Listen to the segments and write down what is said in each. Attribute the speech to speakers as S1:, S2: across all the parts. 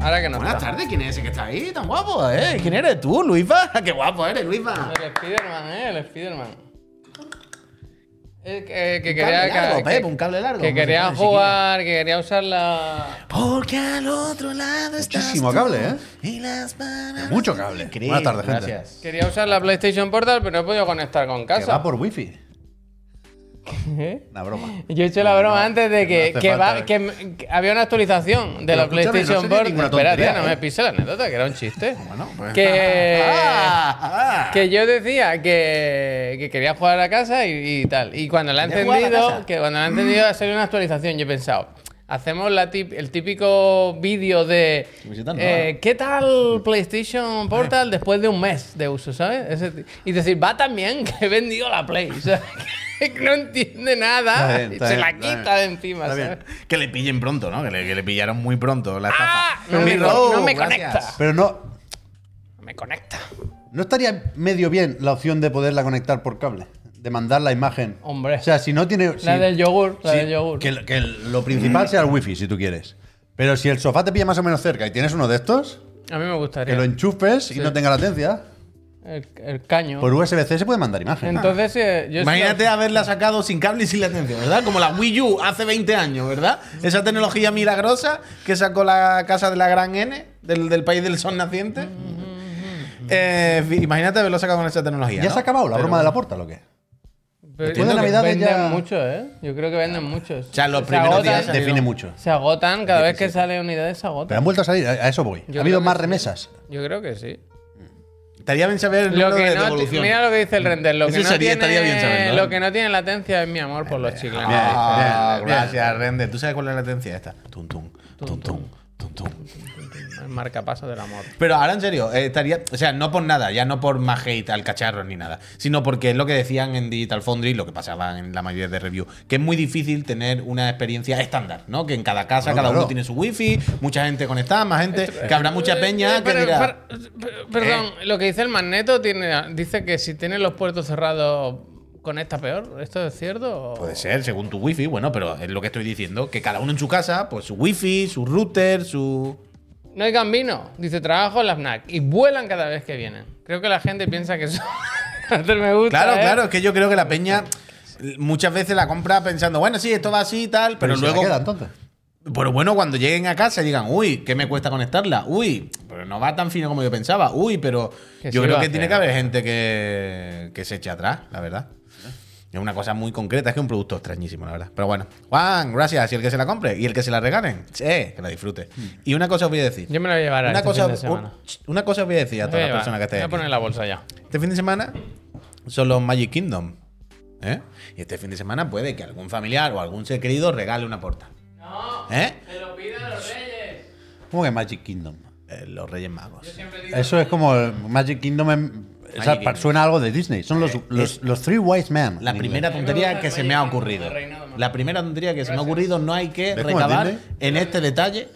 S1: Ahora que no
S2: Buenas
S1: está.
S2: tardes, ¿quién es ese que está ahí? Tan guapo,
S3: Mm.
S2: ¿eh? ¿Quién eres tú, Luisba? ¡Qué guapo eres, Luisba!
S1: El Spiderman, ¿eh? El Spiderman. El que, que
S2: Un
S1: quería
S2: cable
S1: que-
S2: largo,
S1: que-
S2: Pep, un cable largo,
S1: Que
S2: como si fuera
S1: quería
S2: de
S1: jugar, que quería usar la.
S2: Porque al otro lado está.
S3: Muchísimo cable, ¿eh?
S2: Y las bananas-
S3: Mucho cable.
S2: Increíble.
S3: Buenas tardes, gente.
S2: Gracias.
S1: Quería usar la PlayStation Portal, pero no he podido conectar con
S3: Que va
S1: casa.
S3: por wifi.
S1: ¿Eh?
S3: Una broma.
S1: Yo he hecho la broma antes de que,
S3: no hace
S1: que, va-
S3: falta.
S1: que m- que había una actualización de la
S3: escúchame, no
S1: PlayStation
S3: sería
S1: Portal.
S3: ninguna
S1: Espérate,
S3: tontería,
S1: no
S3: ¿eh?
S1: me pise la anécdota, que era un chiste.
S3: Bueno, pues.
S1: Que.
S2: Ah, ah.
S1: Que yo decía que, que quería jugar a casa y, y tal. Y cuando la he
S2: ¿Quería jugar a
S1: entendido,
S2: casa?
S1: que cuando la he entendido ha salido una actualización, yo he pensado, hacemos la tip- el típico vídeo de
S3: Visitan,
S1: eh,
S3: ¿no?
S1: ¿qué tal PlayStation Portal después de un mes de uso, ¿sabes? Ese ti- y decir, va también que he vendido la Play. O sea, que no entiende nada
S3: Está bien,
S1: y
S3: está
S1: Ah, se
S3: bien,
S1: la
S3: está bien.
S1: quita de encima,
S3: Está
S1: ¿sabes?
S3: bien. Que le pillen pronto, ¿no? Que le, que le pillaron muy pronto la estafa.
S1: ¡Ah! No me,
S3: Pero-
S1: con- no me
S2: gracias.
S1: conecta.
S3: Pero no.
S1: No me conecta.
S3: ¿No estaría medio bien la opción de poderla conectar por cable? De mandar la imagen.
S1: Hombre.
S3: O sea, si no tiene.
S1: La
S3: si-
S1: del yogur, la
S3: si-
S1: del yogur.
S3: Que, el- que el- lo principal sea el wifi, si tú quieres. Pero si el sofá te pilla más o menos cerca y tienes uno de estos,
S1: A mí me gustaría.
S3: que lo enchufes y no tenga latencia,
S1: El, el caño.
S3: por USB-C se puede mandar imagen.
S1: Entonces, eh, yo
S2: Imagínate haberla sacado sin cable y sin latencia, ¿verdad? Como la Wii U hace 20 años, ¿verdad? Esa tecnología milagrosa que sacó la casa de la gran N, del, del país del sol naciente. Eh, en fin, imagínate haberlo sacado con esa tecnología.
S3: Ah, ¿Ya
S2: ¿no?
S3: se ha acabado la
S2: Pero
S3: broma de
S2: bueno.
S3: la puerta, lo que?
S1: Pero yo
S3: Después de
S1: creo que
S3: Navidades
S1: venden
S3: ya-
S1: muchos, ¿eh? Yo creo que venden muchos.
S2: O sea, los
S1: Se
S2: primeros días
S1: agotan-
S2: salieron-
S3: Define mucho.
S1: Se agotan, cada vez que sale unidades se
S3: Pero
S1: agotan.
S3: han vuelto a salir, a a eso voy.
S1: Yo
S3: ha habido
S1: creo que
S3: más
S1: sí.
S3: remesas.
S1: Yo creo que sí.
S2: Estaría bien saber el
S1: Lo
S2: número
S1: que
S2: de
S1: no,
S2: devolución.
S1: mira lo que dice el render. Lo que,
S2: Eso
S1: no
S2: sería-
S1: tiene,
S2: estaría bien saberlo, ¿eh?
S1: lo que no tiene latencia es mi amor por los chicles.
S2: Ah,
S3: Bien, bien,
S2: gracias, Render. ¿Tú sabes cuál es la latencia esta? Tum, tum, tum, tum, tum, tum.
S1: El marcapaso del amor.
S2: Pero ahora en serio, eh, estaría, o sea, no por nada, ya no por más hate al cacharro ni nada, sino porque es lo que decían en Digital Foundry, lo que pasaba en la mayoría de reviews, que es muy difícil tener una experiencia estándar, ¿no? Que en cada casa
S3: Bueno,
S2: cada
S3: claro.
S2: uno tiene su wifi, mucha gente conectada, más gente, que habrá mucha
S1: Eh,
S2: peña
S1: eh,
S2: que eh.
S1: pero-
S2: dirá,
S1: pero- pero- Perdón, lo que dice el magneto tiene, dice que si tiene los puertos cerrados conecta peor. ¿Esto es cierto? o-
S2: Puede ser, según tu wifi, bueno, pero es lo que estoy diciendo, que cada uno en su casa, pues su wifi, su router, su...
S1: No hay gambino. Dice, trabajo en la FNAC. Y vuelan cada vez que vienen. Creo que la gente piensa que eso... Hacer me gusta,
S2: Claro,
S1: ¿eh?
S2: claro, es que yo creo que la peña muchas veces la compra pensando, bueno, sí, esto va así y tal, pero,
S3: ¿y se la
S2: luego...
S3: queda, entonces.
S2: Pero bueno, cuando lleguen a casa digan, uy, ¿qué me cuesta conectarla? Uy, pero no va tan fino como yo pensaba. Uy, pero
S1: Que
S2: yo
S1: sí
S2: creo
S1: va
S2: que
S1: a
S2: tiene
S1: hacer.
S2: que haber gente que, que se eche atrás, la verdad. Es una cosa muy concreta, es que es un producto extrañísimo, la verdad. Pero bueno, Juan, gracias. Y el que se la compre y el que se la regalen, sí, que la disfrute. Y una cosa os voy a decir.
S1: Hmm. Yo me la voy a llevar a
S2: una,
S1: este
S2: cosa,
S1: fin de semana.
S2: un- una cosa os voy a decir a
S1: Me voy
S2: todas
S1: a
S2: las
S1: llevar.
S2: personas que
S1: Voy
S2: estéis
S1: a
S2: aquí.
S1: poner la bolsa ya.
S2: Este fin de semana son los Magic Kingdom. ¿eh? Y este fin de semana puede que algún familiar o algún ser querido regale una porta.
S1: No,
S2: ¿Eh?
S1: se lo piden los reyes.
S3: ¿Cómo que Magic Kingdom?
S2: Eh, los Reyes Magos.
S3: Eso es como el Magic Kingdom. en- o sea,
S2: Kingdom. Eh,
S3: Suena algo de Disney. Son los, los, los Three Wise Men.
S2: La
S3: en
S2: primera
S3: inglés.
S2: tontería que se me ha ocurrido. La primera tontería que se me ha ocurrido no hay que
S3: ¿Ves cómo
S2: recabar
S3: entiende?
S2: en este detalle,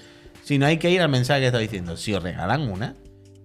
S2: sino hay que ir al mensaje que está diciendo. Si os regalan una,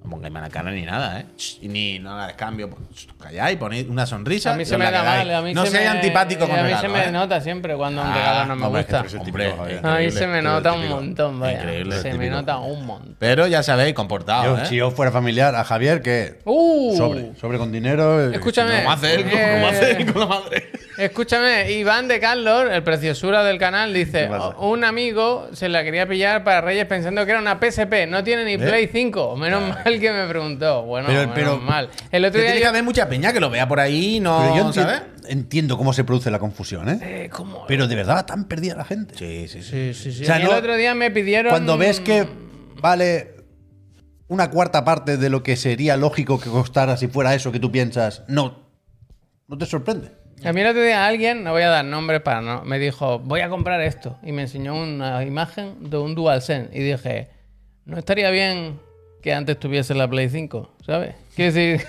S2: no pongáis mala cara ni nada, ¿eh? Shh, Y ni no la descambio. Shh, Calláis, ponéis una sonrisa.
S1: A mí
S2: y
S1: se
S2: os
S1: me
S2: la
S1: da
S2: quedáis.
S1: mal. A mí
S2: no
S1: se
S2: seáis
S1: me-
S2: antipático con
S1: A mí
S2: regalo,
S1: se me
S2: ¿eh?
S1: nota siempre cuando un
S2: Ah,
S1: regalo no me
S2: hombre, es que
S1: gusta.
S2: tú eres el
S3: Hombre,
S2: típico, Javier.
S1: A mí se
S2: Increíble,
S1: me
S2: tú eres
S1: nota
S2: el
S1: un
S2: típico.
S1: montón, vaya.
S2: Increíble,
S1: se
S2: el
S1: me
S2: típico.
S1: nota un montón.
S2: Pero ya sabéis, comportaos.
S3: Yo,
S2: ¿eh?
S3: Si yo fuera familiar a Javier, que.
S1: Uh.
S3: sobre, sobre con dinero. eh,
S1: Escúchame.
S2: ¿Cómo hacer? ¿Cómo
S1: Eh.
S2: hacer con la madre?
S1: Escúchame, Iván de Carlos, el preciosura del canal, dice:
S3: pasa?
S1: Un amigo se la quería pillar para Reyes pensando que era una PSP. No tiene ni Play 5. Menos mal que me preguntó. Bueno,
S3: ¿Eh?
S1: menos
S3: Pero- pero-
S1: mal. El otro
S2: Que
S1: día.
S2: tiene que
S1: yo-
S2: haber mucha peña que lo vea por ahí, no,
S3: Pero yo enti-
S2: ¿sabes?
S3: entiendo cómo se produce la confusión, ¿eh?
S1: Eh, ¿cómo?
S3: Pero de verdad tan perdida la gente.
S2: Sí, sí,
S1: Sí,
S2: sí.
S1: sí, sí.
S3: O sea,
S1: A mí
S3: no-
S1: el otro día me pidieron.
S3: Cuando ves que
S1: mm.
S3: vale una cuarta parte de lo que sería lógico que costara si fuera eso que tú piensas, no, no te sorprende.
S1: A mí el otro día alguien, no voy a dar nombres para no, me dijo, voy a comprar esto. Y me enseñó una imagen de un DualSense. Y dije, no estaría bien que antes tuviese la Play 5, ¿sabes? Quiero decir.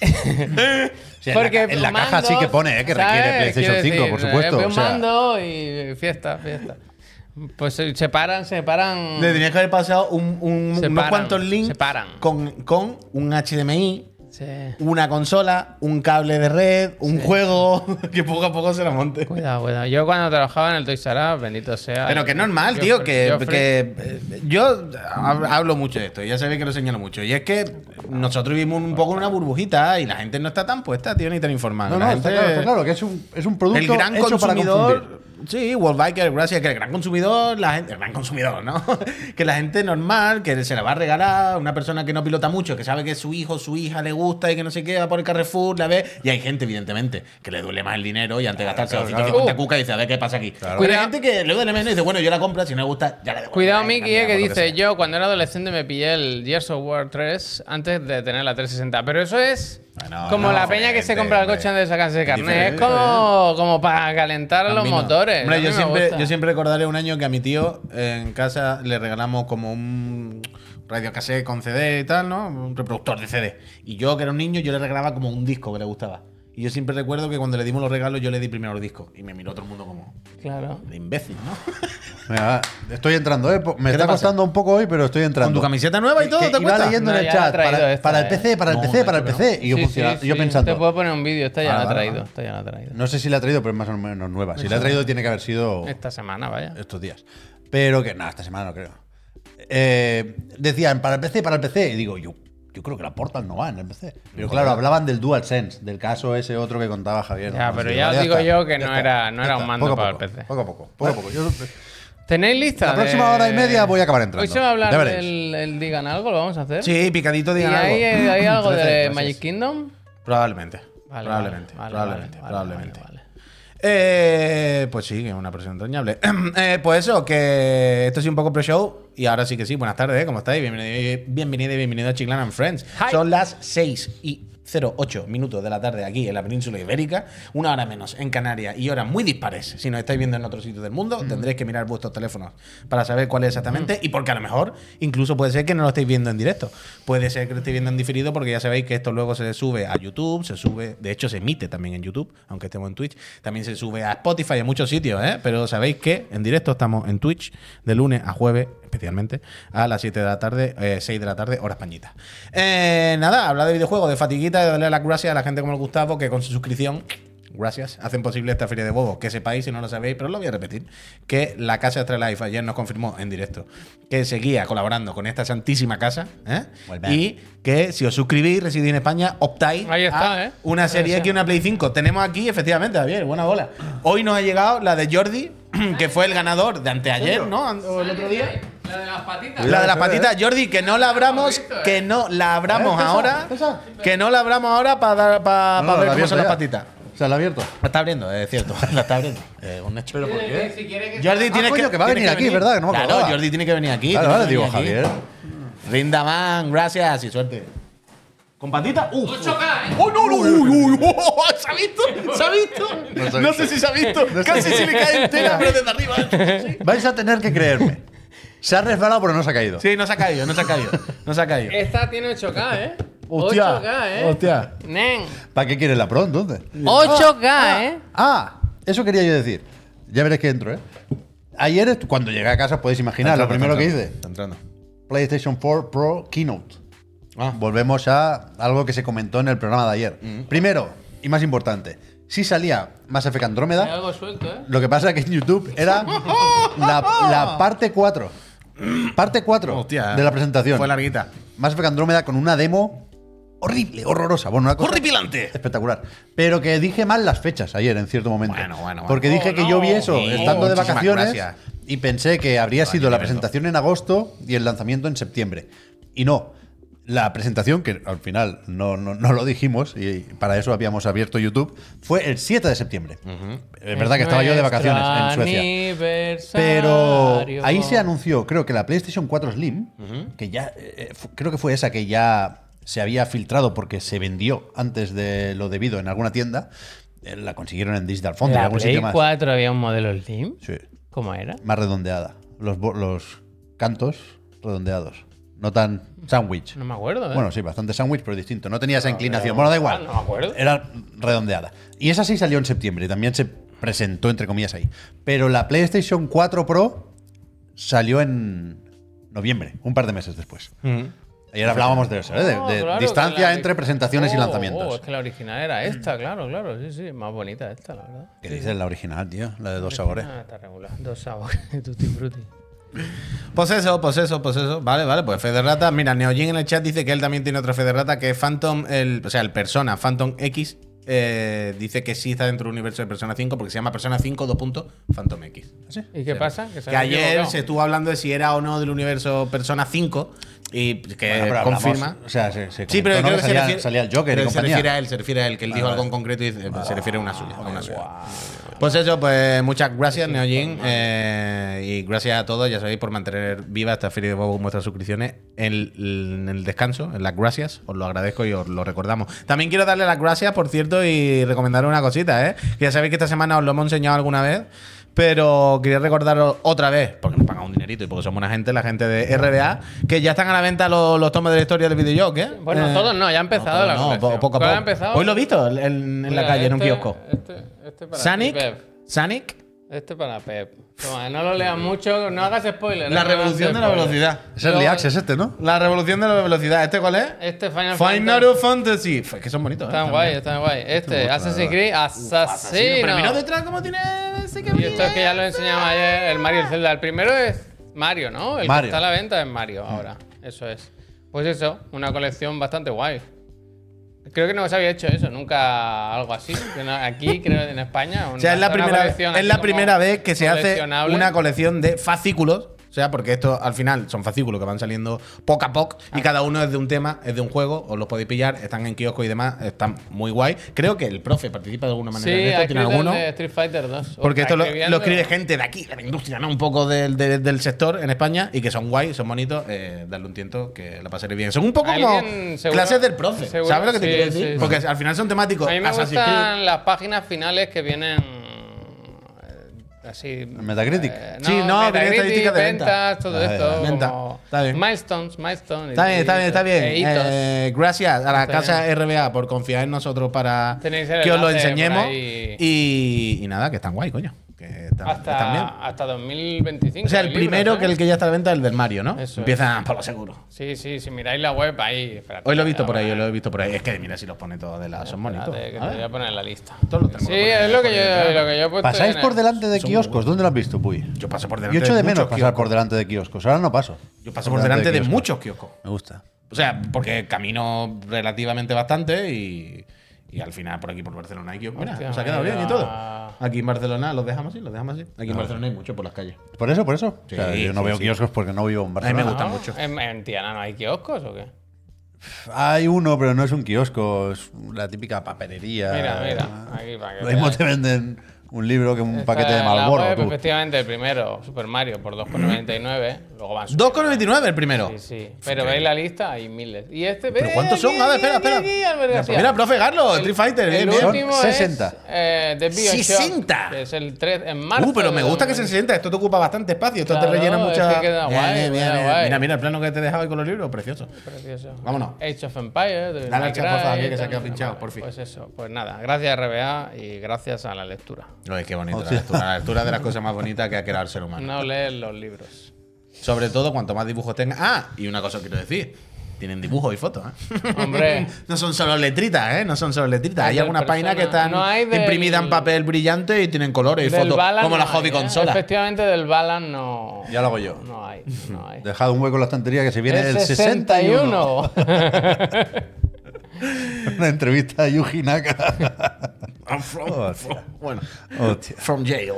S3: O sea, en la ca- en la, caja
S1: mandos,
S3: sí que pone eh, que requiere
S1: ¿sabes?
S3: PlayStation
S1: Quiero
S3: 5, por
S1: decir,
S3: supuesto.
S1: eh,
S3: o
S1: Un
S3: sea,
S1: mando y fiesta, fiesta. Pues se se paran, se paran.
S2: Le tenías que haber pasado un- un-
S1: Se
S2: unos
S1: paran,
S2: cuantos links
S1: se paran.
S2: Con, con un HDMI,
S1: Sí.
S2: una consola, un cable de red, un juego, que poco a poco se la monte.
S1: Cuidado, cuidado. Yo cuando trabajaba en el Toys R Us, bendito sea.
S2: Pero que es normal,
S1: yo
S2: tío,
S1: fre-
S2: que,
S1: yo fre-
S2: que, eh, yo hab- hablo mucho de esto, ya sabéis que lo señalo mucho. Y es que nosotros vivimos un poco en una burbujita y la gente no está tan puesta, tío, ni tan informada.
S3: No,
S2: La
S3: no,
S2: gente-
S3: está claro, está claro, que es un, es un producto
S2: el gran
S3: hecho para confundir.
S2: consumidor. Sí, World Biker, gracias, que el gran consumidor, la gente, el gran consumidor, ¿no? que la gente normal, que se la va a regalar, una persona que no pilota mucho, que sabe que su hijo, su hija le gusta y que no sé qué, va por el Carrefour, la ve. Y hay gente, evidentemente, que le duele más el dinero y antes de gastarse
S3: claro,
S2: 250
S1: claro.
S2: cucas dice, a ver qué pasa aquí. Pero
S1: Cuidado.
S2: hay gente que le duele menos y dice, bueno, yo la compro, si no me gusta, ya la devuelvo.
S1: Cuidado,
S2: Ay,
S1: Miki,
S2: mierda,
S1: eh, que
S2: por lo
S1: dice:
S2: sea.
S1: Yo cuando era adolescente me pillé el Gears of War 3 antes de tener la 360. Pero eso es
S2: Bueno,
S1: como
S2: no,
S1: la peña que se
S2: obviamente,
S1: compra el coche
S2: hombre.
S1: antes de sacarse el carnet. Es
S2: Diferente,
S3: ¿eh?
S1: como, como para calentar
S2: A
S1: los
S2: mí no.
S1: motores.
S2: Hombre,
S1: A mí
S2: yo,
S1: me
S2: siempre,
S1: gusta.
S2: yo siempre recordaré un año que a mi tío eh, en casa le regalamos como un radio cassette con CD y tal, ¿no? Un reproductor de CD. Y yo, que era un niño, yo le regalaba como un disco que le gustaba. Y yo siempre recuerdo que cuando le dimos los regalos, yo le di primero los discos. Y me miró todo el mundo como,
S1: Claro.
S2: de imbécil, ¿no?
S3: Mira, estoy entrando, ¿eh? Po- Me
S2: ¿Qué te
S3: está
S2: pasa?
S3: costando un poco hoy, pero estoy
S2: Con tu
S3: entrando.
S2: camiseta nueva y todo,
S3: Que
S2: ¿te
S3: iba
S2: acuerdas?
S3: leyendo
S1: No,
S3: en el
S1: ya la ha
S3: chat para,
S1: traído esta,
S3: para el
S1: eh.
S3: PC, para el
S2: No,
S3: PC, para el
S2: macho,
S3: PC. Y yo,
S1: Sí,
S3: funciona-
S1: sí,
S3: yo
S1: sí, Te
S3: pensando,
S1: puedo poner un vídeo. Esta ya
S3: Vale,
S1: la ha
S3: vale,
S1: traído.
S3: vale.
S1: Esta ya la ha traído.
S3: no sé si la ha traído, pero es más o menos nueva. Si la ha traído, tiene que haber sido
S1: Esta semana, vaya.
S3: estos días. Pero que, nada, esta semana no creo. Eh, decían, para el PC, para el PC. Y digo, yo, yo creo que la Portal no va en el PC. Pero claro, hablaban del DualSense, del caso ese otro que contaba Javier.
S1: Ya,
S3: Entonces,
S1: pero
S3: digo,
S1: ya
S3: vale,
S1: os digo
S3: está,
S1: yo que
S3: ya
S1: no
S3: está,
S1: era-
S3: ya
S1: no era un
S3: está.
S1: mando
S3: Poco a
S1: para el
S3: poco,
S1: PC.
S3: Poco a poco, poco a poco. Yo-
S1: ¿Tenéis lista?
S3: La próxima
S1: de-
S3: hora y media voy a acabar entrando.
S1: Hoy se va a
S3: Ya
S1: hablar
S3: veréis.
S1: del el Digan Algo, lo vamos a hacer.
S2: Sí, picadito,
S1: ¿Y
S2: digan algo.
S1: hay, eh, hay algo de
S2: Gracias.
S1: Magic Kingdom?
S2: Probablemente.
S1: Vale,
S2: probablemente,
S1: vale, vale,
S2: probablemente,
S1: vale,
S2: probablemente.
S1: vale, vale.
S2: Eh, pues sí, que es una persona entrañable. Eh, pues eso, que esto sí un poco pre-show. Y ahora sí que sí, buenas tardes, ¿eh? ¿cómo estáis? Bienvenido, bienvenido y bienvenido a Chiclan and Friends.
S1: Hi.
S2: Son las 6 y 08 minutos de la tarde aquí en la península ibérica, una hora menos en Canarias y horas muy dispares. Si nos estáis viendo en otro sitio del mundo, tendréis que mirar vuestros teléfonos para saber cuál es exactamente y porque a lo mejor incluso puede ser que no lo estéis viendo en directo. Puede ser que lo estéis viendo en diferido porque ya sabéis que esto luego se sube a YouTube, se sube, de hecho se emite también en YouTube, aunque estemos en Twitch, también se sube a Spotify en muchos sitios, ¿eh? pero sabéis que en directo estamos en Twitch de lunes a jueves especialmente, a las 7 de la tarde, eh, 6 de la tarde, hora españita. Eh, nada, hablar de videojuegos, de fatiguita, de darle las gracias a la gente como el Gustavo, que con su suscripción, gracias, hacen posible esta feria de bobos. Que sepáis, si no lo sabéis, pero lo voy a repetir, que la Casa Astralife ayer nos confirmó en directo que seguía colaborando con esta santísima casa ¿eh?
S3: Vuelve.
S2: y que si os suscribís, residís en España, optáis
S1: Ahí está,
S2: a
S1: ¿eh?
S2: una serie
S1: Gracias.
S2: que una Play 5. Tenemos aquí, efectivamente, Javier, buena bola. Hoy nos ha llegado la de Jordi, que fue el ganador de anteayer, ¿no? O el otro día.
S1: La de las patitas.
S2: La de las
S3: Cuidado, eh.
S2: patitas, Jordi, que no la abramos, que no la abramos
S3: Eh, pesa,
S2: ahora.
S3: pesa.
S2: Que no la abramos ahora para
S3: No, no,
S2: ver
S3: la
S2: cómo son las
S3: abierto ya.
S2: patitas.
S3: O sea, la ha abierto.
S2: La está abriendo, es cierto. La está abriendo. Eh, un hecho.
S3: ¿Pero por qué?
S1: Si quiere que
S2: Jordi
S3: Ah,
S2: tiene
S3: coño, que va a
S2: tiene
S3: venir aquí, ¿verdad? Que no me
S2: claro,
S3: acordaba.
S2: Jordi tiene que venir aquí.
S3: Claro,
S2: tiene
S3: ahora
S2: que
S3: digo,
S2: venir aquí.
S3: Javier.
S2: Rinda, man, gracias y suerte. ¿Con patitas? ¡Uh!
S1: 8K, ¿eh?
S2: ¡Oh, no, no! uy, uy, uy, oh, ¿Se ha visto? ¿Se ha visto?
S3: No se ha
S2: No
S3: visto.
S2: sé si se ha visto. Casi se me cae entera, pero desde arriba. Sí.
S3: Vais a tener que creerme. Se ha resbalado, pero no se ha caído.
S2: Sí, no se ha caído, no se ha caído. No se ha caído.
S1: Esta tiene 8K, ¿eh?
S2: Hostia,
S1: 8K, ¿eh?
S2: hostia.
S1: Nen.
S3: ¿Para qué quieres la pro entonces?
S1: 8K, ¿eh?
S3: Ah, eso quería yo decir. Ya veréis que entro, ¿eh? Ayer, est- cuando llegué a casa, os podéis imaginar lo primero que hice.
S2: Está entrando.
S3: PlayStation 4 Pro Keynote.
S2: Ah.
S3: Volvemos a algo que se comentó en el programa de ayer. Primero, y más importante, si salía Mass Effect
S1: Hay
S3: Andrómeda,
S1: algo suelto, ¿eh?
S3: lo que pasa que en YouTube era la, la parte 4. Parte 4
S2: Hostia.
S3: de la presentación.
S2: Fue larguita.
S3: Mass Effect Andrómeda con una demo horrible, horrorosa. Bueno, una cosa
S2: ¡Horripilante!
S3: espectacular. Pero que dije mal las fechas ayer en cierto momento.
S2: Bueno, bueno, bueno.
S3: Porque dije
S1: Oh,
S3: que
S1: no.
S3: yo vi eso
S2: Sí.
S3: estando
S2: Oh,
S3: de
S2: muchísimas
S3: vacaciones
S2: gracias.
S3: y pensé que habría sido la
S2: qué
S3: presentación en agosto y el lanzamiento en septiembre. Y no. La presentación, que al final no, no, no lo dijimos y para eso habíamos abierto YouTube, fue el 7 de septiembre. Es verdad que estaba yo de vacaciones en
S1: Nuestro
S3: Suecia. Pero
S1: aniversario.
S3: ahí se anunció, creo que la PlayStation 4 Slim, que ya eh, fu- creo que fue esa que ya se había filtrado porque se vendió antes de lo debido en alguna tienda. eh, La consiguieron en Digital Foundry, en
S1: La
S3: algún
S1: Play
S3: sitio más.
S1: 4 había un modelo Slim.
S3: Sí,
S1: ¿Cómo era?
S3: más redondeada. Los, bo- los cantos redondeados. No tan sándwich.
S1: No me acuerdo, ¿eh?
S3: Bueno, sí, bastante sándwich, pero distinto. No tenía esa inclinación. Bueno, da igual.
S1: no me acuerdo.
S3: Era redondeada. Y esa sí salió en septiembre. y También se presentó, entre comillas, ahí. Pero la PlayStation 4 Pro salió en noviembre, un par de meses después. Ayer hablábamos de eso, ¿eh? de,
S1: No,
S3: de
S1: claro, que
S3: distancia
S1: la-
S3: entre presentaciones y
S1: Oh,
S3: lanzamientos.
S1: oh, es que la original era esta, claro, claro. Sí, sí, más bonita esta, la verdad.
S3: ¿Qué dices? La original, tío. La de dos sabores.
S1: Ah, está regular. Dos sabores. Tutti frutti.
S2: Pues eso, pues eso, pues eso. Vale, vale, pues Federata. Mira, Neojin en el chat dice que él también tiene otra Federata que es Phantom, el, o sea, el Persona, Phantom X. eh, dice que sí está dentro del universo de Persona 5 porque se llama Persona 5 2 puntos Phantom X.
S3: ¿Ah,
S1: ¿Y qué pasa? se
S2: Que
S1: han
S2: ayer
S1: equivocado.
S2: se estuvo hablando de si era o no del universo Persona 5 y que
S3: Bueno, pero hablamos-
S2: confirma.
S3: O sea, se, se
S2: Sí, pero
S3: comentó,
S2: creo
S3: ¿no?
S2: que se
S3: salía,
S2: refiere,
S3: salía el
S2: creo
S3: Joker y
S2: que se refiere
S3: compañía. Ah,
S2: a él, se refiere a él, que él dijo algo en concreto y dice, "Pues se refiere a una suya. a una suya.
S3: guau.
S2: Pues eso, pues muchas gracias, Neojin. eh, y gracias a todos, ya sabéis, por mantener viva esta Feria de Bobo vuestras suscripciones en, el- en el descanso, en las gracias. Os lo agradezco y os lo recordamos. También quiero darle las gracias, por cierto, y recomendaros una cosita, ¿eh? Que ya sabéis que esta semana os lo hemos enseñado alguna vez. Pero quería recordaros otra vez, porque nos pagan un dinerito y porque somos buena gente, la gente de RBA, que ya están a la venta los, los tomes de la historia del videojoke, ¿eh?
S1: Bueno,
S2: Eh,
S1: todos no, ya ha empezado
S2: no,
S1: la
S2: no,
S1: colección.
S2: po- poco a
S1: ¿Cuál ha
S2: poco.
S1: empezado?
S2: Hoy lo he visto en, en- en la
S1: Mira,
S2: calle, en un
S1: este-
S2: kiosco.
S1: Este, este para
S2: Sanic,
S1: ti, Pep.
S2: Sanic,
S1: Este para Pep. Toma, no lo leas mucho, no hagas spoiler.
S2: la
S1: no hagas
S2: revolución de la
S1: spoiler.
S2: velocidad.
S3: Es el Liax, es este, ¿no?
S2: La revolución de la velocidad. ¿Este cuál es?
S1: Este Final,
S2: Final Fantasy. F- Es que son bonitos, ¿eh?
S1: Están guay, están guay. Este, Assassin's Creed
S2: Sí, pero mirad
S1: Asesino.
S2: detrás cómo tiene ese
S1: Y esto es que ya lo enseñamos ayer, el Mario y el Zelda. El primero es Mario, ¿no? El
S3: Mario.
S1: que está a la venta es
S2: Mm.
S1: Mario ahora. Eso es. Pues eso, una colección bastante guay. Creo que no se había hecho eso, nunca algo así. Que no- Aquí, creo, en España.
S2: O sea, es la
S1: una
S2: primera, vez,
S1: colección
S2: es
S1: así
S2: la
S1: como
S2: primera vez que se hace
S1: coleccionable.
S2: una colección de fascículos. O sea, porque esto al final son fascículos que van saliendo poco a poco y cada uno es de un tema, es de un juego, os los podéis pillar, están en kiosco y demás, están muy guay. Creo que el profe participa de alguna
S1: Sí,
S2: manera en
S1: hay
S2: esto,
S1: que
S2: tiene alguno.
S1: de Street Fighter 2.
S2: Porque esto lo,
S1: escribe
S2: lo escribe gente de aquí, de la industria, ¿no? Un poco del, del- del sector en España y que son guay, son bonitos. Eh, darle un tiento que la pasaréis bien. Son un poco como
S1: Alguien, seguro-
S2: clases del profe.
S1: seguro-
S2: ¿Sabes lo que te
S1: sí,
S2: quiero decir?
S1: sí, sí.
S2: Porque al final son temáticos.
S1: A mí me
S2: Assassin's
S1: gustan
S2: Creed.
S1: las páginas finales que vienen eh, así. eh,
S3: Metacritic.
S2: Sí, no, viene
S1: Metacritic,
S2: estadística de venta.
S1: ventas, todo
S3: Ah,
S1: esto.
S2: ya. Venta.
S1: como
S2: Está bien.
S1: Milestones, milestones.
S2: Está bien, está bien, está bien.
S1: e hitos.
S2: Eh, gracias a la
S1: Está
S2: casa RBA por confiar en nosotros para
S1: Tenéis el
S2: que os lo
S1: enlace por
S2: enseñemos.
S1: ahí.
S2: Y, y nada, que están guay, coño. Que están, están bien.
S1: hasta, hasta 2025.
S2: O sea, el
S1: hay libros,
S2: primero
S1: ¿eh?
S2: que el que ya está a la venta es el del Mario, ¿no?
S1: Eso
S2: Empieza por lo seguro.
S1: Sí, sí, si miráis la web ahí. espérate,
S2: Hoy lo he visto por
S1: ahora,
S2: ahí, hoy lo he visto por ahí. Es que mira si los pone todos de la. Son bonitos.
S1: espérate, que
S2: A
S1: te voy
S2: ver.
S1: a poner en la lista.
S2: Esto lo tengo que
S1: Sí,
S2: poner
S1: es lo que,
S2: por
S1: yo,
S2: detrás.
S1: lo que yo he puesto.
S3: ¿Pasáis
S1: en
S3: por
S1: el-
S3: delante de kioscos? ¿Dónde lo has visto, Puy?
S2: Yo paso por
S3: Yo
S2: delante.
S3: echo de menos
S2: muchos
S3: pasar
S2: kioscos.
S3: por delante de kioscos. Ahora no paso.
S2: Yo paso por delante de
S3: kioscos.
S2: muchos kioscos.
S3: Me gusta.
S2: O sea, porque camino relativamente bastante y, y al final por aquí por Barcelona hay kioscos. Mira,
S1: Hostia,
S2: nos ha quedado bien y
S1: mira.
S2: todo. Aquí en Barcelona los dejamos así, los dejamos así. Aquí en Barcelona hay mucho por las calles.
S3: Por eso, por eso.
S2: Sí,
S3: O sea, yo no
S2: sí,
S3: veo
S2: sí.
S3: kioscos porque no vivo en Barcelona.
S2: me gusta
S1: ¿No?
S2: mucho.
S1: ¿En, en Tiana no hay kioscos o qué?
S3: Hay uno, pero no es un kiosco. Es la típica papelería.
S1: Mira, mira. Aquí para que
S3: Lo mismo
S1: veáis.
S3: te venden un libro que un
S1: Está
S3: paquete de
S1: en la
S3: Marlboro.
S1: web,
S3: tú.
S1: Efectivamente, el primero, Super Mario, por 2,99. Luego van subiendo.
S2: 2,99 el primero.
S1: Sí, sí. Pero veis la lista, hay miles. ¿Y este?
S2: ¿Pero cuántos son? A ver, espera, espera. Mira, pues mira, profe Carlos, Street Fighter. bien,
S1: El
S2: bien.
S1: último
S3: Son
S1: es,
S3: 60.
S1: eh, The Bioshock,
S2: 60.
S1: que es el 3 en marzo.
S2: Uh, pero me
S1: de
S2: gusta que
S1: 2000.
S2: se sienta. Esto te ocupa bastante espacio. Esto
S1: Claro,
S2: te rellena
S1: es
S2: mucha.
S1: que queda guay,
S2: Bien, bien,
S1: queda
S2: bien.
S1: guay.
S2: Mira, mira el plano que te he dejado ahí con los libros, precioso.
S1: Precioso.
S2: Vámonos.
S1: Age of Empires. Devil
S2: Dale
S1: May
S2: al chat, por
S1: Cry,
S2: favor, que se ha quedado
S1: también.
S2: pinchado,
S1: Vale,
S2: por fin.
S1: Pues eso, pues nada. Gracias RBA y gracias a la lectura.
S2: Ay, qué bonito la lectura. La lectura es de las cosas más bonitas que ha creado el ser humano.
S1: No lees los libros.
S2: Sobre todo cuanto más dibujos tengan. Ah, y una cosa quiero decir. Tienen dibujos y fotos, ¿eh?
S1: Hombre.
S2: No son solo letritas, ¿eh? No son solo letritas.
S1: Hay
S2: Hay
S1: del
S2: algunas páginas que
S1: Persona.
S2: están
S1: No hay del-
S2: imprimidas en papel brillante y tienen colores y
S1: Del
S2: fotos.
S1: Balan
S2: Como
S1: no
S2: la hobby
S1: hay, ¿eh?
S2: consola.
S1: Efectivamente, del Balan no.
S3: Ya lo hago yo.
S1: No hay, no hay.
S3: Dejad un hueco en la estantería que se viene el 61. Una entrevista a Yuji Naka.
S2: I'm from,
S3: Hostia.
S2: bueno,
S3: Hostia.
S2: from jail.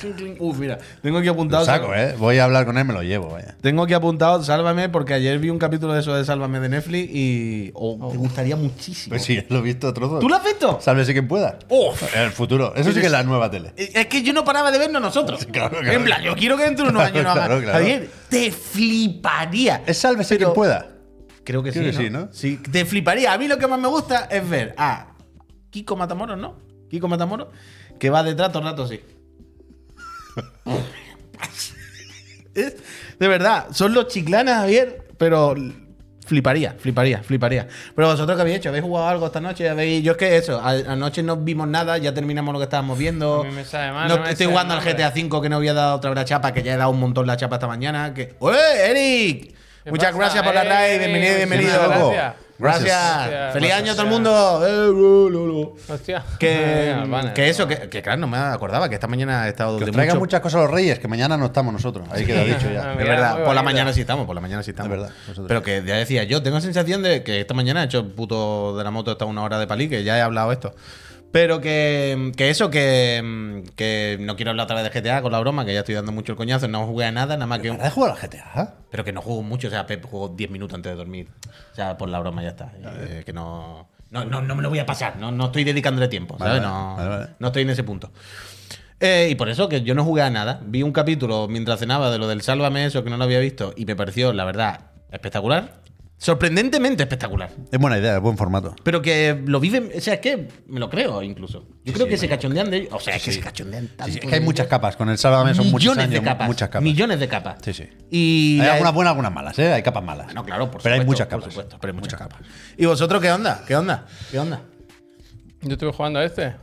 S2: Cling, cling. Uf, mira. Tengo aquí apuntado.
S3: Lo saco, ¿eh? Voy a hablar con él, me lo llevo,
S1: eh.
S3: vaya.
S2: Tengo aquí apuntado Sálvame porque ayer vi un capítulo de eso de Sálvame de Netflix y oh, me gustaría muchísimo.
S3: Pues sí, lo he visto a trozos.
S2: ¿Tú lo has visto?
S3: Sálvese quien pueda.
S2: Uf.
S3: En el futuro. Eso sí que es la nueva tele.
S2: Eh, Es que yo no paraba de vernos nosotros.
S3: claro, claro.
S2: En plan, yo quiero que dentro de unos
S3: Claro,
S2: años no haga.
S3: claro, claro.
S2: Javier, te fliparía.
S3: Es sálvese quien pueda.
S2: Creo que
S3: Creo
S2: sí.
S3: que
S2: ¿no?
S3: sí,
S2: Sí, te fliparía. A mí lo que más me gusta es ver a Kiko Matamoros, ¿no? Kiko Matamoros, que va detrás todo el rato así. Es- de verdad, son los chiclanas, Javier, pero fliparía, fliparía, fliparía. Pero vosotros qué habéis hecho, habéis jugado algo esta noche, habéis. Yo es que eso, a- anoche no vimos nada, ya terminamos lo que estábamos viendo.
S1: A mí me sabe mal,
S2: No-
S1: no me
S2: estoy
S1: sé
S2: jugando
S1: el
S2: al GTA V que no había dado otra vez la chapa, que ya he dado un montón la chapa esta mañana. Que... ¡Eh, Eric! Muchas
S1: pasa?
S2: gracias por la
S1: Eh,
S2: RAE. Bienvenido,
S1: muchísimas
S2: bienvenido.
S1: gracias.
S2: Gracias.
S1: Gracias.
S2: Feliz
S1: Gracias.
S2: año a todo el mundo. Eh, lu, lu, lu.
S1: Hostia.
S2: Que,
S1: Madre mía,
S2: que
S1: vale.
S2: eso, que, que claro, no me acordaba que esta mañana he estado
S3: Que
S2: de
S3: os traigan
S2: mucho-
S3: muchas cosas a los reyes, que mañana no estamos nosotros. Ahí queda dicho
S1: Ah,
S3: ya.
S2: Es
S1: Mira,
S2: verdad,
S1: muy
S2: por la
S1: bonito.
S2: mañana sí estamos, por la mañana sí estamos.
S3: Es verdad, nosotros.
S2: Pero que ya decía yo, tengo la sensación de que esta mañana he hecho el puto de la moto hasta una hora de palí, que ya he hablado esto. Pero que, que eso, que, que no quiero hablar otra vez de GTA con la broma, que ya estoy dando mucho el coñazo, no jugué a nada, nada más que un-
S3: ¿Has jugado a la GTA?
S2: Pero que no juego mucho, o sea, Pep jugó 10 minutos antes de dormir. O sea, por la broma ya está. Eh, que no, no, no, no me lo voy a pasar, no, no estoy dedicándole tiempo,
S3: Vale,
S2: ¿sabes?
S3: vale,
S2: no,
S3: vale, vale.
S2: no estoy en ese punto. Eh, y por eso que yo no jugué a nada. Vi un capítulo mientras cenaba de lo del Sálvame, eso que no lo había visto, y me pareció, la verdad, espectacular. Sorprendentemente espectacular.
S3: Es buena idea, es buen formato.
S2: Pero que lo viven, o sea, es que me lo creo incluso. Yo creo que se cachondean de ellos. O sea, es que
S3: sí.
S2: se cachondean tanto.
S3: Sí, sí, es
S2: de
S3: que hay
S2: ellos.
S3: muchas capas. Con el Sálvame son muchos
S2: millones
S3: años,
S2: de capas.
S3: muchas capas.
S2: Millones de capas.
S3: Sí, sí.
S2: Y
S3: hay
S2: la-
S3: algunas buenas, algunas malas, ¿eh? Hay capas malas.
S2: Ah, No, claro, por
S3: Pero hay
S2: supuesto,
S3: muchas
S2: por
S3: capas.
S2: supuesto, pero hay muchas
S3: ¿Y vosotros qué onda? ¿Qué onda?
S2: ¿Qué onda?
S1: Yo estuve jugando a este.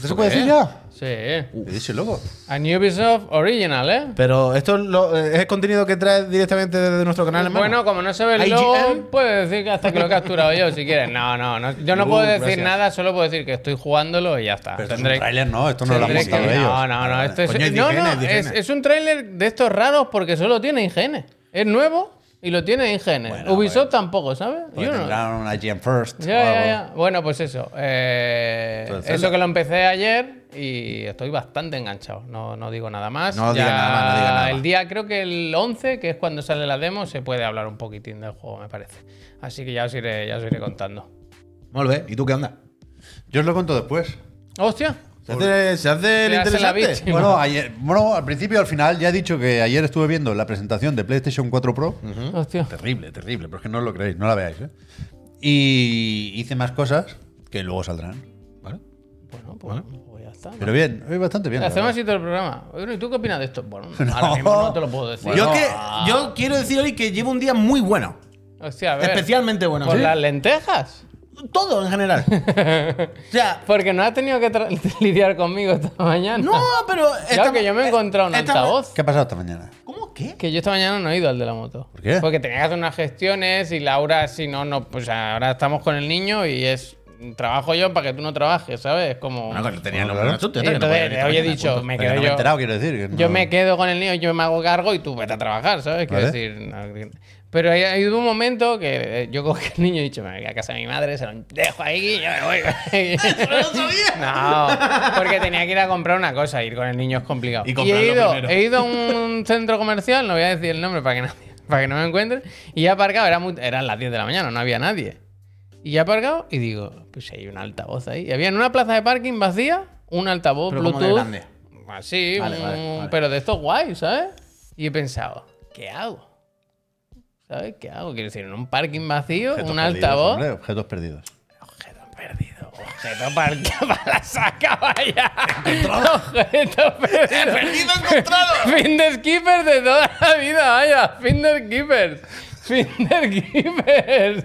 S3: ¿Se puede decir ya?
S1: Sí.
S3: ¿Qué dice, loco?
S1: A New Ubisoft Original, ¿eh?
S2: Pero esto lo- eh, es el contenido que traes directamente desde nuestro canal, hermano.
S1: Bueno, como no se ve el
S2: IGN.
S1: logo, puedes decir que hasta que lo he capturado yo, si quieres. No, no, no. Yo no
S2: Uh,
S1: puedo decir
S2: gracias.
S1: nada, solo puedo decir que estoy jugándolo y ya está.
S3: Pero esto es
S1: Tendré-
S3: un tráiler, no. Esto no lo han
S1: tendré
S3: montado
S1: que-
S3: ellos.
S1: No, no, no. Esto es,
S2: Coño, es
S1: no,
S2: IGN,
S1: no,
S2: es
S1: es,
S2: IGN.
S1: es un tráiler de estos raros porque solo tiene IGN. Es nuevo y lo tiene IGN.
S3: Bueno,
S1: Ubisoft
S3: bueno. Pues
S1: tampoco, ¿sabes?
S3: Porque
S1: Yo no-
S3: tendrán una GM First.
S2: Ah,
S1: Ya,
S3: o algo.
S1: ya, ya. Bueno, pues eso. eh,
S3: Entonces,
S1: eso que lo empecé ayer y estoy bastante enganchado. No, no digo nada más.
S2: No diga
S1: Ya
S2: nada más, no diga nada más.
S1: El día, creo que el 11, que es cuando sale la demo, se puede hablar un poquitín del juego, me parece. Así que ya os iré, ya os iré contando.
S2: Muy bien. ¿Y tú qué onda?
S3: Yo os lo cuento después.
S1: ¡Hostia!
S2: ¿Se hace,
S1: Se
S2: se hace el
S1: hace la
S2: interesante?
S1: bichi.
S3: Bueno, ayer, bueno, al principio y al final ya he dicho que ayer estuve viendo la presentación de PlayStation 4 Pro.
S2: ¿Mm?
S1: ¡Hostia!
S3: Terrible, terrible, pero es que no os lo creéis, no la veáis. ¿eh? Y hice más cosas que luego saldrán.
S2: Vale.
S1: Bueno, pues, pues ya está. ¿no?
S3: Pero bien, hoy bastante bien. la
S1: Hacemos
S3: verdad.
S1: así todo el programa. Bueno, ¿Y tú qué opinas de esto? Bueno, ahora mismo no te lo puedo decir.
S2: Yo, que, yo quiero decir hoy que llevo un día muy bueno.
S1: Hostia, a ver.
S2: Especialmente bueno.
S1: ¿Por
S2: ¿Sí?
S1: las lentejas?
S2: Todo en general. o sea,
S1: Porque no has tenido que tra- lidiar conmigo esta mañana.
S2: no, pero.
S1: Claro que yo me he encontrado un
S2: esta-
S1: altavoz.
S3: ¿Qué ha pasado esta mañana?
S2: ¿Cómo qué?
S1: Que yo esta mañana no he ido al de la moto.
S3: ¿Por qué?
S1: Porque tenía que hacer unas gestiones y Laura, si no, no. Pues ahora estamos con el niño y es. Trabajo yo para que tú no trabajes, ¿sabes? Es como.
S2: Bueno, que tenía el
S3: Bueno,
S2: nombre
S3: claro.
S2: en asunto, ya
S1: Y
S2: está, que no podía
S1: entonces,
S2: venir esta
S1: hoy he
S2: mañana,
S1: dicho,
S2: punto.
S1: me
S3: Pero
S1: quedo
S3: no me he
S1: yo.
S3: enterado, quiero decir. que no-
S1: Yo me quedo con el niño, yo me hago cargo y tú vete a trabajar, ¿sabes? Quiero
S3: Vale.
S1: decir, no- pero hay, hay un momento que eh, yo cogí al niño y he dicho, me voy a casa de mi madre, se lo dejo ahí y yo me voy. no, porque tenía que ir a comprar una cosa, ir con el niño es complicado.
S2: Y
S1: he
S2: comprarlo
S1: ido,
S2: primero.
S1: he ido a un centro comercial, no voy a decir el nombre para que nadie- para que no me encuentren, y he aparcado, era muy- eran las 10 de la mañana, no había nadie. Y he aparcado y digo, pues hay un altavoz ahí. Y había en una plaza de parking vacía un altavoz
S2: Pero como
S1: Bluetooth.
S2: de grande.
S1: Así,
S2: Vale, vale,
S1: un-
S2: vale.
S1: pero de estos guay, ¿sabes? Y he pensado, ¿qué hago? ¿Sabes qué hago? Quiero decir, en un parking vacío,
S3: Objetos
S1: un
S3: perdidos,
S1: altavoz.
S3: hombre, objetos perdidos.
S1: Objeto perdido, objeto parqueado para la saca, vaya. Objeto perdido.
S2: ¡Perdido encontrado!
S1: Finder Keepers de toda la vida, vaya. Finder Keepers. Finder Keepers.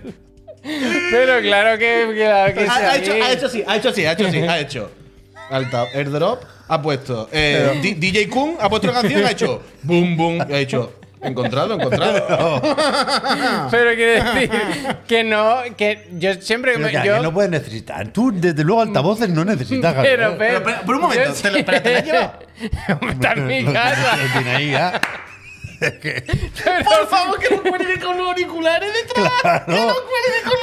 S1: Pero claro que. claro que
S2: Ha,
S1: sí,
S2: ha hecho,
S1: ahí.
S2: ha hecho así, ha hecho así, ha hecho así, ha hecho. Alta, airdrop, ha puesto. eh, Di- DJ Kun ha puesto una canción, ha hecho. Boom, boom, ha hecho. Encontrado, encontrado.
S1: Pero quiero decir que no. Que yo siempre.
S3: Pero
S1: me-
S3: que
S1: yo,
S3: alguien no puedes necesitar. Tú, desde luego, altavoces no necesitas.
S1: Pero,
S3: Javier. ¿eh?
S1: pero,
S2: Pero, pero, pero un momento, ¿te lo- pero te lo has llevado?
S1: Está en mi
S3: Lo- lo-
S1: casa.
S3: lo tiene ahí ya.
S1: Pero-
S2: favor, que no cuelgue con los auriculares detrás.
S3: Claro.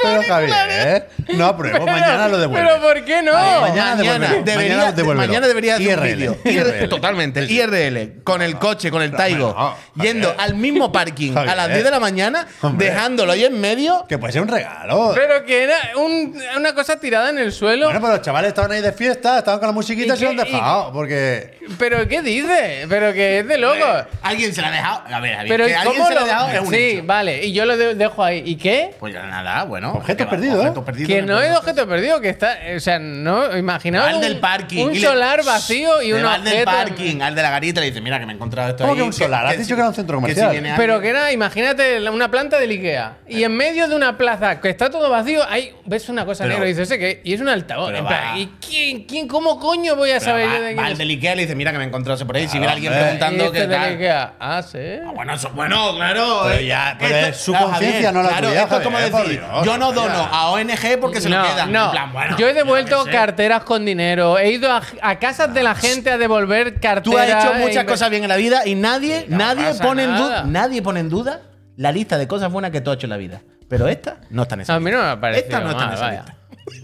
S3: Pero Javier, no apruebo. mañana lo devuelvo.
S1: Pero ¿por qué no?
S3: mañana devuélvelo,
S2: debería,
S3: mañana devuélvelo.
S2: mañana debería hacer un
S3: IRL,
S2: vídeo.
S3: IRL.
S2: IRL, Totalmente, IRL. Con el coche, con el Taigo.
S3: no, Javier.
S2: yendo al mismo parking a
S3: Javier.
S2: las 10 de la mañana,
S3: Hombre.
S2: dejándolo ahí en medio.
S3: Que puede ser un regalo.
S1: Pero que era un- una cosa tirada en el suelo.
S3: Bueno, pero los chavales estaban ahí de fiesta, estaban con la musiquita
S1: ¿Y
S3: y se lo han
S1: qué-
S3: dejado. Porque.
S1: ¿Pero qué dice? ¿Pero que es de locos?
S2: Alguien se la ha dejado. A ver, Javier,
S1: Pero
S2: que
S1: ¿y
S2: alguien
S1: cómo
S2: se la ha
S1: lo.?
S2: dejado es un
S1: sí,
S2: hecho.
S1: vale. Y yo lo de- dejo ahí. ¿Y qué?
S2: Pues ya nada, bueno.
S3: Objeto
S2: que va-
S3: perdido,
S2: objeto
S3: ¿eh?
S2: perdido,
S1: Que no es
S2: importa.
S1: objeto perdido, que está. O sea, no. Imaginaos.
S2: Al
S1: un-
S2: del parking.
S1: Un
S2: y le-
S1: solar vacío y
S2: Le
S1: un
S2: va al del
S1: objeto en-
S2: parking, al de la garita le dice, mira que me he encontrado esto
S3: ¿Cómo
S2: ahí,
S3: que un solar? Has dicho que era un centro comercial.
S2: viene
S1: Pero que
S2: alguien-
S1: era, imagínate la- una planta del Ikea. Y en medio de una plaza que está todo vacío, hay, ves una cosa
S2: Pero-
S1: negra y dices, "Ese que Y es un altavoz.
S2: Pero
S1: En
S2: va.
S1: plan, ¿y quién, quién, cómo coño voy a
S2: Pero
S1: saber yo
S2: va-
S1: de
S2: va
S1: quién
S2: al
S1: es?
S2: del Ikea y le dice, mira que me he encontrado eso por ahí. Si viene
S3: Claro,
S2: alguien
S3: hombre.
S1: Y
S2: preguntando
S1: este
S2: qué
S1: del
S2: tal.
S1: Ikea. Ah, sí. sé.
S2: Ah, bueno, eso, bueno, claro.
S3: Pero
S2: eh.
S3: ya, pero es su
S2: Javier,
S3: conciencia, no la
S2: claro,
S3: tuya,
S2: Esto es como
S3: Javier, por
S2: decir,
S3: Dios,
S2: yo no
S3: vaya.
S2: dono a ONG porque se
S1: no,
S2: lo quedan.
S1: no.
S2: En plan, bueno,
S1: Yo he
S2: yo
S1: devuelto
S2: qué sé.
S1: carteras con dinero. He ido a, a casas de la gente a devolver carteras.
S2: Tú has hecho
S1: e
S2: muchas
S1: inver-
S2: cosas bien en la vida y nadie,
S1: no
S2: nadie
S1: pasa
S2: pone en duda,
S1: nada.
S2: nadie pone en duda la lista de cosas buenas que tú has hecho en la vida. Pero esta no está en esa.
S1: A mí no me ha parecido
S2: Esta no está en
S1: mal,
S2: esa
S1: vaya.
S2: lista.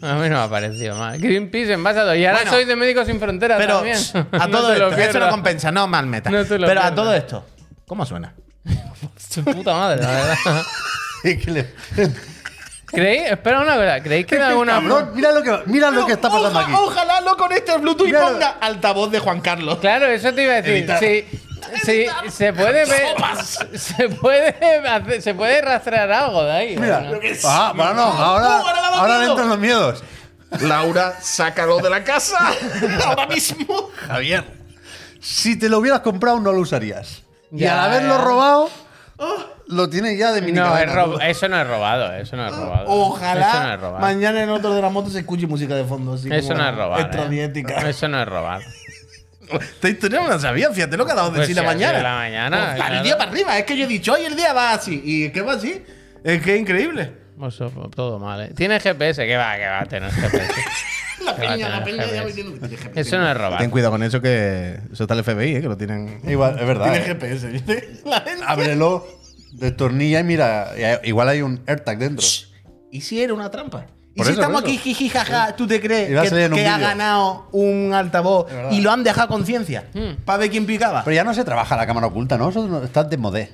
S1: A mí no me ha parecido mal. Greenpeace envasado. Y ahora
S2: Bueno,
S1: soy de Médicos Sin Fronteras
S2: Pero
S1: también.
S2: a
S1: No
S2: todo
S1: te lo
S2: esto, eso no
S1: pierdas.
S2: compensa, no mal meta.
S1: No te
S2: pero
S1: lo
S2: a
S1: pierdas.
S2: todo esto, ¿cómo suena?
S1: Su puta madre, la verdad.
S3: Y que le-
S1: ¿Creéis? Espera una cosa. ¿Creéis que en alguna
S3: Cabrón, mira lo que, mira lo que está pasando
S2: Oja-
S3: aquí.
S2: Ojalá lo conecte el Bluetooth y
S3: Mira lo-
S2: ponga altavoz de Juan Carlos.
S1: Claro, eso te iba a decir.
S3: Editar.
S1: Sí, sí, se puede ver. Se puede, hacer- se puede rastrear algo de ahí.
S3: Mira.
S1: Bueno.
S3: Ah, bueno, no, ahora,
S2: ¡Oh, ahora la
S3: ahora le
S2: batido!
S3: entran los miedos.
S2: Laura, sácalo de la casa ahora mismo.
S3: Javier, si te lo hubieras comprado no lo usarías. y
S1: Ya,
S3: al haberlo
S1: ya. Oh.
S3: robado, lo tienes ya de mini
S1: No,
S3: cadena,
S1: es rob-
S3: tú.
S1: eso no es robado, eso no es robado. Eso no
S2: Ojalá
S1: es robado.
S2: mañana en otro de la moto se escuche música de fondo. Así
S1: Eso
S2: como
S1: no es robado.
S2: extra
S1: eh.
S2: dietética.
S1: Eso no es robado.
S2: Esta historia no la sabía, fíjate lo que ha dado de
S1: Pues
S2: sí
S1: sí,
S2: la
S1: ha sido
S2: mañana.
S1: la mañana,
S2: Pues, claro, El
S1: claro.
S2: día para arriba, es que yo he dicho, hoy el día va así. ¿Y qué va así? Es que es increíble.
S1: Eso, todo mal, ¿eh? Tiene GPS, que va, que va a tener GPS.
S2: La
S1: Qué
S2: peña, la
S1: bacana,
S2: peña ya
S1: GPS.
S2: me tiene que tiene GPS.
S1: Eso no es robado.
S2: cuidado con eso que eso está el FBI, eh, que lo tienen.
S3: Igual, es verdad.
S2: Tiene
S3: eh.
S2: GPS, ¿viste? La gente-
S3: Ábrelo, destornilla y mira, eh, igual hay un AirTag dentro.
S2: ¿Y si era una trampa? ¿Y
S3: Por
S2: si
S3: eso,
S2: estamos
S3: por
S2: aquí,
S3: eso.
S2: jiji, jaja, tú te crees
S3: Y va a salir
S2: que,
S3: en un
S2: que ha
S3: vídeo.
S2: ganado un altavoz
S3: verdad.
S2: y lo han dejado conciencia? Para ver quién picaba.
S3: Pero ya no se trabaja la cámara oculta, ¿no? Eso no- está de modé.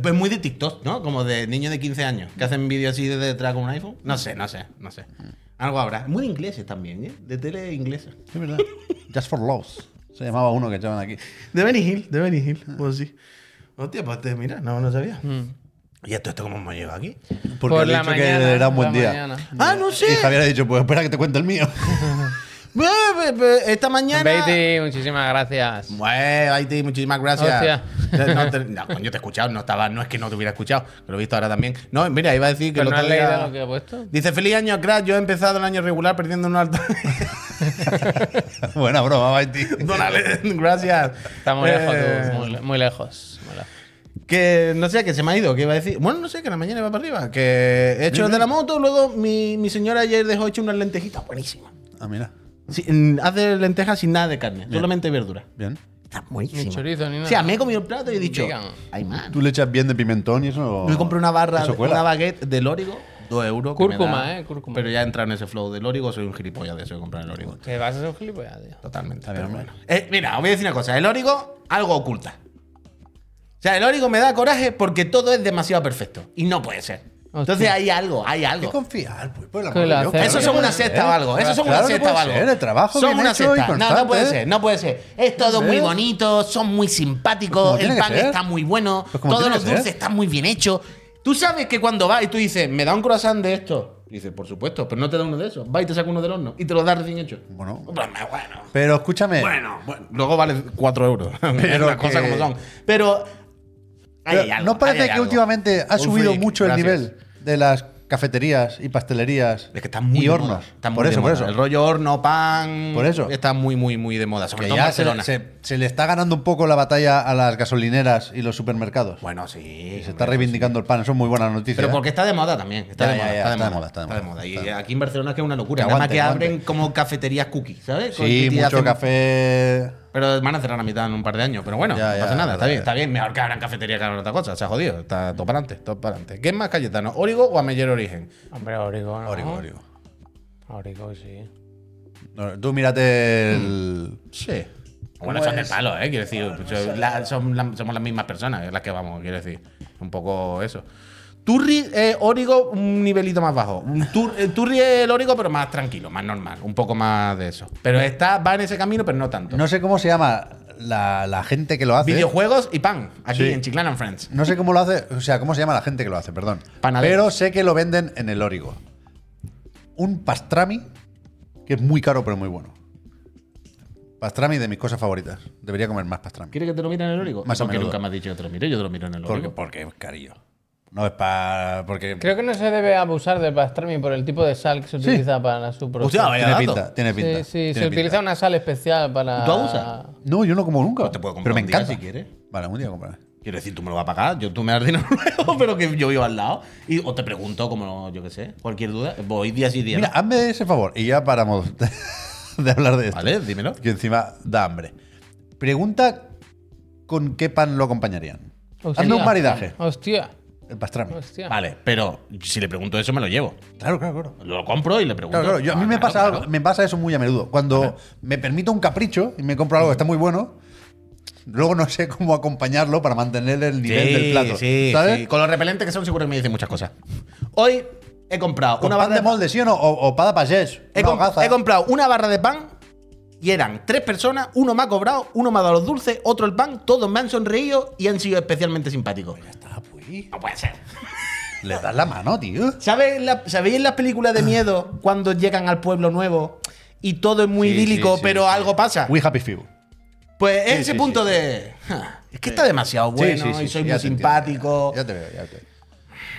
S2: Pues muy de TikTok, ¿no? Como de niños de 15 años que hacen vídeos así desde detrás con un iPhone. No sé, no sé, no sé. Algo habrá. Muy de ingleses también, ¿eh? De tele inglesa.
S3: Es verdad. Just for Loves. Se llamaba uno que echaban aquí.
S2: De Benny Hill, de Benny Hill,
S3: Ah.
S2: pues sí. Hostia, pues te- mira, no, no sabía.
S1: Mm.
S2: ¿Y esto, esto cómo hemos llegado aquí?
S3: Porque
S1: Por
S3: he
S1: la
S3: dicho
S1: mañana,
S3: que era un buen
S1: por la
S3: día.
S1: mañana.
S2: Ah, no sé.
S3: Y Javier ha dicho, pues espera que te cuente el mío.
S2: Eh, eh, eh, Esta mañana.
S1: Beatty, muchísimas gracias.
S2: Bueno, Haití, muchísimas gracias.
S1: Hostia.
S2: No, te- no, coño, te he escuchado, no estaba, no es que no te hubiera escuchado, que lo he visto ahora también. No, mira, iba a decir que
S1: ¿Pero
S2: el
S1: no has
S2: otro día-
S1: leído lo que he puesto?
S2: Dice, feliz año, crack, yo he empezado el año regular perdiendo un alto.
S3: Buena broma, Baiti.
S2: Donale, gracias.
S1: Estamos lejos,
S2: Eh,
S1: tú, muy, le- muy lejos. muy lejos.
S2: Que no sé, que se me ha ido, que iba a decir. Bueno, no sé, que la mañana va para arriba. Que he hecho de la moto, luego mi, mi señora ayer dejó hecho unas lentejitas buenísimas.
S3: Ah, mira.
S2: Sí, mm, hace lentejas sin nada de carne,
S3: Bien.
S2: solamente verdura.
S3: Bien.
S2: Está buenísimo.
S1: Ni chorizo, ni nada.
S2: O sea, me he comido el plato y he dicho,
S1: Vegan.
S2: ay, man.
S3: ¿Tú le echas bien de pimentón y eso?
S2: Yo compré una barra,
S3: Eso cuela.
S2: una baguette de Lórigo, 2 euros. que me
S1: Cúrcuma,
S2: da-
S1: eh, cúrcuma.
S2: Pero ya entra en ese flow de Lórigo, soy un gilipollas de eso de comprar el Lórigo.
S1: Que vas a ser un gilipollas, tío.
S2: Totalmente. pero bueno. Eh, mira, os voy a decir una cosa. El Órigo, algo oculta. O sea, el Órigo me da coraje porque todo es demasiado perfecto. Y no puede ser. Entonces
S1: Hostia.
S2: hay algo, hay
S3: Hay que
S2: algo.
S3: confiar, pues, por la
S1: Que lo hace.
S2: Eso son una
S3: cesta
S2: cesta o algo. Eso son una cesta o algo.
S3: El trabajo
S2: son
S3: bien
S2: una
S3: hecho y
S2: cesta. No, no
S3: constante.
S2: puede ser, no puede ser. Es todo muy
S3: ¿Ves?
S2: bonito, son muy
S3: Pues como
S2: simpáticos,
S3: tiene
S2: el
S3: que
S2: pan
S3: ser.
S2: está muy bueno,
S3: Pues como
S2: todos
S3: tiene
S2: los
S3: que ser.
S2: dulces están muy bien hechos. Tú sabes que cuando vas y tú dices, me da un croissant de esto. Dices, por supuesto, pero no te da uno de esos. Va y te saca uno del horno y te lo da recién hecho.
S3: Bueno.
S2: Pues, bueno.
S3: Pero escúchame.
S2: Bueno, bueno, luego vale 4 euros.
S3: Pero
S2: Las cosas
S3: que-
S2: como son. Pero. ahí
S3: pero
S2: hay algo,
S3: ¿No parece
S2: ahí hay
S3: que
S2: algo.
S3: últimamente ha
S2: Un
S3: subido
S2: freak,
S3: mucho el
S2: gracias.
S3: nivel de las cafeterías y pastelerías
S2: Es que está muy
S3: y
S2: de
S3: hornos?
S2: moda, está muy
S3: por
S2: de
S3: eso, por
S2: moda.
S3: eso.
S2: El rollo horno, pan.
S3: Por eso.
S2: Está muy, muy, muy de moda. Sobre
S3: Que
S2: todo en
S3: ya se,
S2: Barcelona.
S3: se- se le está ganando un poco la batalla a las gasolineras y los supermercados.
S2: Bueno, sí.
S3: se está
S2: hombre.
S3: reivindicando el pan, eso es muy buena noticia.
S2: Pero
S3: ¿eh?
S2: porque está de moda también. Está,
S3: Ya,
S2: de,
S3: ya,
S2: moda,
S3: ya,
S2: está, de
S3: está de
S2: moda,
S3: moda, está de
S2: está de
S3: moda,
S2: moda. Y
S3: está de moda.
S2: aquí en Barcelona es que es una locura.
S3: Que
S2: Nada más
S3: aguante,
S2: que
S3: aguante.
S2: abren como cafeterías cookies, ¿sabes? Con
S3: Sí,
S2: que te
S3: mucho
S2: hacen-
S3: café.
S2: Pero van a cerrar la mitad en un par de años. Pero bueno,
S3: Ya,
S2: no
S3: ya,
S2: pasa nada.
S3: verdad,
S2: Está bien,
S3: ya.
S2: está bien. Mejor que abran cafetería que abran otra cosa. Se ha jodido. Está todo para adelante, todo para adelante. ¿Qué es más Cayetano? ¿Órigo o Ameller Origen?
S1: Hombre, Origo, ¿no?
S3: Origo, origo.
S1: Origo, sí.
S3: No, tú mírate el.
S2: Sí. Bueno, son del palo, ¿eh? Quiero decir, yo- la- son la- somos las mismas personas las que vamos, quiero decir. Un poco eso. Turri, eh, Origo, un nivelito más bajo. Un tur- eh, Turri es el Origo, pero más tranquilo, más normal. Un poco más de eso. Pero está, va en ese camino, pero no tanto.
S3: No sé cómo se llama la, la gente que lo hace.
S2: Videojuegos y pan. Aquí
S3: Sí.
S2: en Chiclana and Friends.
S3: No sé cómo lo hace, o sea, cómo se llama la gente que lo hace, perdón.
S2: Panaderos.
S3: Pero sé que lo venden en el Origo. Un pastrami que es muy caro pero muy bueno. Pastrami de mis cosas favoritas. Debería comer más pastrami.
S2: ¿Quieres que te lo mire en el Origo?
S3: Más a
S2: Porque
S3: menudo.
S2: nunca me has dicho que te lo mire, yo te lo miro en el
S3: Porque,
S2: Origo.
S3: porque es carillo. No es para porque
S1: Creo que no se debe abusar del pastrami por el tipo de sal que se utiliza para su
S2: Hostia,
S1: producción.
S2: vaya
S3: tiene
S2: dato.
S3: pinta, tiene pinta.
S1: Sí, sí,
S3: tiene
S1: se
S3: pinta.
S1: utiliza una sal especial para.
S2: ¿Tú abusas?
S3: No, yo no como nunca.
S2: Pues te puedo comprar
S3: pero me
S2: un día
S3: encanta.
S2: si quieres.
S3: Vale, un día compraré.
S2: Quiero decir, tú me lo vas a pagar, yo, tú me das dinero luego, pero que yo vivo al lado. Y, o te pregunto, como no, yo qué sé, cualquier duda. Voy días y días.
S3: Mira, hazme ese favor y ya paramos de, de hablar de esto.
S2: Vale, dímelo.
S3: Que encima da hambre. Pregunta con qué pan lo acompañarían.
S1: Hostia.
S3: Hazme un maridaje.
S1: Hostia.
S3: El pastrami.
S1: Hostia.
S2: Vale, pero si le pregunto eso, me lo llevo.
S3: Claro, claro, claro.
S2: Lo compro y le pregunto.
S3: Claro, claro. Yo, a mí
S2: Ah,
S3: me
S2: claro,
S3: pasa,
S2: claro.
S3: algo- me pasa eso muy a menudo. Cuando me permito un capricho y me compro algo que está muy bueno, luego no sé cómo acompañarlo para mantener el nivel
S2: Sí,
S3: del plato.
S2: sí,
S3: ¿Sabes?
S2: sí. Con los repelentes que son seguros que me dicen muchas cosas. Hoy he comprado
S3: Con
S2: una
S3: pan
S2: barra
S3: de
S2: de
S3: molde, ¿sí o no? O, o para pagés.
S2: He, comp- he comprado una barra de pan y eran tres personas, uno me ha cobrado, uno me ha dado los dulces, otro el pan, todos me han sonreído y han sido especialmente simpáticos. No puede ser.
S3: Ah, pues, Le das la mano, tío.
S2: ¿Sabéis, la- ¿Sabéis en las películas de miedo cuando llegan al pueblo nuevo y todo es muy
S3: Sí,
S2: idílico,
S3: sí, sí,
S2: pero
S3: sí.
S2: algo pasa?
S3: We happy few.
S2: Pues es
S3: Sí,
S2: ese
S3: sí,
S2: punto
S3: sí,
S2: de. "Ja, Es que está demasiado
S3: Sí,
S2: bueno
S3: sí, sí,
S2: y soy
S3: sí, ya
S2: muy
S3: te entiendo,
S2: simpático.
S3: ya te veo, ya te veo.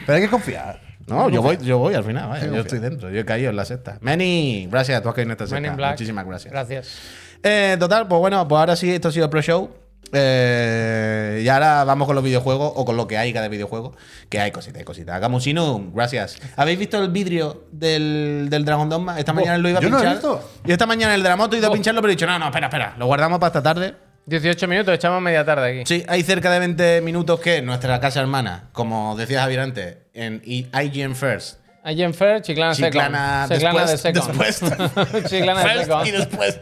S3: Pero hay que confiar.
S2: No, yo voy, yo voy al final, vaya,
S3: Sí,
S2: yo
S3: confía.
S2: estoy dentro, yo he caído en la sexta. Manny, gracias, tú has caído en esta
S1: Men
S2: sexta.
S1: in Black.
S2: Muchísimas gracias.
S1: Gracias.
S2: Eh, total, pues bueno, pues ahora sí, esto ha sido el Pro Show. Eh, y ahora vamos con los videojuegos o con lo que haya de videojuegos. Que hay cositas, hay cositas. Gamusino, gracias. ¿Habéis visto el vidrio del, del Dragon Dogma? Esta mañana lo iba a
S3: Oh, yo no
S2: pinchar.
S3: lo he visto.
S2: Y esta mañana el Dramoto iba a
S1: Oh.
S2: pincharlo, pero he dicho, no, no, espera, espera, lo guardamos para esta tarde.
S1: 18 minutos, echamos media tarde aquí.
S2: Sí, hay cerca de 20 minutos que nuestra casa hermana, como decía Javier antes, en IGN First.
S1: A Jen Fair, Chiclana,
S2: Chiclana
S1: Ah, Second. Chiclana de
S2: después-
S1: Second. Chiclana de
S2: First
S1: Second.
S2: y después.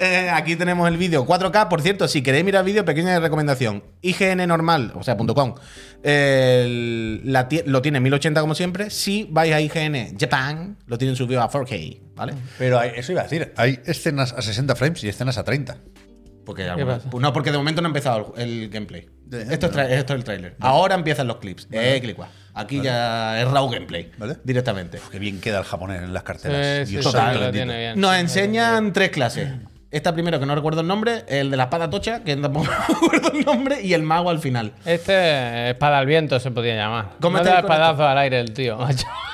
S2: Eh, aquí tenemos el vídeo 4K. Por cierto, si queréis mirar vídeo, pequeña recomendación. IGN normal, o sea, punto .com, el- la ti- lo tiene 1080 como siempre. Si vais a IGN Japan, lo tienen subido a 4K, ¿vale?
S3: Pero hay- eso iba a decir. Hay escenas a 60 frames y escenas a 30.
S2: Porque algunos-
S1: pasa?
S2: no, porque de momento no ha empezado el, el gameplay.
S3: De-
S2: esto, es tra- esto es el trailer. Ahora empiezan los clips. Eh, clic, guau. Aquí ya es raw gameplay.
S3: Vale.
S2: Directamente.
S3: Qué bien queda el japonés en las carteras.
S1: Sí, sí,
S3: Dios
S1: sí,
S3: santo
S2: total,
S1: lo
S3: bendito.
S1: tiene bien.
S2: Nos enseñan tres clases. Esta primero, que no recuerdo el nombre, el de la espada tocha, que tampoco recuerdo el nombre, y el mago al final.
S1: Este espada al viento se podía llamar.
S2: ¿Cómo
S1: no
S2: estáis
S1: da
S2: con
S1: espadazo al aire el tío.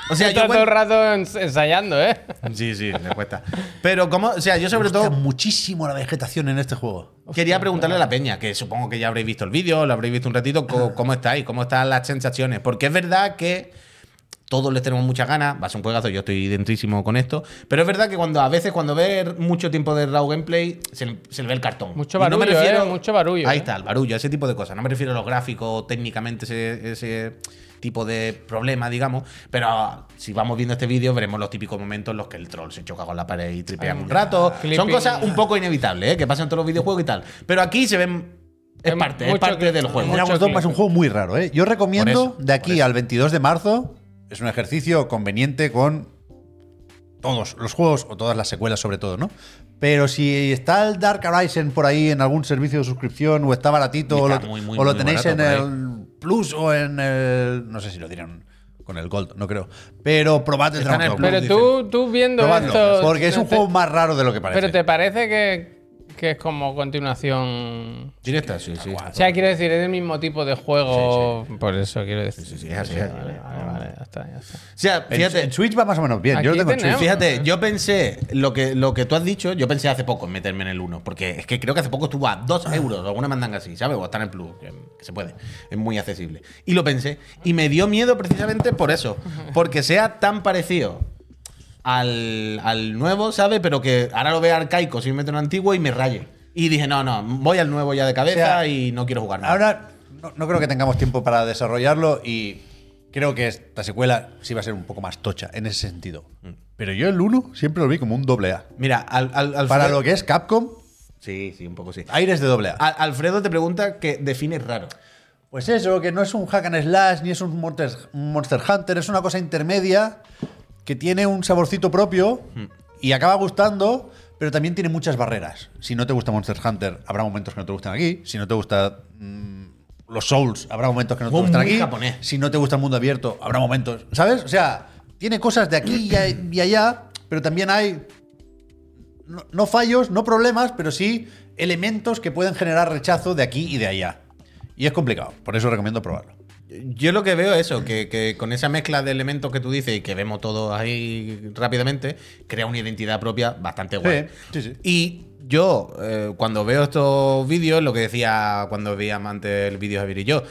S2: O sea,
S1: Está
S2: yo
S1: todo el
S2: cuando-
S1: rato ens- ensayando, ¿eh?
S2: Sí, sí, me cuesta. Pero como, o sea, yo sobre
S3: Está
S2: todo
S3: muchísimo la vegetación en este juego.
S2: quería preguntarle a la peña, que supongo que ya habréis visto el vídeo, lo habréis visto un ratito, co- cómo estáis, cómo están las sensaciones. Porque es verdad que todos les tenemos muchas ganas, va a ser un juegazo, yo estoy dentísimo con esto, pero es verdad que cuando a veces cuando ves mucho tiempo de raw gameplay, se le, se le ve el cartón.
S1: Mucho
S2: Y no me
S1: barullo,
S2: refiero-
S1: eh, mucho barullo,
S2: Ahí
S1: eh.
S2: está, el barullo, ese tipo de cosas. No me refiero a los gráficos, técnicamente ese, ese tipo de problema, digamos, pero ah, si vamos viendo este vídeo veremos los típicos momentos en los que el troll se choca con la pared y tripean un rato. Son
S1: Clipping.
S2: cosas un poco inevitables, eh, que pasan en todos los videojuegos y tal, pero aquí se ven... Es
S1: Em,
S2: parte, es
S1: mucho
S2: parte
S1: clip,
S2: del juego.
S1: mucho
S3: Dragon's Dogma es un juego muy raro, ¿eh? Yo recomiendo
S2: Por eso,
S3: de
S2: por
S3: aquí
S2: eso.
S3: al 22 de marzo. Es un ejercicio conveniente con todos los juegos o todas las secuelas, sobre todo, ¿no? Pero si está el Dark Horizon por ahí en algún servicio de suscripción o está baratito
S2: Y
S3: o,
S2: está
S3: lo,
S2: muy, muy,
S3: o lo
S2: muy
S3: tenéis en
S2: barato por
S3: el Plus o en el. No sé si lo tienen con el Gold, no creo. Pero probad el
S2: Está en el
S3: Dragon's Dogma.
S1: Pero
S2: Plus,
S1: tú, tú viendo
S3: Probadlo,
S1: esto.
S3: porque es un
S1: no te-
S3: juego más raro de lo que parece.
S1: Pero te parece que, que es como continuación.
S2: Directa, sí, sí.
S1: O sea, quiero decir, es el mismo tipo de juego. Por eso quiero decir.
S2: Sí, sí, es así, es así.
S1: Vale, vale, vale, ya está, ya está.
S2: O sea,
S3: En-
S2: fíjate,
S3: en Switch va más o menos bien. Yo
S1: Aquí
S3: lo tengo en
S1: tenemos-
S3: Switch.
S2: Pues fíjate, yo pensé lo que, lo que tú has dicho, yo pensé hace poco en meterme en el 1, porque es que creo que hace poco estuvo a
S3: Ah.
S2: 2 euros, o alguna mandanga así, ¿sabes? O está en el Plus, que, que se puede, es muy accesible. Y lo pensé, y me dio miedo precisamente por eso, porque sea tan parecido al, al nuevo, ¿sabes? Pero que ahora lo vea arcaico, si me meto en el antiguo y me raye. Y dije, no, no, voy al nuevo ya de cabeza
S3: sea,
S2: y no quiero jugar nada.
S3: Ahora no, no creo que tengamos tiempo para desarrollarlo y creo que esta secuela sí va a ser un poco más tocha en ese sentido. Mm. Pero yo el 1 siempre lo vi como un doble A.
S2: Mira, al, al, al
S3: Para lo que es Capcom,
S2: Sí, sí, un poco sí.
S3: aires de doble A.
S2: Al- Alfredo te pregunta que defines raro.
S3: Pues eso, que no es un hack and slash ni es un Monster, un Monster Hunter, es una cosa intermedia que tiene un saborcito propio y acaba gustando, pero también tiene muchas barreras. Si no te gusta Monster Hunter, habrá momentos que no te gustan aquí. Si no te gusta mm, los Souls, habrá momentos que no te
S2: Juego
S3: gustan
S2: muy
S3: aquí.
S2: japonés.
S3: Si no te gusta el mundo abierto, habrá momentos, ¿sabes? O sea, tiene cosas de aquí y a- y allá, pero también hay no, no fallos, no problemas, pero sí elementos que pueden generar rechazo de aquí y de allá. Y es complicado, por eso recomiendo probarlo.
S2: Yo lo que veo es eso, que, que con esa mezcla de elementos que tú dices y que vemos todos ahí rápidamente, crea una identidad propia bastante guay.
S3: Sí, sí, sí.
S2: Y yo eh, cuando veo estos vídeos, lo que decía cuando veíamos antes el vídeo Javier y yo,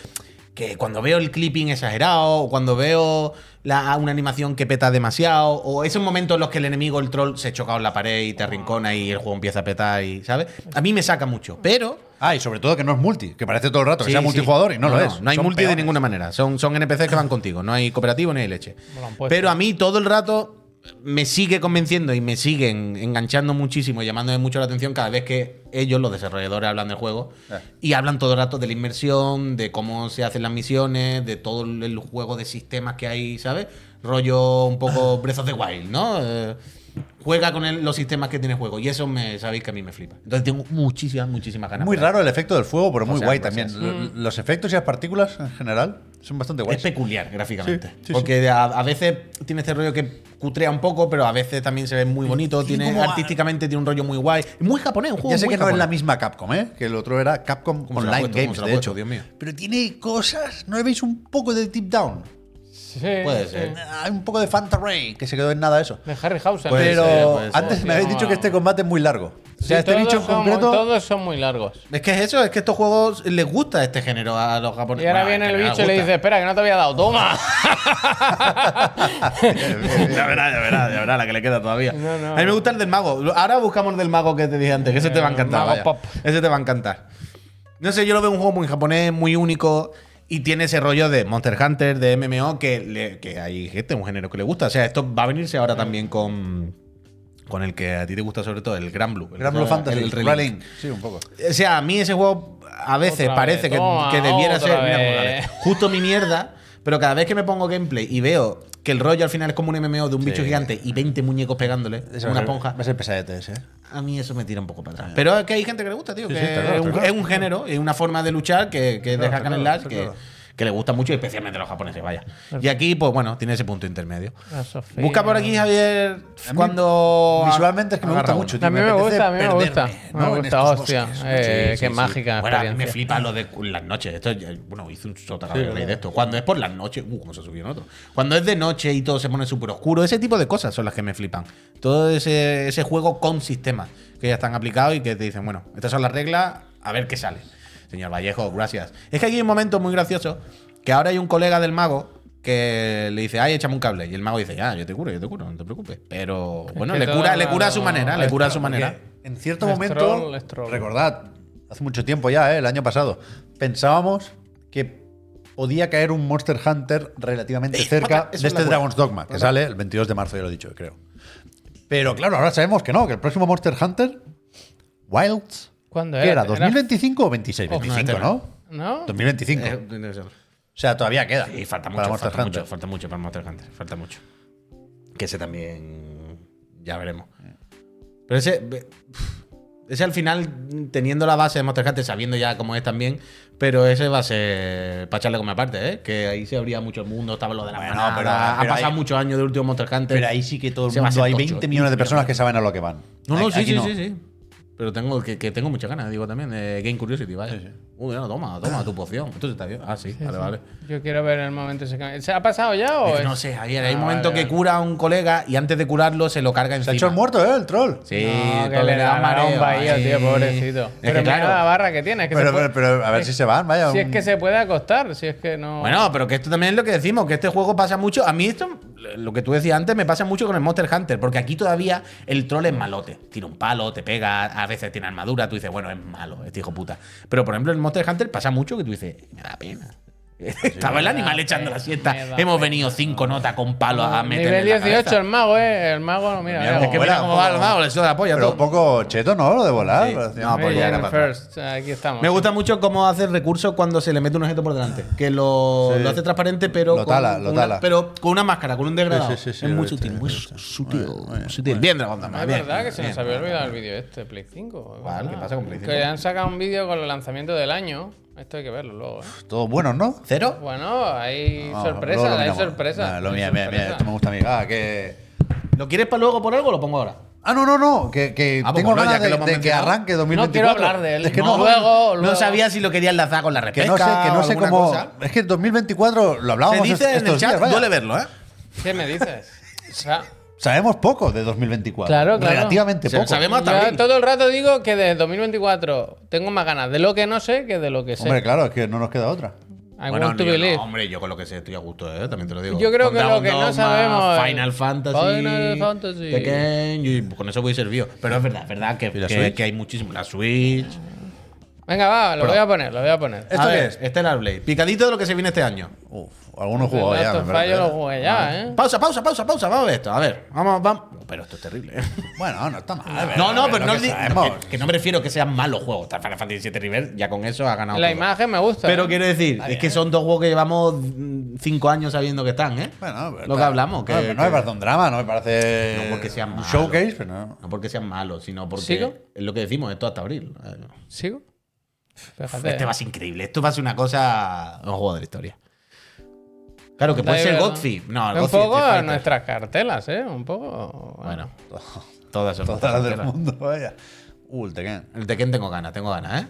S2: que cuando veo el clipping exagerado, o cuando veo la- una animación que peta demasiado, o esos momentos en los que el enemigo, el troll, se choca en la pared y te arrincona y el juego empieza a petar, y ¿sabes? A mí me saca mucho, pero...
S3: Ah, y sobre todo que no es multi, que parece todo el rato que
S2: Sí,
S3: sea
S2: sí.
S3: multijugador y no, lo es.
S2: No hay
S3: Son
S2: multi de
S3: peones.
S2: ninguna manera. Son, son NPCs que van contigo. No hay cooperativo ni hay leche.
S1: Me lo han puesto.
S2: Pero a mí todo el rato me sigue convenciendo y me siguen enganchando muchísimo y llamándome mucho la atención cada vez que ellos, los desarrolladores, hablan del juego.
S3: Eh.
S2: Y hablan todo el rato de la inmersión, de cómo se hacen las misiones, de todo el juego de sistemas que hay, ¿sabes? Rollo un poco Breath of the Wild, ¿no? Eh, juega con el- los sistemas que tiene el juego. Y eso me, sabéis que a mí me flipa. Entonces tengo muchísimas, muchísimas ganas.
S3: Muy
S2: por eso.
S3: raro el efecto del fuego, pero muy
S2: sea,
S3: guay
S2: gracias.
S3: también. L- Los efectos y las partículas en general son bastante guays.
S2: Es peculiar gráficamente.
S3: Sí, sí, sí.
S2: porque A, a veces tiene este rollo que cutrea un poco, pero a veces también se ve muy bonito. Tiene,
S3: como a-
S2: artísticamente tiene un rollo muy guay. Muy japonés, un juego
S3: Ya sé
S2: muy
S3: que no es la
S2: japonés.
S3: misma Capcom, ¿eh? que el otro era Capcom
S2: se la ha
S3: Online
S2: puesto? ¿Cómo
S3: Games,
S2: se la ha
S3: de
S2: puesto?
S3: hecho.
S2: Dios mío.
S3: Pero tiene cosas, ¿no le veis un poco de Deep Down? Ah,
S1: Sí,
S2: Puede
S1: sí.
S2: ser.
S3: Hay un poco de Fanta Ray, que se quedó en nada eso.
S1: De Harryhausen.
S2: Puede
S3: pero
S2: ser, puede ser.
S3: antes me habéis dicho que este combate es muy largo. O sea,
S1: Sí,
S3: este
S1: todos
S3: bicho en
S1: son muy-
S3: concreto.
S1: todos son muy largos.
S2: Es que es eso, es que estos juegos les gusta este género a los
S1: Y
S2: japoneses.
S1: ahora
S2: Bueno,
S1: viene
S2: en
S1: el
S2: general
S1: bicho y le
S2: gusta.
S1: dice, espera, que no te había dado. ¡Toma!
S2: Ya verás, ya verás, ya verás la que le queda todavía.
S1: No, no.
S2: a mí me gusta el del mago. Ahora buscamos el del mago que te dije antes, que ese te va a
S1: El
S2: encantar.
S1: mago
S2: vaya.
S1: pop.
S2: Ese te va a encantar. No sé, yo lo veo un juego muy japonés, muy único. Y tiene ese rollo de Monster Hunter, de MMO, que, le- que hay gente, un género que le gusta. O sea, esto va a venirse ahora también con, con el que a ti te gusta sobre todo, el Gran Blue. El
S3: Gran Blue
S2: el-
S3: Fantasy,
S2: el Relink.
S3: Relink. Sí, un poco.
S2: O sea, a mí ese juego a veces
S1: Otra
S2: parece
S1: vez,
S2: que,
S1: toma,
S2: que debiera
S1: otra
S2: ser mira,
S1: vez.
S2: como la vez, justo mi mierda, pero cada vez que me pongo gameplay y veo que el rollo al final es como un MMO de un bicho gigante y 20 muñecos pegándole, una esponja,
S3: Va a ser pesadete ese. ¿eh? Ah.
S2: a mí eso me tira un poco para atrás. Pero es que hay gente que le gusta, tío.
S3: Sí,
S2: que
S3: sí, está claro,
S2: es,
S3: está
S2: un,
S3: claro.
S2: es un género, es una forma de luchar que, que
S3: Claro, está
S2: deja
S3: claro,
S2: Canel
S3: está
S2: que,
S3: claro.
S2: que le gusta mucho, especialmente a los japoneses, vaya. Y aquí, pues bueno, tiene ese punto intermedio.
S1: La Sofía.
S2: Busca por aquí, Javier,
S3: A mí,
S2: cuando...
S3: Visualmente es que me gusta
S2: agarra uno.
S3: mucho. tío,
S1: A mí me
S3: apetece
S1: gusta, a mí me
S3: perderme,
S1: gusta.
S3: ¿no?
S1: Me
S3: en
S1: gusta,
S3: estos
S1: hostia.
S3: bosques.
S1: Eh,
S2: Sí,
S1: qué
S2: sí,
S1: mágica
S2: sí. Bueno, a mí me
S1: experiencia.
S2: flipa lo de las noches. Esto, ya- bueno, hice un sotarrabia
S3: Sí,
S2: de esto. Cuando es por las noches, uh, cómo se subió en otro. Cuando es de noche y todo se pone súper oscuro, ese tipo de cosas son las que me flipan. Todo ese, ese juego con sistemas que ya están aplicados y que te dicen, bueno, estas son las reglas, a ver qué sale. Señor Vallejo, gracias. Es que aquí hay un momento muy gracioso que ahora hay un colega del mago que le dice, ay, échame un cable. Y el mago dice, ya, yo te curo, yo te curo, no te preocupes. Pero bueno,
S1: que
S2: le
S1: todo
S2: cura, le cura a su
S1: lo-
S2: manera, le
S1: es
S2: cura a su
S3: Porque
S2: manera.
S3: En cierto
S1: Es
S3: momento,
S1: troll, es troll.
S3: recordad, hace mucho tiempo ya, ¿eh? el año pasado, pensábamos que podía caer un Monster Hunter relativamente cerca
S2: pata, eso
S3: de
S2: es la
S3: este
S2: buena.
S3: Dragon's Dogma, que sale el 22 de marzo, ya lo he dicho, creo. Pero claro, ahora sabemos que no, que el próximo Monster Hunter, Wilds,
S1: ¿Cuándo
S3: ¿qué
S1: era?
S3: era? ¿2025 o 26?
S1: Oh, no,
S3: 25,
S2: espera.
S3: ¿no?
S1: ¿No?
S3: 2025.
S2: este Eh, tiene que ser.
S3: o sea, todavía queda.
S2: Y falta
S3: para
S2: mucho,
S3: Monster
S2: falta
S3: Hunter.
S2: mucho, falta mucho para Monster Hunter, falta mucho. Que ese también ya veremos. Pero ese ve- ese al final teniendo la base de Monster Hunter, sabiendo ya cómo es también, pero ese va a ser para echarle como aparte, ¿eh? Que ahí se abría mucho el mundo, estaba lo de la
S3: Bueno,
S2: manada,
S3: pero-
S2: han
S3: pero
S2: pasado
S3: ahí-
S2: muchos años del último Monster Hunter.
S3: Pero ahí sí que todo el
S2: Se va a
S3: mundo
S2: hacer
S3: hay
S2: tocho,
S3: 20
S2: ¿eh?
S3: millones de personas que saben a lo que van.
S2: No, no,
S3: Aquí-
S2: sí,
S3: aquí
S2: sí,
S3: no.
S2: sí, sí. Pero tengo que, que tengo muchas ganas, digo también, de Game Curiosity, vaya. Uy, no, toma, toma tu poción. Esto está bien. Ah, sí, vale, vale.
S1: Yo quiero ver el momento ese que- ¿Se ha pasado ya o
S2: Es que
S1: es-
S2: no sé, Javier, hay
S1: Ah,
S2: un momento
S1: vale,
S2: que
S1: vale.
S2: cura a un colega y antes de curarlo se lo carga
S3: Se ha
S2: encima.
S3: hecho el muerto, ¿eh? El troll.
S2: Sí,
S1: No, que
S2: todo
S1: le da
S2: da mareo,
S1: un bahío,
S2: sí.
S1: tío, pobrecito.
S2: Es
S1: pero
S2: que
S1: mira la
S2: claro.
S1: barra que tiene. es que se
S3: Pero,
S1: puede-
S3: pero, pero a ver si se van, vaya.
S1: si es
S3: un-
S1: que se puede acostar, si es que no.
S2: Bueno, pero que esto también es lo que decimos, que este juego pasa mucho. A mí esto, lo que tú decías antes, me pasa mucho con el Monster Hunter, porque aquí todavía el troll es malote. Tira un palo, te pega, a veces tiene armadura, tú dices, bueno, es malo, este hijo puta. Pero por ejemplo, el Monster Hunter pasa mucho que tú dices, me da pena. Estaba
S1: me
S2: el
S1: da
S2: animal
S1: pena,
S2: echando la
S1: me da
S2: siesta. Hemos
S1: pena.
S2: venido cinco notas con palos a meter.
S1: Nivel 18, el
S2: es
S1: mago, eh. El mago, no, mira.
S3: Mira,
S1: mira,
S3: es
S2: que
S1: como-
S2: mira
S3: Bueno,
S2: cómo va el
S3: como-
S2: mago, le suda la polla.
S3: Pero
S2: todo.
S3: un poco cheto, ¿no? Lo de volar.
S2: Sí.
S3: parecía-
S2: No, pues ya era
S1: Regen
S2: para atrás.
S1: first, aquí estamos.
S2: Me gusta mucho cómo hace recursos cuando se le mete un objeto por delante. Que lo,
S3: Sí.
S2: lo hace transparente, pero,
S3: Lo
S2: con
S3: tala, lo
S2: una,
S3: tala.
S2: pero con una máscara, con un degradado.
S3: Sí, sí, sí, sí,
S2: es
S3: lo
S2: muy
S3: he
S2: sutil,
S3: visto,
S2: muy
S3: lo he visto.
S2: sutil.
S3: Muy bien, muy bien.
S2: sutil. Bien, Dragon Dama,
S1: Ah, Es
S2: bien,
S1: verdad que se
S2: bien.
S1: nos había olvidado el vídeo este, Play 5. es
S2: Vale,
S1: verdad.
S2: ¿qué pasa con Play 5?
S1: Que han sacado un vídeo con el lanzamiento del año. Esto hay que verlo luego, eh.
S3: Todos buenos, ¿no?
S2: ¿Cero?
S1: Bueno, hay
S3: No,
S1: sorpresas,
S3: luego lo
S1: hay
S3: miramos.
S1: sorpresas.
S3: No, lo
S1: hay
S3: mira, mira, mira,
S1: sorpresas.
S3: esto me gusta a mí. Ah, que.
S2: ¿Lo quieres para luego por algo o lo pongo ahora?
S3: Ah, no, no, no. Que, que
S2: Ah, pues
S3: tengo
S2: bueno, ya
S3: ganas
S2: que lo
S3: de,
S2: hemos
S3: de que
S2: mencionado.
S3: arranque
S1: No
S3: 2024.
S1: quiero hablar de él.
S3: Es que
S1: No,
S3: no,
S1: luego, luego.
S2: No sabía si lo quería enlazar con la
S3: que
S2: repesca
S3: no sé, que
S2: o
S3: no sé
S2: alguna
S3: cómo.
S2: cosa.
S3: Es que 2024 lo
S2: Se
S3: hablábamos
S2: dice en el
S3: estos
S2: chat,
S3: días, vaya.
S2: duele verlo, ¿eh?
S1: ¿Qué me dices? O sea,
S3: Sabemos poco de 2024.
S1: Claro, claro.
S3: Relativamente
S2: O sea,
S3: poco.
S2: sabemos hasta
S1: Yo
S2: abril.
S1: todo el rato digo que de 2024 tengo más ganas de lo que no sé que de lo que sé.
S3: Hombre, claro, es que no nos queda otra.
S1: I
S2: Bueno,
S1: want to
S2: yo no,
S1: believe.
S2: hombre, yo con lo que sé estoy a gusto, ¿eh? también te lo digo.
S1: Yo creo que
S2: Con
S1: lo que
S2: Dawn
S1: no sabemos-
S2: Final Fantasy.
S1: Final Fantasy.
S2: Tekken, y con eso voy servido. Pero es verdad, es verdad que,
S3: ¿Y la
S2: que-
S3: Switch?
S2: que hay muchísimo. La Switch.
S1: Venga, va, lo voy a poner, lo voy a poner.
S3: ¿Esto
S2: A
S3: qué
S2: ver, este
S3: es?
S2: Stellar Blade. Picadito de lo que se viene este año.
S3: Uf, algunos jugadores ya.
S1: Last
S3: me
S1: of Us
S3: parece.
S1: yo lo jugué ya, ¿eh?
S2: Pausa, pausa, pausa, pausa. Vamos a ver esto. A ver, vamos, vamos. Pero esto es terrible.
S3: Bueno, no está mal. ¿verdad?
S2: No, no,
S3: Es
S2: pero
S3: lo
S2: no,
S3: que
S2: di-
S3: sabemos.
S2: que, que no me refiero a que sean malos juegos. Final Fantasy VII River ya con eso ha ganado.
S1: La
S2: todo.
S1: imagen me gusta.
S2: Pero
S1: ¿eh?
S2: quiero decir, es que son dos juegos que llevamos mm, cinco años sabiendo que están, ¿eh?
S3: Bueno, pero
S2: lo que
S3: está-
S2: hablamos. Que,
S3: no, pero no me
S2: que-
S3: parece un drama, no me parece
S2: No porque sea
S3: un
S2: malo.
S3: showcase, pero no.
S2: No porque sean malos, sino porque
S1: ¿Sigo?
S2: es lo que decimos, esto hasta abril. Eh,
S1: ¿Sigo? Fíjate.
S2: Este va a ser increíble, esto va a ser una cosa. Un juego de la historia. Claro, que
S1: Da
S2: puede ser
S1: igual, ¿no?
S2: Godfrey. No, el
S1: un
S2: Godfrey es
S1: poco
S2: Street
S1: a
S2: Fighter.
S1: nuestras cartelas, ¿eh? Un poco.
S2: Bueno, todas esas
S3: Todas las
S2: putas
S3: del
S2: mierdas.
S3: mundo, vaya. Uh, el Tekken.
S2: El Tekken tengo ganas, tengo ganas, ¿eh?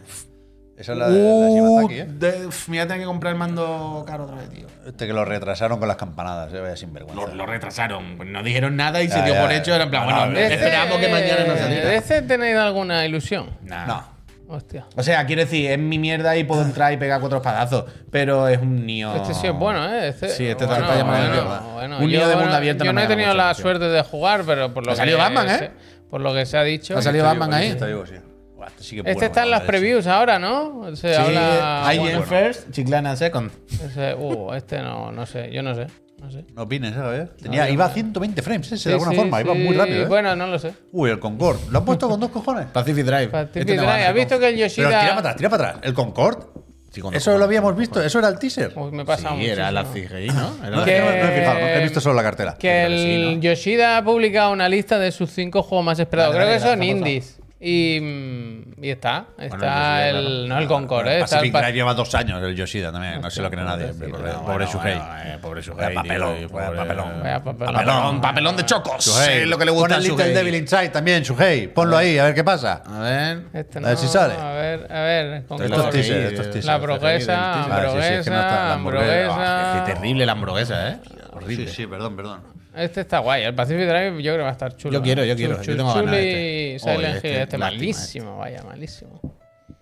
S2: Uh,
S3: Esa es la de, la Shimazaki, ¿eh?
S2: de- uf, me voy a tener que comprar el mando caro otra vez, tío.
S3: Este que lo retrasaron con las campanadas, eh, vaya sinvergüenza.
S2: Lo, lo retrasaron, pues no dijeron nada y se
S3: Ya,
S2: dio
S3: ya,
S2: por
S3: ya.
S2: hecho. Era en plan,
S3: No,
S2: bueno,
S3: no,
S1: Este-
S2: esperamos que mañana no
S1: ¿De
S2: saliera.
S1: este tenéis alguna ilusión?
S2: Nah.
S3: No.
S1: Hostia.
S2: O sea, quiero decir, es mi mierda y puedo entrar y pegar cuatro espadazos, pero es un nio.
S1: Este sí es bueno, ¿eh? Este,
S2: Sí, este
S1: bueno,
S2: está llamado
S1: bueno,
S2: de mierda.
S1: bueno,
S2: Un lío
S1: yo
S2: de mundo
S1: no-
S2: abierto
S1: Yo
S2: no
S1: no
S2: me
S1: he
S2: llama
S1: tenido
S2: mucho la
S1: la
S2: atención.
S1: suerte de jugar, pero por lo
S2: Ha
S1: que.
S2: salido Batman, ¿eh?
S1: se- por lo que se ha dicho.
S2: Ha salido
S3: Está vivo,
S2: Batman ¿eh? ahí.
S3: Está vivo, sí. Buah, este sí que es
S1: Este
S3: Este bueno,
S1: está en
S3: la
S1: las
S3: leche.
S1: previews ahora, ¿no? Se habla.
S2: IGN
S1: bueno,
S2: first, Chiclana second.
S1: ese- uh, este no, no sé, yo no sé. No sé.
S3: No opines, ¿sabes? Tenía, iba a 120 frames, ese,
S1: Sí,
S3: de alguna
S1: sí,
S3: forma, iba
S1: sí,
S3: muy rápido. ¿eh?
S1: Bueno, no lo sé.
S3: Uy, el Concorde. Lo han puesto con dos cojones.
S2: Pacific Drive.
S1: Pacific
S2: Este tengo
S1: Drive,
S2: ganas,
S1: ¿has visto que el
S3: Pero tira para
S1: Yoshida.
S3: atrás, tira para atrás. El Concorde.
S2: Sí, con dos
S3: Eso
S2: cojones.
S3: lo habíamos visto, eso era el teaser.
S1: Uy, me pasa
S2: Sí, era la
S1: muchísimo.
S2: CGI, ¿no? Era
S3: No,
S2: la-
S1: Que-
S3: no me he fijado, no, he visto solo la cartera.
S1: Que el
S2: sí, ¿no?
S1: Yoshida ha publicado una lista de sus cinco juegos más esperados.
S2: Vale,
S1: Creo que
S2: vale,
S1: son
S2: la hemos
S1: indies. Y, mm, y está. Está
S2: Yoshida,
S1: el.
S2: claro.
S1: No el Concord, ¿eh? Está el
S3: Ah, Pacific
S1: pa-
S3: Drive lleva dos años el Yoshida también, no se lo cree nadie. hombre, Pobre,
S2: No,
S3: pobre
S2: bueno,
S3: Shuhei.
S2: bueno, eh, pobre Shuhei.
S3: Vaya
S2: tío,
S3: papelón,
S2: y
S3: vaya papelón.
S1: Vaya papelón.
S2: Papelón, papelón de chocos.
S3: Shuhei,
S2: Es lo que le gusta a
S3: Pon el Little
S2: Shuhei.
S3: Devil Inside también, Shuhei. Ponlo ahí, a ver qué pasa.
S2: A ver.
S1: Este
S3: A
S1: no,
S3: ver si sale.
S1: A ver, a ver. Concord.
S3: Esto es
S2: Claro,
S3: teaser,
S2: sí,
S3: esto es
S2: eh,
S3: teaser.
S1: La
S2: Vale,
S1: hamburguesa,
S2: sí,
S3: Vale, sí, sí, es que no
S1: hamburguesa,
S3: está la hamburguesa.
S1: hamburguesa.
S2: Ah, qué terrible la hamburguesa, ¿eh? Horrible.
S3: Sí, sí, perdón, perdón.
S1: Este está guay. El Pacific Drive yo creo que va a estar chulo.
S2: Yo quiero,
S1: ¿eh?
S2: yo quiero.
S1: Chul-
S2: Yo tengo
S1: chul-
S2: ganas de
S1: chuli
S2: este.
S1: y
S2: Oye,
S1: Silent Hill.
S2: este,
S1: Este
S2: lástima,
S1: malísimo, vaya, malísimo.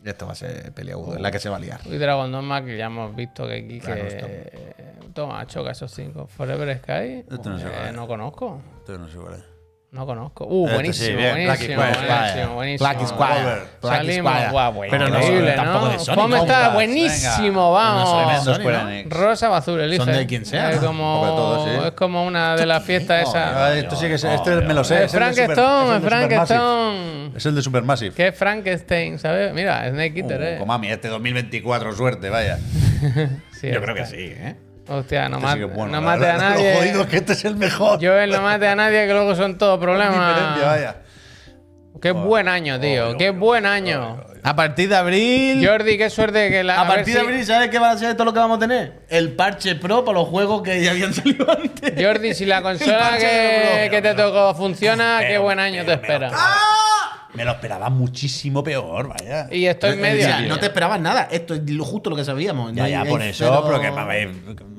S2: Esto va a ser peliagudo, es la que se va a liar.
S1: Y Dragon Dogma que ya hemos visto que aquí
S2: Claro,
S1: que... Toma, choca esos cinco. Forever Sky.
S3: Esto no se
S1: eh,
S3: vale.
S1: no concono.
S3: Esto no sé cuál es. eh.
S1: No conozco. Uh,
S3: Este
S1: buenísimo,
S3: sí, bien. Black
S1: buenísimo,
S3: Square,
S1: buenísimo, buenísimo.
S2: Black Square. Black Square.
S1: Salimos, guau, bueno,
S2: Pero no,
S1: increíble, ¿no?
S2: tampoco de Sonic.
S1: ¿Cómo
S2: ¿no?
S1: está?
S3: Venga.
S1: Buenísimo,
S2: No
S1: vamos.
S2: sé,
S3: Tremendo
S2: Sony,
S3: Square
S2: ¿no?
S3: Enix.
S1: Rosa o azul, elige.
S2: de quien sea,
S1: Es
S2: ¿no?
S1: como,
S3: Un poco de todo, sí.
S1: es como una de las fiestas
S3: Ah,
S1: esas.
S3: esto sí que es, este me lo
S2: Eh,
S3: sé.
S1: Es
S3: es el de Super-
S1: Frankenstone, es
S3: el de Supermassive.
S1: Frankenstone.
S3: Es el de Supermassive.
S1: Que es Frankenstein, ¿sabes? Mira, Snake Eater,
S3: Uh,
S1: eh.
S3: Konami, este 2024, suerte, vaya.
S1: Sí,
S2: Yo creo que
S1: está.
S2: sí, ¿eh?
S1: Hostia, no,
S3: Este
S1: mate,
S3: sí que es bueno,
S1: no
S3: la
S1: mate a
S3: verdad,
S1: nadie.
S3: Lo jodido es que este es el mejor.
S1: Joel, no mate a nadie, que luego son todos
S3: Diferencia,
S1: problemas.
S3: vaya.
S1: Qué buen año, tío. Qué buen año.
S2: A partir de abril.
S1: Jordi, qué suerte que la.
S2: a,
S1: ver
S2: partir de
S1: si-
S2: abril, ¿sabes qué va a ser todo lo que vamos a tener? El parche pro para los juegos que ya habían salido antes.
S1: Jordi, si la consola
S2: parche de
S1: que,
S2: Bro.
S1: que te tocó funciona,
S3: Pero,
S1: qué buen año te
S3: pero, ah, pero,
S1: espera.
S3: Me lo esperaba muchísimo peor, vaya.
S1: Y estoy en medio.
S2: O sea,
S1: año.
S2: no te esperabas nada. Esto es lo- justo lo que sabíamos.
S3: Ya,
S2: No
S3: ya,
S2: hay-
S3: por
S2: hay
S3: eso,
S2: cero-
S3: pero que me habéis,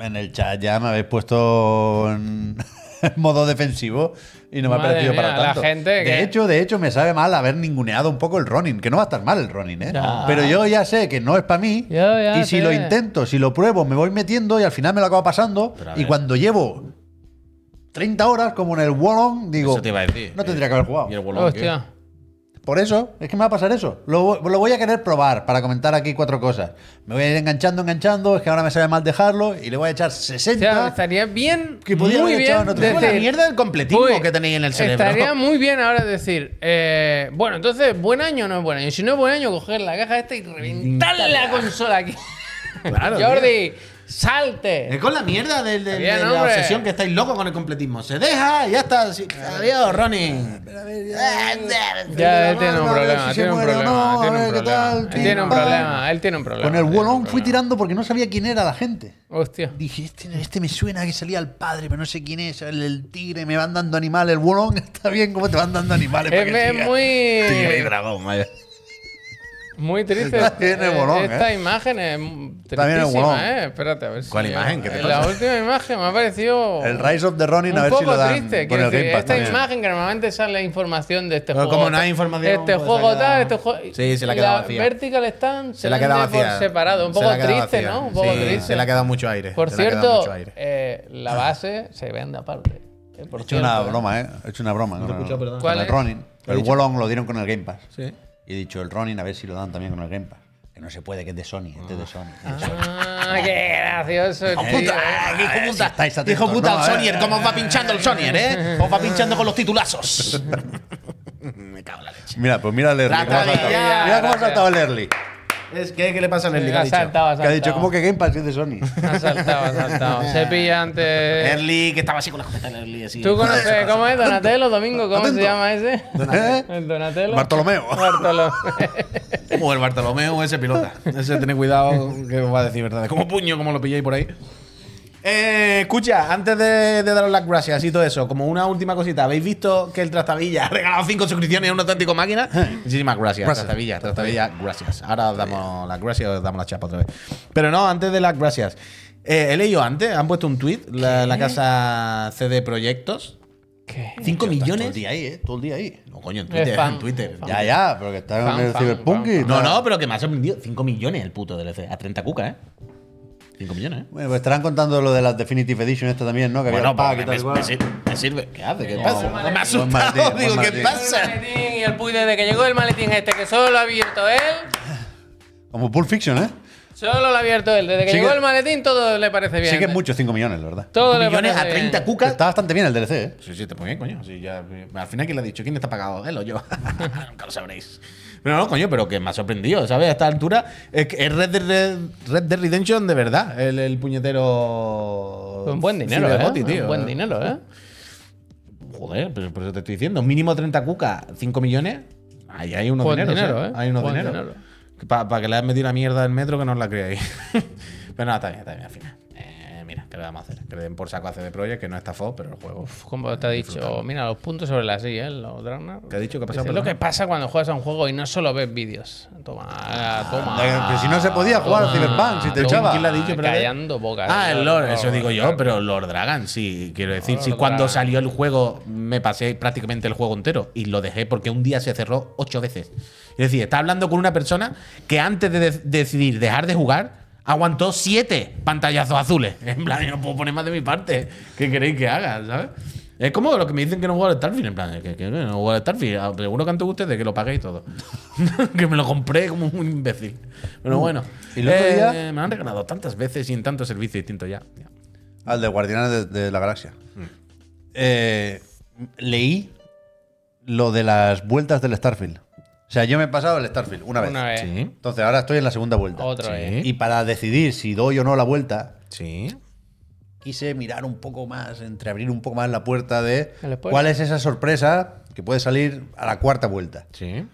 S3: en el chat ya me habéis puesto en modo defensivo y no me ha
S1: Madre
S3: parecido
S1: mía,
S3: para tanto.
S1: la gente
S3: de
S1: que-
S3: hecho, de hecho, me sabe mal haber ninguneado un poco el Ronin, que no va a estar mal el Ronin, ¿eh?
S1: Ya.
S3: Pero yo ya sé que no es para mí.
S1: Ya, ya
S3: y si
S1: sé.
S3: lo intento, si lo pruebo, me voy metiendo y al final me lo acabo pasando.
S2: Pero a
S3: Y
S2: ver.
S3: cuando llevo 30 horas, como en el Wallon, digo,
S2: Eso te iba a decir.
S3: no tendría que haber jugado.
S2: ¿Y el bolón
S1: Hostia.
S3: Por eso, es que me va a pasar eso. Lo, lo voy a querer probar para comentar aquí cuatro cosas. Me voy a ir enganchando, enganchando, es que ahora me sabe mal dejarlo y le voy a echar
S1: O sea,
S3: 60.
S1: estaría bien.
S3: Que podía
S1: muy
S3: haber echado
S1: bien.
S3: en otro
S2: qué? Como la
S3: Decir,
S2: mierda del completismo
S1: Uy,
S2: que tenéis en el cerebro.
S1: Estaría muy bien ahora decir, eh, bueno, entonces, buen año o no es buen año. Si no es buen año, coger la caja esta y reventarle la consola aquí.
S2: Claro, tío.
S1: Jordi, salte.
S3: Eh,
S2: Es con la mierda del- del- de,
S1: Bien,
S2: la
S1: hombre.
S2: obsesión que estáis locos con el completismo. Se deja y ya está. Sí, Adiós, Ronin.
S1: Ya, él tiene un
S3: Vamos eh, a ver
S1: problema,
S3: si se
S1: tiene un
S3: muere o
S1: problema,
S3: no, a
S1: tiene
S3: ver
S1: un
S3: qué
S1: problema.
S3: tal,
S1: Él
S3: pim,
S1: tiene un
S3: pam.
S1: problema, él tiene un problema.
S3: Con el
S1: tiene un
S3: Wallon fui
S1: problema.
S3: tirando porque no sabía quién era la gente.
S1: Hostia.
S3: Dije, este, este me suena que salía el padre, pero no sé quién es, el, el tigre, me van dando animales. El Wallon está bien, ¿cómo te van dando animales? para
S1: Es,
S3: que
S1: es
S3: sigas?
S1: muy.
S3: Tigre y dragón, vaya.
S1: Muy triste.
S3: También es
S1: Eh,
S3: bolón,
S1: Esta
S3: ¿eh?
S1: imagen es
S3: También es bolón.
S1: tristísima, ¿eh? Espérate, a ver si...
S2: ¿Cuál imagen? ¿Qué te
S1: La
S2: pasa?
S1: última imagen me ha parecido...
S3: El Rise of the Ronin,
S1: un
S3: a ver si
S1: poco
S3: lo dan
S1: triste.
S3: con
S1: quiero
S3: el
S1: decir,
S3: Game Pass
S1: esta
S3: también.
S1: imagen que normalmente sale información de este
S2: Pero
S1: juego.
S2: como no hay
S1: tal,
S2: información,
S1: Este
S2: pues,
S1: juego
S2: se ha quedado-
S1: tal, este juego...
S4: Sí, se la ha
S1: y
S4: quedado vacía.
S1: Vertical Stand
S4: Se la ha quedado
S1: vende
S4: vacía.
S1: por separado. Un
S4: Se la
S1: poco
S4: ha quedado
S1: triste,
S4: vacía.
S1: ¿no? Un poco
S4: Sí,
S1: triste.
S4: Se le ha quedado mucho aire.
S1: Por
S4: se le ha quedado
S1: cierto,
S4: mucho aire.
S1: eh, la base se vende aparte. eh, Por
S3: He hecho una
S1: cierto.
S3: broma, ¿eh? He hecho una broma. con el-
S2: escuchado, perdón.
S1: ¿Cuál
S3: con el
S1: es?
S3: Ronin.
S2: ¿Qué he
S3: El
S2: dicho?
S3: Wolong lo dieron con el Game Pass.
S2: Sí.
S3: Y he dicho, el Ronin, a ver si lo dan también con el Game Pass. Que no se puede, que es de Sony. Este es de Sony.
S1: Ah, qué gracioso, tío, eh.
S3: hijo puta! estáis atentos,
S2: Hijo puta,
S3: ¿no?
S2: el
S3: A ver.
S2: Sonier, ¿cómo os va pinchando el Sonier, eh? Os va pinchando con los titulazos. Me cago en la leche.
S3: Mira, pues mira el Early.
S2: La
S3: cómo ha saltado.
S2: maravilla,
S3: Mira cómo ha
S1: gracias.
S3: saltado el Early.
S2: Es que, ¿Qué le pasa a Nelly? ¿Qué ha
S1: Ha
S2: dicho?
S1: saltado, ha
S3: Que ha dicho,
S1: saltado.
S3: ¿cómo que Game Pass es de Sony?
S1: Ha saltado, ha saltado. Se pilla antes.
S2: Early, que estaba así con la jeta de Early. Así.
S1: ¿Tú conoces cómo es Donatello Domingo? ¿Cómo
S3: Atento.
S1: se llama ese?
S3: ¿Eh?
S1: El Donatello.
S3: Bartolomeo.
S1: Bartolomeo.
S2: O el Bartolomeo, ese pilota. Ese tened cuidado que os va a decir, ¿verdad? Como puño, como lo pilláis por ahí. Eh, escucha, antes de, de daros las gracias y todo eso, como una última cosita, ¿habéis visto que el Trastavilla ha regalado cinco suscripciones a una auténtico máquina? Muchísimas gracias,
S3: Eh. Gracias.
S2: Trastavilla, Trastavilla, gracias. Ahora os damos las gracias os damos la chapa otra vez. Pero no, antes de las gracias, eh, he leído antes, han puesto un tweet, la, la casa CD Proyectos.
S1: ¿Qué?
S2: ¿Cinco
S3: Todo el
S2: millones?
S3: día ahí, ¿eh? Todo el día ahí.
S2: No, coño, en Twitter,
S1: fan,
S2: en Twitter.
S1: fan.
S3: Ya, ya, pero que está
S1: Fan,
S3: en el
S1: fan,
S3: Cyberpunk
S1: fan,
S3: y
S1: fan.
S2: No, no, pero que me ha sorprendido. 5 millones el puto DLC. A 30 cuca, ¿eh? 5 millones, ¿eh?
S3: Bueno, pues estarán contando lo de las Definitive Edition esta también, ¿no? Que había
S2: Bueno,
S3: un
S2: pues,
S3: pack y tal y
S2: me,
S3: cual.
S2: me sir- me sirve. ¿Qué hace? ¿Qué
S3: No,
S2: pasa?
S3: buen
S2: me ha
S3: maletín.
S2: asustado.
S3: Buen
S2: Digo,
S3: maletín, buen
S2: ¿qué
S3: maletín.
S1: El
S2: pasa?
S1: maletín y el puy desde que llegó el maletín este que solo lo ha abierto él.
S3: Como Pulp Fiction, ¿eh?
S1: Solo lo ha abierto él. Desde que
S3: Sí que-
S1: llegó el maletín todo le parece bien. eh.
S3: Sí que es mucho, 5 millones, la verdad.
S1: Todo le
S2: millones a
S1: parece bien.
S2: 30
S3: Que
S2: cucas.
S3: Está bastante bien el DLC, ¿eh?
S2: Sí, sí, te pongo coño. Sí, ya, eh, al final, ¿quién le ha dicho? ¿Quién está pagado? Él o yo. Nunca lo sabréis. Pero no, coño, pero que me ha sorprendido, ¿sabes? A esta altura es, que es Red, Dead, Red- Red Dead Redemption de verdad. El, el puñetero.
S1: Con buen dinero, ¿eh?
S2: cibergoti, tío.
S1: Con buen dinero, ¿eh?
S2: Joder, pero por eso te estoy diciendo. Mínimo 30 cuca, 5 millones. Ahí hay unos
S1: Buen
S2: dineros.
S1: dinero,
S2: ¿eh?
S1: ¿eh?
S2: Hay unos
S1: Buen
S2: dineros.
S1: dinero.
S2: Para que le hayas metido una mierda del metro que no os la creáis. pero nada, está bien, está bien, al final. Eh, mira, ¿qué le vamos a hacer? Que le den por saco a CD Projekt, que no estafó, pero el juego.
S1: Uf, como te ha dicho, mira, los puntos sobre las sillas, ¿eh? Los Dragnar.
S2: ¿Qué ha dicho? ¿Qué ha pasado?
S1: Dice, lo
S2: Perdona.
S1: que pasa cuando juegas a un juego y no solo ves vídeos. Toma,
S2: Ah,
S1: toma.
S3: eh, pero si no se podía jugar al
S1: toma,
S3: Cyberpunk, si te
S1: toma,
S3: echaba.
S2: ¿Quién le ha dicho, pero-
S1: Callando boca.
S2: Ah, el Lord, eso digo yo, pero Lord Dragon, sí, quiero decir,
S1: Lord
S2: sí, cuando
S1: Dragon.
S2: salió el juego me pasé prácticamente el juego entero y lo dejé porque un día se cerró ocho veces. Es decir, está hablando con una persona que antes de, de- decidir dejar de jugar aguantó siete pantallazos azules. En plan, yo no puedo poner más de mi parte. ¿Qué queréis que haga, sabes? Es como lo que me dicen que no juego al Starfield, en plan, que, que no juego al Starfield. Ah, Seguro que antes ustedes que lo pagué y todo. que me lo compré como un imbécil. Pero bueno.
S3: Uh. Y el otro
S2: Eh,
S3: día-
S2: eh, me lo han regalado tantas veces y en tantos servicios distintos ya. Ya.
S3: Al de Guardianes de, de la Galaxia.
S2: Mm.
S3: Eh, leí lo de las vueltas del Starfield. O sea, yo me he pasado el Starfield una vez.
S1: Una vez.
S2: Sí,
S3: Entonces ahora estoy en la segunda vuelta.
S1: Otra
S2: Sí.
S1: vez.
S3: Y para decidir si doy o no la vuelta,
S2: sí.
S3: quise mirar un poco más, entreabrir un poco más la puerta de
S1: El spoiler.
S3: cuál es esa sorpresa que puede salir a la cuarta vuelta.
S2: sí.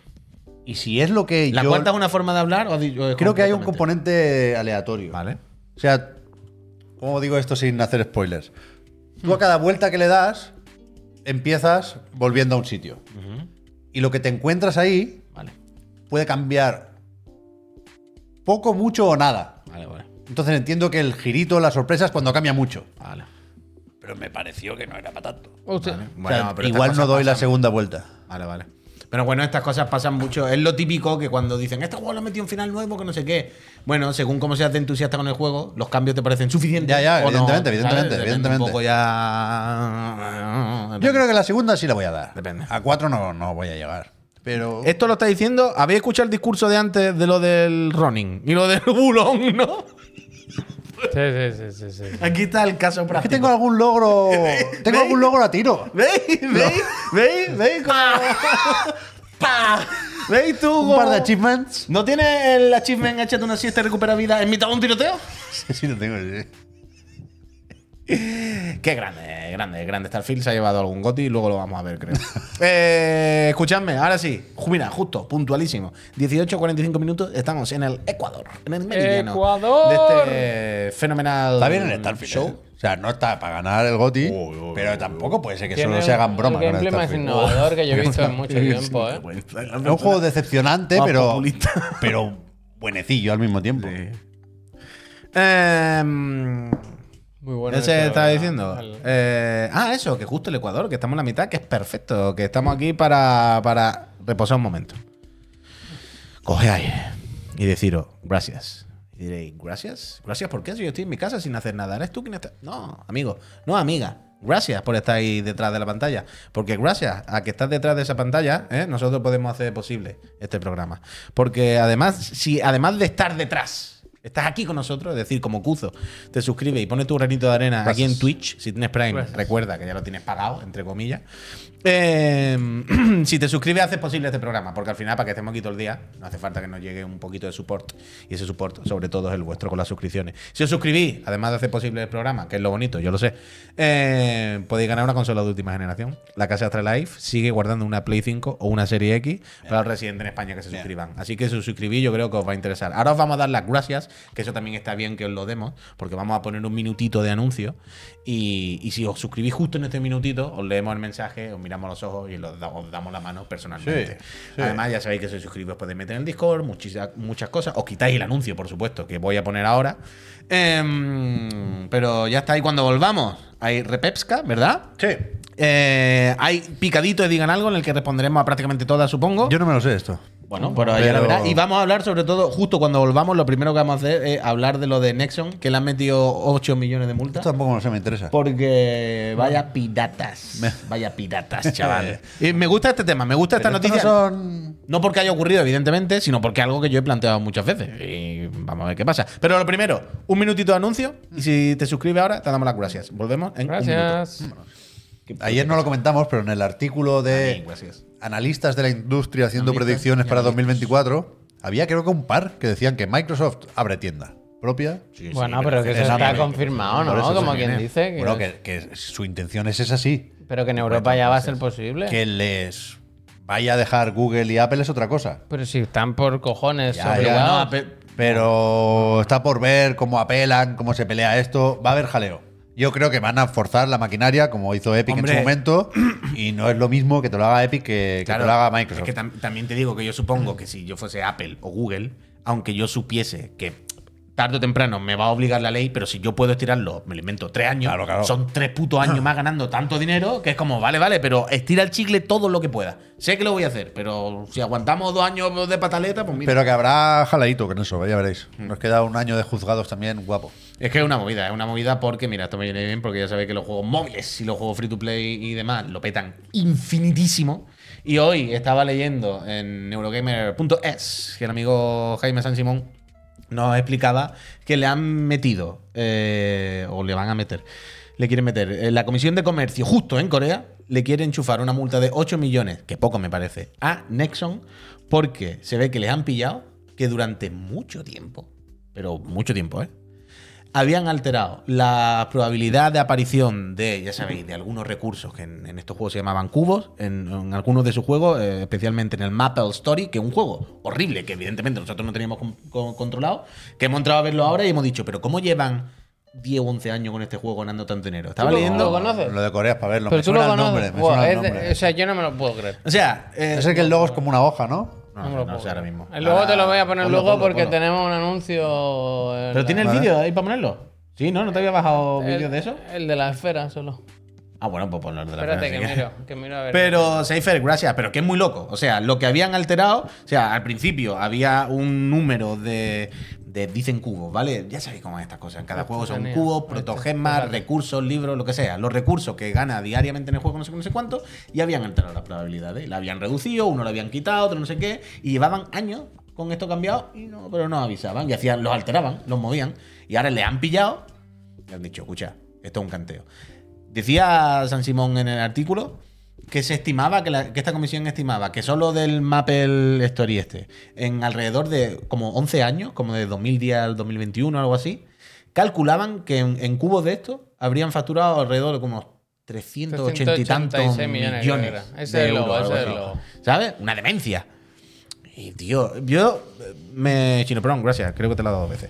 S3: Y si es lo que
S2: ¿La
S3: yo
S2: cuarta es una forma de hablar? o has dicho- eh, o es
S3: creo que hay un
S2: completamente?
S3: componente aleatorio.
S2: Vale.
S3: O sea, ¿cómo digo esto sin hacer spoilers? Tú a cada vuelta que le das, empiezas volviendo a un sitio. Y lo que te encuentras ahí
S2: Vale,
S3: puede cambiar poco, mucho o nada.
S2: vale, vale.
S3: Entonces entiendo que el girito, la sorpresa es cuando cambia mucho.
S2: vale.
S3: Pero me pareció que no era para tanto.
S1: Hostia.
S3: O sea,
S2: Bueno, pero estas
S3: igual no
S2: cosas
S3: doy la
S2: pasan.
S3: segunda vuelta.
S2: Vale, vale. Pero bueno, estas cosas pasan mucho. Es lo típico que cuando dicen, este juego lo ha metido un final nuevo, que no sé qué. Bueno, según cómo seas de entusiasta con el juego, los cambios te parecen suficientes.
S3: Ya, ya,
S2: o no,
S3: evidentemente,
S2: ¿sabes?
S3: evidentemente,
S2: Depende
S3: evidentemente.
S2: Un poco ya...
S3: Yo creo que la segunda sí la voy a dar.
S2: Depende.
S3: A cuatro no, no voy a llegar. Pero.
S2: Esto lo está diciendo. Habéis escuchado el discurso de antes de lo del running y lo del bulón, ¿no?
S1: Sí, sí, sí, sí, sí.
S2: Aquí está el caso
S3: Es que
S2: práctico.
S3: tengo algún logro. Tengo algún logro a tiro.
S2: ¿Veis? ¿Veis? ¿Veis? ¿Veis? cómo- ¿Veis tú?
S3: Un par de
S2: cómo-
S3: achievements.
S2: ¿No tienes el achievement échate una siesta y recupera vida en mitad de un tiroteo?
S3: Sí, sí, lo tengo. sí.
S2: Qué grande, grande, grande Starfield. Se ha llevado algún goti y luego lo vamos a ver, creo. eh, escuchadme, ahora sí. Ju- Mira, justo, puntualísimo. 18.45 minutos, estamos en el Ecuador. En el meridiano.
S1: Ecuador.
S2: De este fenomenal
S3: Está bien el Starfield. ¿eh?
S2: show.
S3: O sea, no está para ganar el GOTI, pero tampoco puede ser que solo se hagan bromas
S1: El
S3: con el
S1: gameplay más
S3: Starfield.
S1: innovador que yo he visto en mucho tiempo, ¿eh?
S3: Es un juego decepcionante,
S2: Más
S3: pero,
S2: populista.
S3: pero buenecillo al mismo tiempo.
S2: Em,
S1: Muy bueno.
S2: ese
S1: eso,
S2: estaba
S1: ¿verdad?
S2: diciendo.
S1: El-
S2: Eh, ah, eso, que justo el Ecuador, que estamos en la mitad, que es perfecto, que estamos aquí para, para reposar un momento. Coge aire y deciros gracias. Y diréis, gracias, gracias por qué si yo estoy en mi casa sin hacer nada. ¿Eres tú quien está? No, amigo, no amiga. Gracias por estar ahí detrás de la pantalla. Porque gracias a que estás detrás de esa pantalla, ¿eh? nosotros podemos hacer posible este programa. Porque además, si además de estar detrás, estás aquí con nosotros, es decir, como Cuzo, te suscribes y pones tu granito de arena aquí en
S3: Gracias.
S2: Twitch, si tienes Prime,
S1: Gracias.
S2: recuerda que ya lo tienes pagado, entre comillas. Eh, si te suscribes, haces posible este programa, porque al final, para que estemos aquí todo el día, no hace falta que nos llegue un poquito de support. Y ese support, sobre todo, es el vuestro con las suscripciones. Si os suscribís, además de hacer posible el programa, que es lo bonito, yo lo sé, eh, podéis ganar una consola de última generación. La casa Astralife sigue guardando una Play 5 o una Serie X para los residentes en España que se
S3: Bien.
S2: suscriban. Así que si os suscribís, yo creo que os va a interesar. Ahora os vamos a dar las gracias, que eso también está bien que os lo demos, porque vamos a poner un minutito de anuncio. Y, y si os suscribís justo en este minutito, os leemos el mensaje, os miramos los ojos y los da- os damos la mano personalmente.
S3: Sí, sí.
S2: Además, ya sabéis que si os suscribís os podéis meter en el Discord, muchísimas, muchas cosas. Os quitáis el anuncio, por supuesto, que voy a poner ahora. Em, pero ya está ahí cuando volvamos. Hay repepsca, ¿verdad?
S3: Sí.
S2: Eh, hay picadito de digan algo en el que responderemos a prácticamente todas, supongo.
S3: Yo no me lo sé esto.
S2: Bueno, pero, ya
S3: Pero-
S2: lo verás. Y vamos a hablar sobre todo, justo cuando volvamos, lo primero que vamos a hacer es hablar de lo de Nexon, que le han metido 8 millones de multas.
S3: Esto tampoco no se me interesa.
S2: Porque vaya piratas.
S3: Me-
S2: Vaya piratas, chaval. y me gusta este tema, me gusta esta
S3: Pero estos
S2: noticia.
S3: no
S2: No,
S3: son-
S2: porque haya ocurrido, evidentemente, sino porque es algo que yo he planteado muchas veces. Y vamos a ver qué pasa. Pero lo primero, un minutito de anuncio. Y si te suscribes ahora, te damos las gracias. Volvemos en un
S1: Gracias.
S2: minuto.
S3: Ayer no lo comentamos, pero en el artículo
S2: Ay,
S3: de
S2: Ah, gracias.
S3: analistas de la industria haciendo
S2: Analistas
S3: predicciones
S2: y
S3: para
S2: analistas.
S3: 2024, había creo que un par que decían que Microsoft abre tienda propia.
S2: Sí, sí,
S1: Bueno, Ah, pero que eso
S3: esa
S1: está
S3: parte-
S1: confirmado,
S3: Por
S1: ¿no?
S3: eso
S1: Como
S3: se
S1: quien
S3: viene.
S1: dice. que-
S3: Bueno, que, que su intención es esa sí.
S1: Pero que en Europa ya va a ser posible.
S3: Que les vaya a dejar Google y Apple es otra cosa.
S1: Pero si están por cojones
S3: Ya, ya,
S1: obligados.
S2: no, pe-
S3: Pero está por ver cómo apelan, cómo se pelea esto. Va a haber jaleo. Yo creo que van a forzar la maquinaria como hizo Epic
S2: Hombre.
S3: en su momento. Y no es lo mismo que te lo haga Epic que, que
S2: Claro,
S3: te lo haga
S2: Es
S3: Microsoft.
S2: que tam- también te digo que yo supongo que si yo fuese Apple o Google, aunque yo supiese que tarde o temprano me va a obligar la ley, pero si yo puedo estirarlo, me lo invento tres años,
S3: Claro, claro.
S2: son tres putos años más ganando tanto dinero que es como, vale, vale, pero estira el chicle todo lo que pueda. Sé que lo voy a hacer, pero si aguantamos dos años de pataleta, pues mira.
S3: Pero que habrá jaleito con eso, ya veréis.
S2: Hmm.
S3: Nos queda un año de juzgados también guapo.
S2: Es que es una movida, es una movida porque, mira, esto me viene bien porque ya sabéis que los juegos móviles y los juegos free to play y demás lo petan infinitísimo. Y hoy estaba leyendo en Eurogamer.es que el amigo Jaime San Simón nos explicaba que le han metido, eh, o le van a meter, le quieren meter, eh, la Comisión de Comercio, justo en Corea, le quiere enchufar una multa de 8 millones, que poco me parece, a Nexon porque se ve que les han pillado que durante mucho tiempo, pero mucho tiempo, ¿eh? habían alterado la probabilidad de aparición de, ya sabéis, de algunos recursos que en, en estos juegos se llamaban cubos, en, en algunos de sus juegos, eh, especialmente en el Maple Story, que es un juego horrible, que evidentemente nosotros no teníamos con- con- controlado, que hemos entrado a verlo ahora y hemos dicho, pero ¿cómo llevan 10 o 11 años con este juego ganando tanto dinero? Estaba
S1: ¿Tú lo-
S2: leyendo...
S1: lo conoces?
S3: Lo de Corea es para verlo.
S1: Pero
S3: me
S1: tú lo
S3: suena el
S1: conoces.
S3: nombre. me
S1: Buah,
S3: suena el
S1: es de-
S3: nombre.
S1: o sea, yo no me lo puedo creer.
S2: O sea, eh,
S3: Es el que el logo es como una hoja, ¿no?
S2: no,
S1: me
S2: no,
S1: lo
S2: no
S1: puedo
S2: sé ahora
S1: creer.
S2: mismo.
S1: Eh, Luego te lo voy a poner
S3: ponlo,
S1: luego
S3: ponlo,
S1: porque
S3: ponlo.
S1: tenemos un anuncio. en
S2: Pero
S1: la-
S2: tiene el
S3: Vale.
S2: vídeo ahí para ponerlo. Sí, ¿no? ¿No te había bajado
S1: el-
S2: vídeo de eso?
S1: El de la esfera solo.
S2: Ah, bueno, pues ponlo el de la
S1: Espérate que
S2: pena, si
S1: miro, que miro a ver.
S2: Pero, Seifer, gracias, pero que es muy loco. O sea, lo que habían alterado, o sea, al principio había un número de, de- dicen cubos, ¿vale? Ya sabéis cómo es estas cosas. En cada juego son
S1: Artesanía.
S2: cubos, protogemas, recursos, libros, lo que sea. Los recursos que gana diariamente en el juego, no sé, qué, no sé cuánto, y habían alterado las probabilidades. La habían reducido, uno lo habían quitado, otro no sé qué, y llevaban años con esto cambiado, y no, pero no avisaban, y hacían, los alteraban, los movían, y ahora le han pillado, le han dicho, escucha, esto es un canteo. Decía San Simón en el artículo que se estimaba, que, la- que esta comisión estimaba que solo del Maple Story este, en alrededor de como 11 años, como de 2010 al 2021 algo así, calculaban que en, en cubos de esto habrían facturado alrededor de como 380 y tantos
S1: 386 millones,
S2: millones.
S1: creo que era. Ese
S2: de
S1: es el logo,
S2: euros, algo
S1: ese es
S2: así.
S1: el logo.
S2: ¿Sabes? Una demencia. Y tío, yo eh, me. Chinoprón, gracias, creo que te lo he dado dos veces.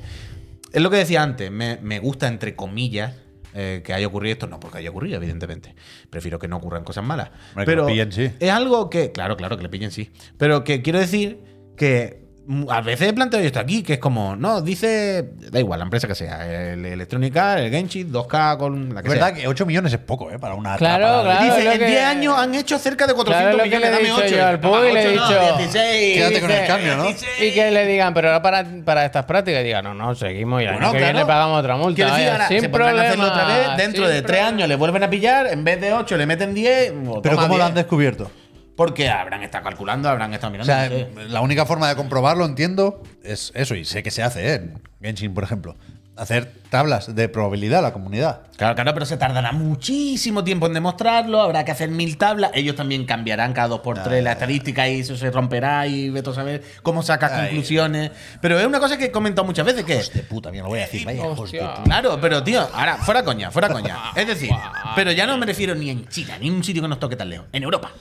S2: Es lo que decía antes, me, me gusta, entre comillas, eh, que haya ocurrido esto. No porque haya ocurrido, evidentemente. Prefiero que no ocurran cosas malas.
S3: Hombre, que
S2: pero
S3: lo pillen, sí.
S2: es algo que. Claro, claro, que le pillen, sí. Pero que quiero decir que. mm, A veces he planteado yo esto aquí, que es como, no, dice, da igual, la empresa que sea, el Electrónica, el Genshin, 2K, con la que
S3: Es verdad
S2: sea.
S3: que 8 millones es poco, ¿eh? Para una.
S1: Claro,
S3: para-
S1: claro.
S2: Dice,
S1: lo
S2: en
S1: que-
S2: 10 años han hecho cerca de 400
S1: Claro, lo que le
S2: millones,
S1: he
S2: dame
S1: dicho
S2: 8.
S1: yo al Puy, le he dicho,
S3: Quédate con el cambio, ¿no?
S1: Y que le digan, pero ahora para, para estas prácticas, digan, no, no, seguimos y al
S2: Bueno,
S1: año que
S2: claro.
S1: viene pagamos otra multa.
S2: Quiero decir,
S1: vaya,
S2: ahora
S1: sin
S2: se podrán
S1: problema.
S2: hacerlo otra vez, dentro
S1: sin
S2: de 3
S1: problema.
S2: años le vuelven a pillar, en vez de 8 le meten 10, o
S3: Pero
S2: toma
S3: ¿cómo lo
S2: 10.
S3: han descubierto?
S2: Porque habrán estado calculando, habrán estado mirando.
S3: O sea,
S2: no sé.
S3: la única forma de comprobarlo, entiendo, es eso. Y sé que se hace, ¿eh? En Genshin, por ejemplo. Hacer tablas de probabilidad a la comunidad.
S2: Claro, claro, pero se tardará muchísimo tiempo en demostrarlo, habrá que hacer mil tablas, ellos también cambiarán cada dos por tres la estadística y eso se romperá y veto a saber cómo sacas conclusiones. Pero es una cosa que he comentado muchas veces que
S3: De puta, mira, lo voy a decir. Vaya, hijos de
S1: Hostia.
S3: puta.
S2: Claro, pero tío, ahora, fuera coña, fuera coña. Es decir, pero ya no me refiero ni en China, ni en un sitio que nos toque tan lejos, en Europa.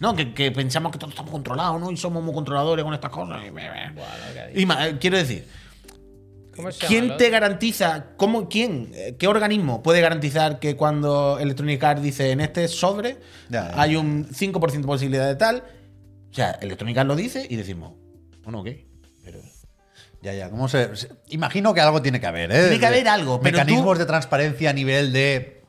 S2: No, que, que pensamos que todos estamos controlados, ¿no? Y somos muy controladores con estas cosas. y- Y ma- eh, quiero decir,
S1: ¿Cómo se llama el
S2: ¿quién
S1: otro?
S2: te garantiza, cómo, quién, eh, qué organismo puede garantizar que cuando Electronic Arts dice en este sobre
S3: Ya, ya.
S2: hay un 5% de posibilidad de tal? O sea, Electronic Arts lo dice y decimos, bueno, ok, pero...
S3: Ya, ya. ¿cómo se, se- imagino que algo tiene que haber, ¿eh?
S2: Tiene que
S3: De-
S2: haber algo, pero
S3: Mecanismos
S2: tú-
S3: de transparencia a nivel de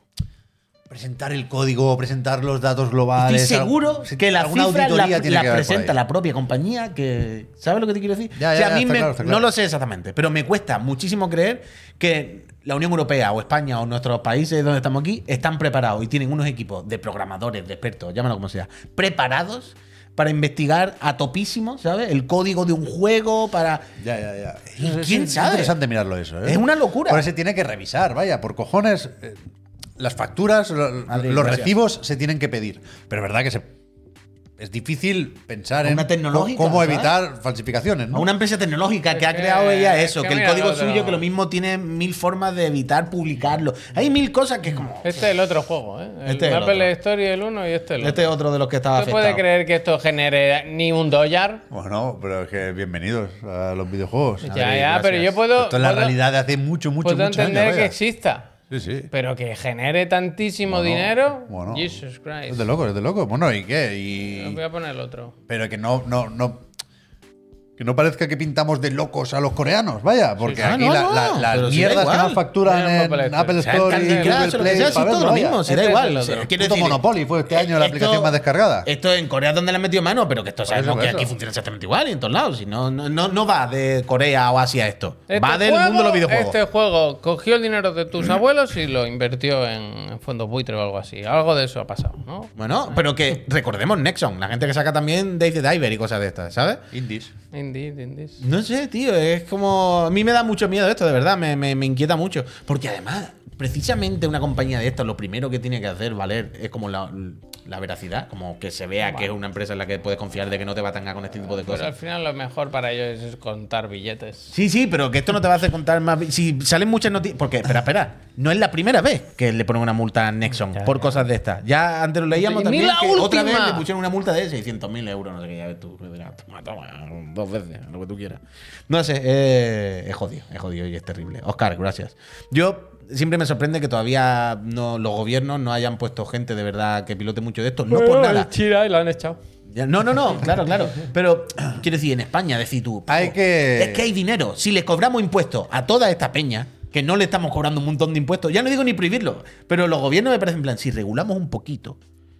S3: presentar el código, presentar los datos globales.
S2: Estoy seguro
S3: algo- si-
S2: que la
S3: alguna
S2: cifra la,
S3: auditoría tiene
S2: la
S3: que haber por
S2: presenta
S3: ahí.
S2: la propia compañía que ¿sabes lo que te quiero decir?
S3: Ya,
S2: O sea,
S3: ya,
S2: a mí
S3: está
S2: me-
S3: claro, está claro.
S2: no lo sé exactamente, pero me cuesta muchísimo creer que la Unión Europea o España o nuestros países donde estamos aquí están preparados y tienen unos equipos de programadores, de expertos, llámalo como sea, preparados para investigar a topísimo, ¿sabes? El código de un juego para
S3: Ya, ya, ya.
S2: ¿Y
S3: Es- es-
S2: quién
S3: es
S2: sabe?
S3: interesante mirarlo eso. ¿eh?
S2: Es una locura.
S3: Ahora se tiene que revisar, vaya, por cojones. eh, las facturas, lo-
S2: Madre,
S3: los
S2: gracias.
S3: recibos se tienen que pedir. Pero es verdad que se- es difícil pensar
S2: Una
S3: en
S2: tecnológica,
S3: cómo
S2: ¿sabes?
S3: evitar falsificaciones. ¿no?
S2: a una empresa tecnológica que ha
S1: Es que-
S2: creado ella eso,
S1: es que
S2: que el
S1: mira,
S2: código
S1: lo otro.
S2: suyo que lo mismo tiene mil formas de evitar publicarlo. Hay mil cosas que es como
S1: Este es el otro juego, ¿eh? El
S2: Este es el
S1: Apple
S2: otro.
S1: Story, el uno y este el otro.
S2: Este es otro de los que estaba
S1: ¿Usted puede
S2: afectado.
S1: creer que esto genere ni un dólar?
S3: Bueno, pero es que bienvenidos a los videojuegos.
S1: Ya,
S2: Madre,
S1: ya,
S2: gracias.
S1: pero yo puedo.
S3: Esto es la
S1: puedo-
S3: realidad de hace mucho, mucho,
S1: puedo
S3: mucho
S1: Pues entender
S3: años.
S1: que
S3: vaya.
S1: exista.
S3: Sí, sí.
S1: Pero que genere tantísimo
S3: Bueno,
S1: dinero.
S3: bueno.
S1: Jesus Christ.
S3: Es de loco, es de loco. Bueno, ¿y qué?
S1: Voy
S3: Y,
S1: a poner el otro.
S3: pero que no, no, no. Que no parezca que pintamos de locos a los coreanos, vaya. Porque
S2: sí. Ah,
S3: aquí
S2: no,
S3: la-
S2: no,
S3: la- las
S2: pero sí, da
S3: mierdas que
S2: igual.
S3: nos facturan
S1: Mira,
S3: en
S1: Apple
S3: Apple,
S1: Store.
S3: Store y
S2: Candy
S3: Google
S2: Crush, lo que
S3: Play,
S2: sea, sí,
S3: pa'
S2: todo
S3: verlo,
S2: lo
S3: vaya.
S2: mismo, sí, da
S1: Este es
S2: igual.
S1: el
S2: o sea,
S1: otro.
S2: quiero
S3: Puto
S2: decir,
S3: Monopoly fue este año la
S2: esto-
S3: aplicación más descargada.
S2: Esto en Corea es donde le han metido mano, pero que esto sabemos
S3: eso,
S2: que
S3: por
S2: aquí
S3: eso.
S2: funciona exactamente igual y en todos lados. y no, no, no, no va de Corea o Asia esto.
S1: Este
S2: va del
S1: juego-
S2: mundo de los videojuegos.
S1: Este juego cogió el dinero de tus abuelos y lo invirtió en, en fondos buitre o algo así. Algo de eso ha pasado, ¿no?
S2: Bueno, pero que recordemos Nexon, la gente que saca también Dave the Diver y cosas de estas, ¿sabes?
S3: Indies.
S1: Indeed, indeed.
S2: No sé, tío, es como. A mí me da mucho miedo esto, de verdad, me, me- me inquieta mucho. Porque además, precisamente una compañía de estas, lo primero que tiene que hacer valer es como la, la veracidad, como que se vea que es una empresa en la que puedes confiar de que no te va a tangar con este tipo de
S1: Pero Pues al
S2: cosas.
S1: final lo mejor para ellos es contar billetes.
S2: Sí, sí, pero que esto no te va a hacer contar más. vi- Si salen muchas noticias. Porque, espera, espera, no es la primera vez que le ponen una multa a Nexon
S1: Ya,
S2: por
S1: ya.
S2: cosas de estas. Ya antes lo leíamos
S1: Ni
S2: también.
S1: la
S2: que otra vez
S1: última.
S2: le pusieron una multa de 600.000 euros, no sé qué, ya ves tú. que dirás, Toma, toma, dos veces, lo que tú quieras. No sé, eh, es jodido, es jodido y es terrible. Oscar, gracias. Yo. Siempre me sorprende que todavía no, los gobiernos no hayan puesto gente de verdad que pilote mucho de esto. No por nada.
S1: Chira y lo han echado.
S2: Ya, No, no, no, claro, claro. Pero quiero decir, en España, decir tú. Paco,
S3: Hay que-
S2: Es que hay dinero. Si les cobramos impuestos a toda esta peña, que no le estamos cobrando un montón de impuestos, ya no digo ni prohibirlo, pero los gobiernos me parecen en plan, si regulamos un poquito,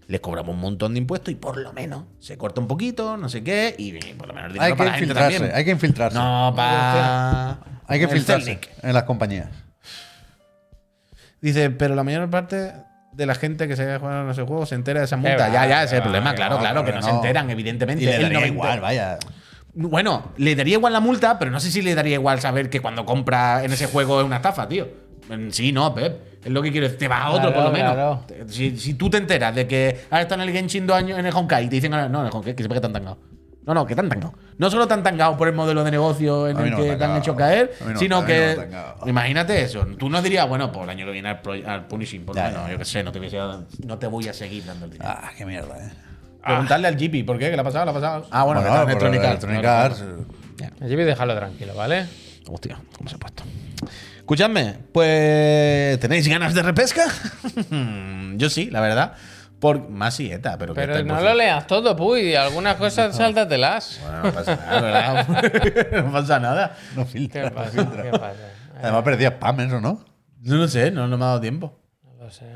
S2: les cobramos un montón de impuestos y por lo menos se corta un poquito, no sé qué, y por lo menos el dinero
S3: Hay que
S2: para la gente
S3: infiltrarse,
S2: también.
S3: hay que infiltrarse.
S2: No, pa.
S3: Hay que
S2: El
S3: infiltrarse
S2: Celtic.
S3: en las compañías.
S2: Dice, pero la mayor parte de la gente que se haya jugado en ese juego se entera de esa
S1: Qué
S2: multa.
S1: va,
S2: Ya, ya,
S1: qué
S2: ese es el
S1: va,
S2: problema,
S1: qué
S2: claro,
S3: va,
S2: claro, que
S3: pero
S2: no,
S3: no.
S2: se enteran,
S3: Y
S2: evidentemente.
S3: le
S2: El
S3: daría
S2: 90
S3: igual, vaya.
S2: Bueno, le daría igual la multa, pero no sé si le daría igual saber que cuando compra en ese juego es una estafa, tío. Mm, Sí, no, Pep. Es lo que quiero decir. Te vas a otro,
S1: Claro,
S2: por lo menos.
S1: claro.
S2: Te- Si, si tú te enteras de que ahora está en el Genshin dos años en el Honkai y te dicen, "Ah, no, en el Honkai, que sepa que te han tangado. No, no, que tan tangao. No solo tan tangao por el modelo de negocio en
S3: A mí
S2: el
S3: no me
S2: que
S3: han
S2: te han
S3: tangao.
S2: hecho caer,
S3: A mí no, a
S2: sino
S3: mí
S2: que.
S3: no me han tangao.
S2: imagínate eso. Tú no dirías, bueno, pues el año que viene al, pro- al Punishing, por lo
S3: Ya,
S2: menos,
S3: ya.
S2: yo qué sé, no te, voy a, no te voy a seguir dando el dinero.
S3: Ah, qué mierda, eh.
S2: Preguntarle al GP, ¿por qué? ¿Qué le ha pasado? ¿La ha pasado? Ah, bueno, que
S3: por
S2: está en Electronic Arts.
S3: Electronic
S2: Claro, claro.
S3: Arts, eh,
S1: Allí voy a dejarlo tranquilo, ¿vale?
S2: Hostia, ¿cómo se ha puesto? Escuchadme, pues. ¿Tenéis ganas de repesca? Yo sí, la verdad. Por más sieta, pero que
S1: Pero
S2: estáis
S1: no
S2: por-
S1: lo leas todo, puy. Algunas cosas sáltatelas.
S2: Bueno, no pasa nada, ¿verdad? no pasa nada.
S3: no
S1: ¿Qué
S3: filtra.
S1: pasa? ¿Qué pasa?
S3: eh, Además, parecía spam eso, ¿no?
S2: No lo sé, no, no me ha dado tiempo.
S1: No lo sé.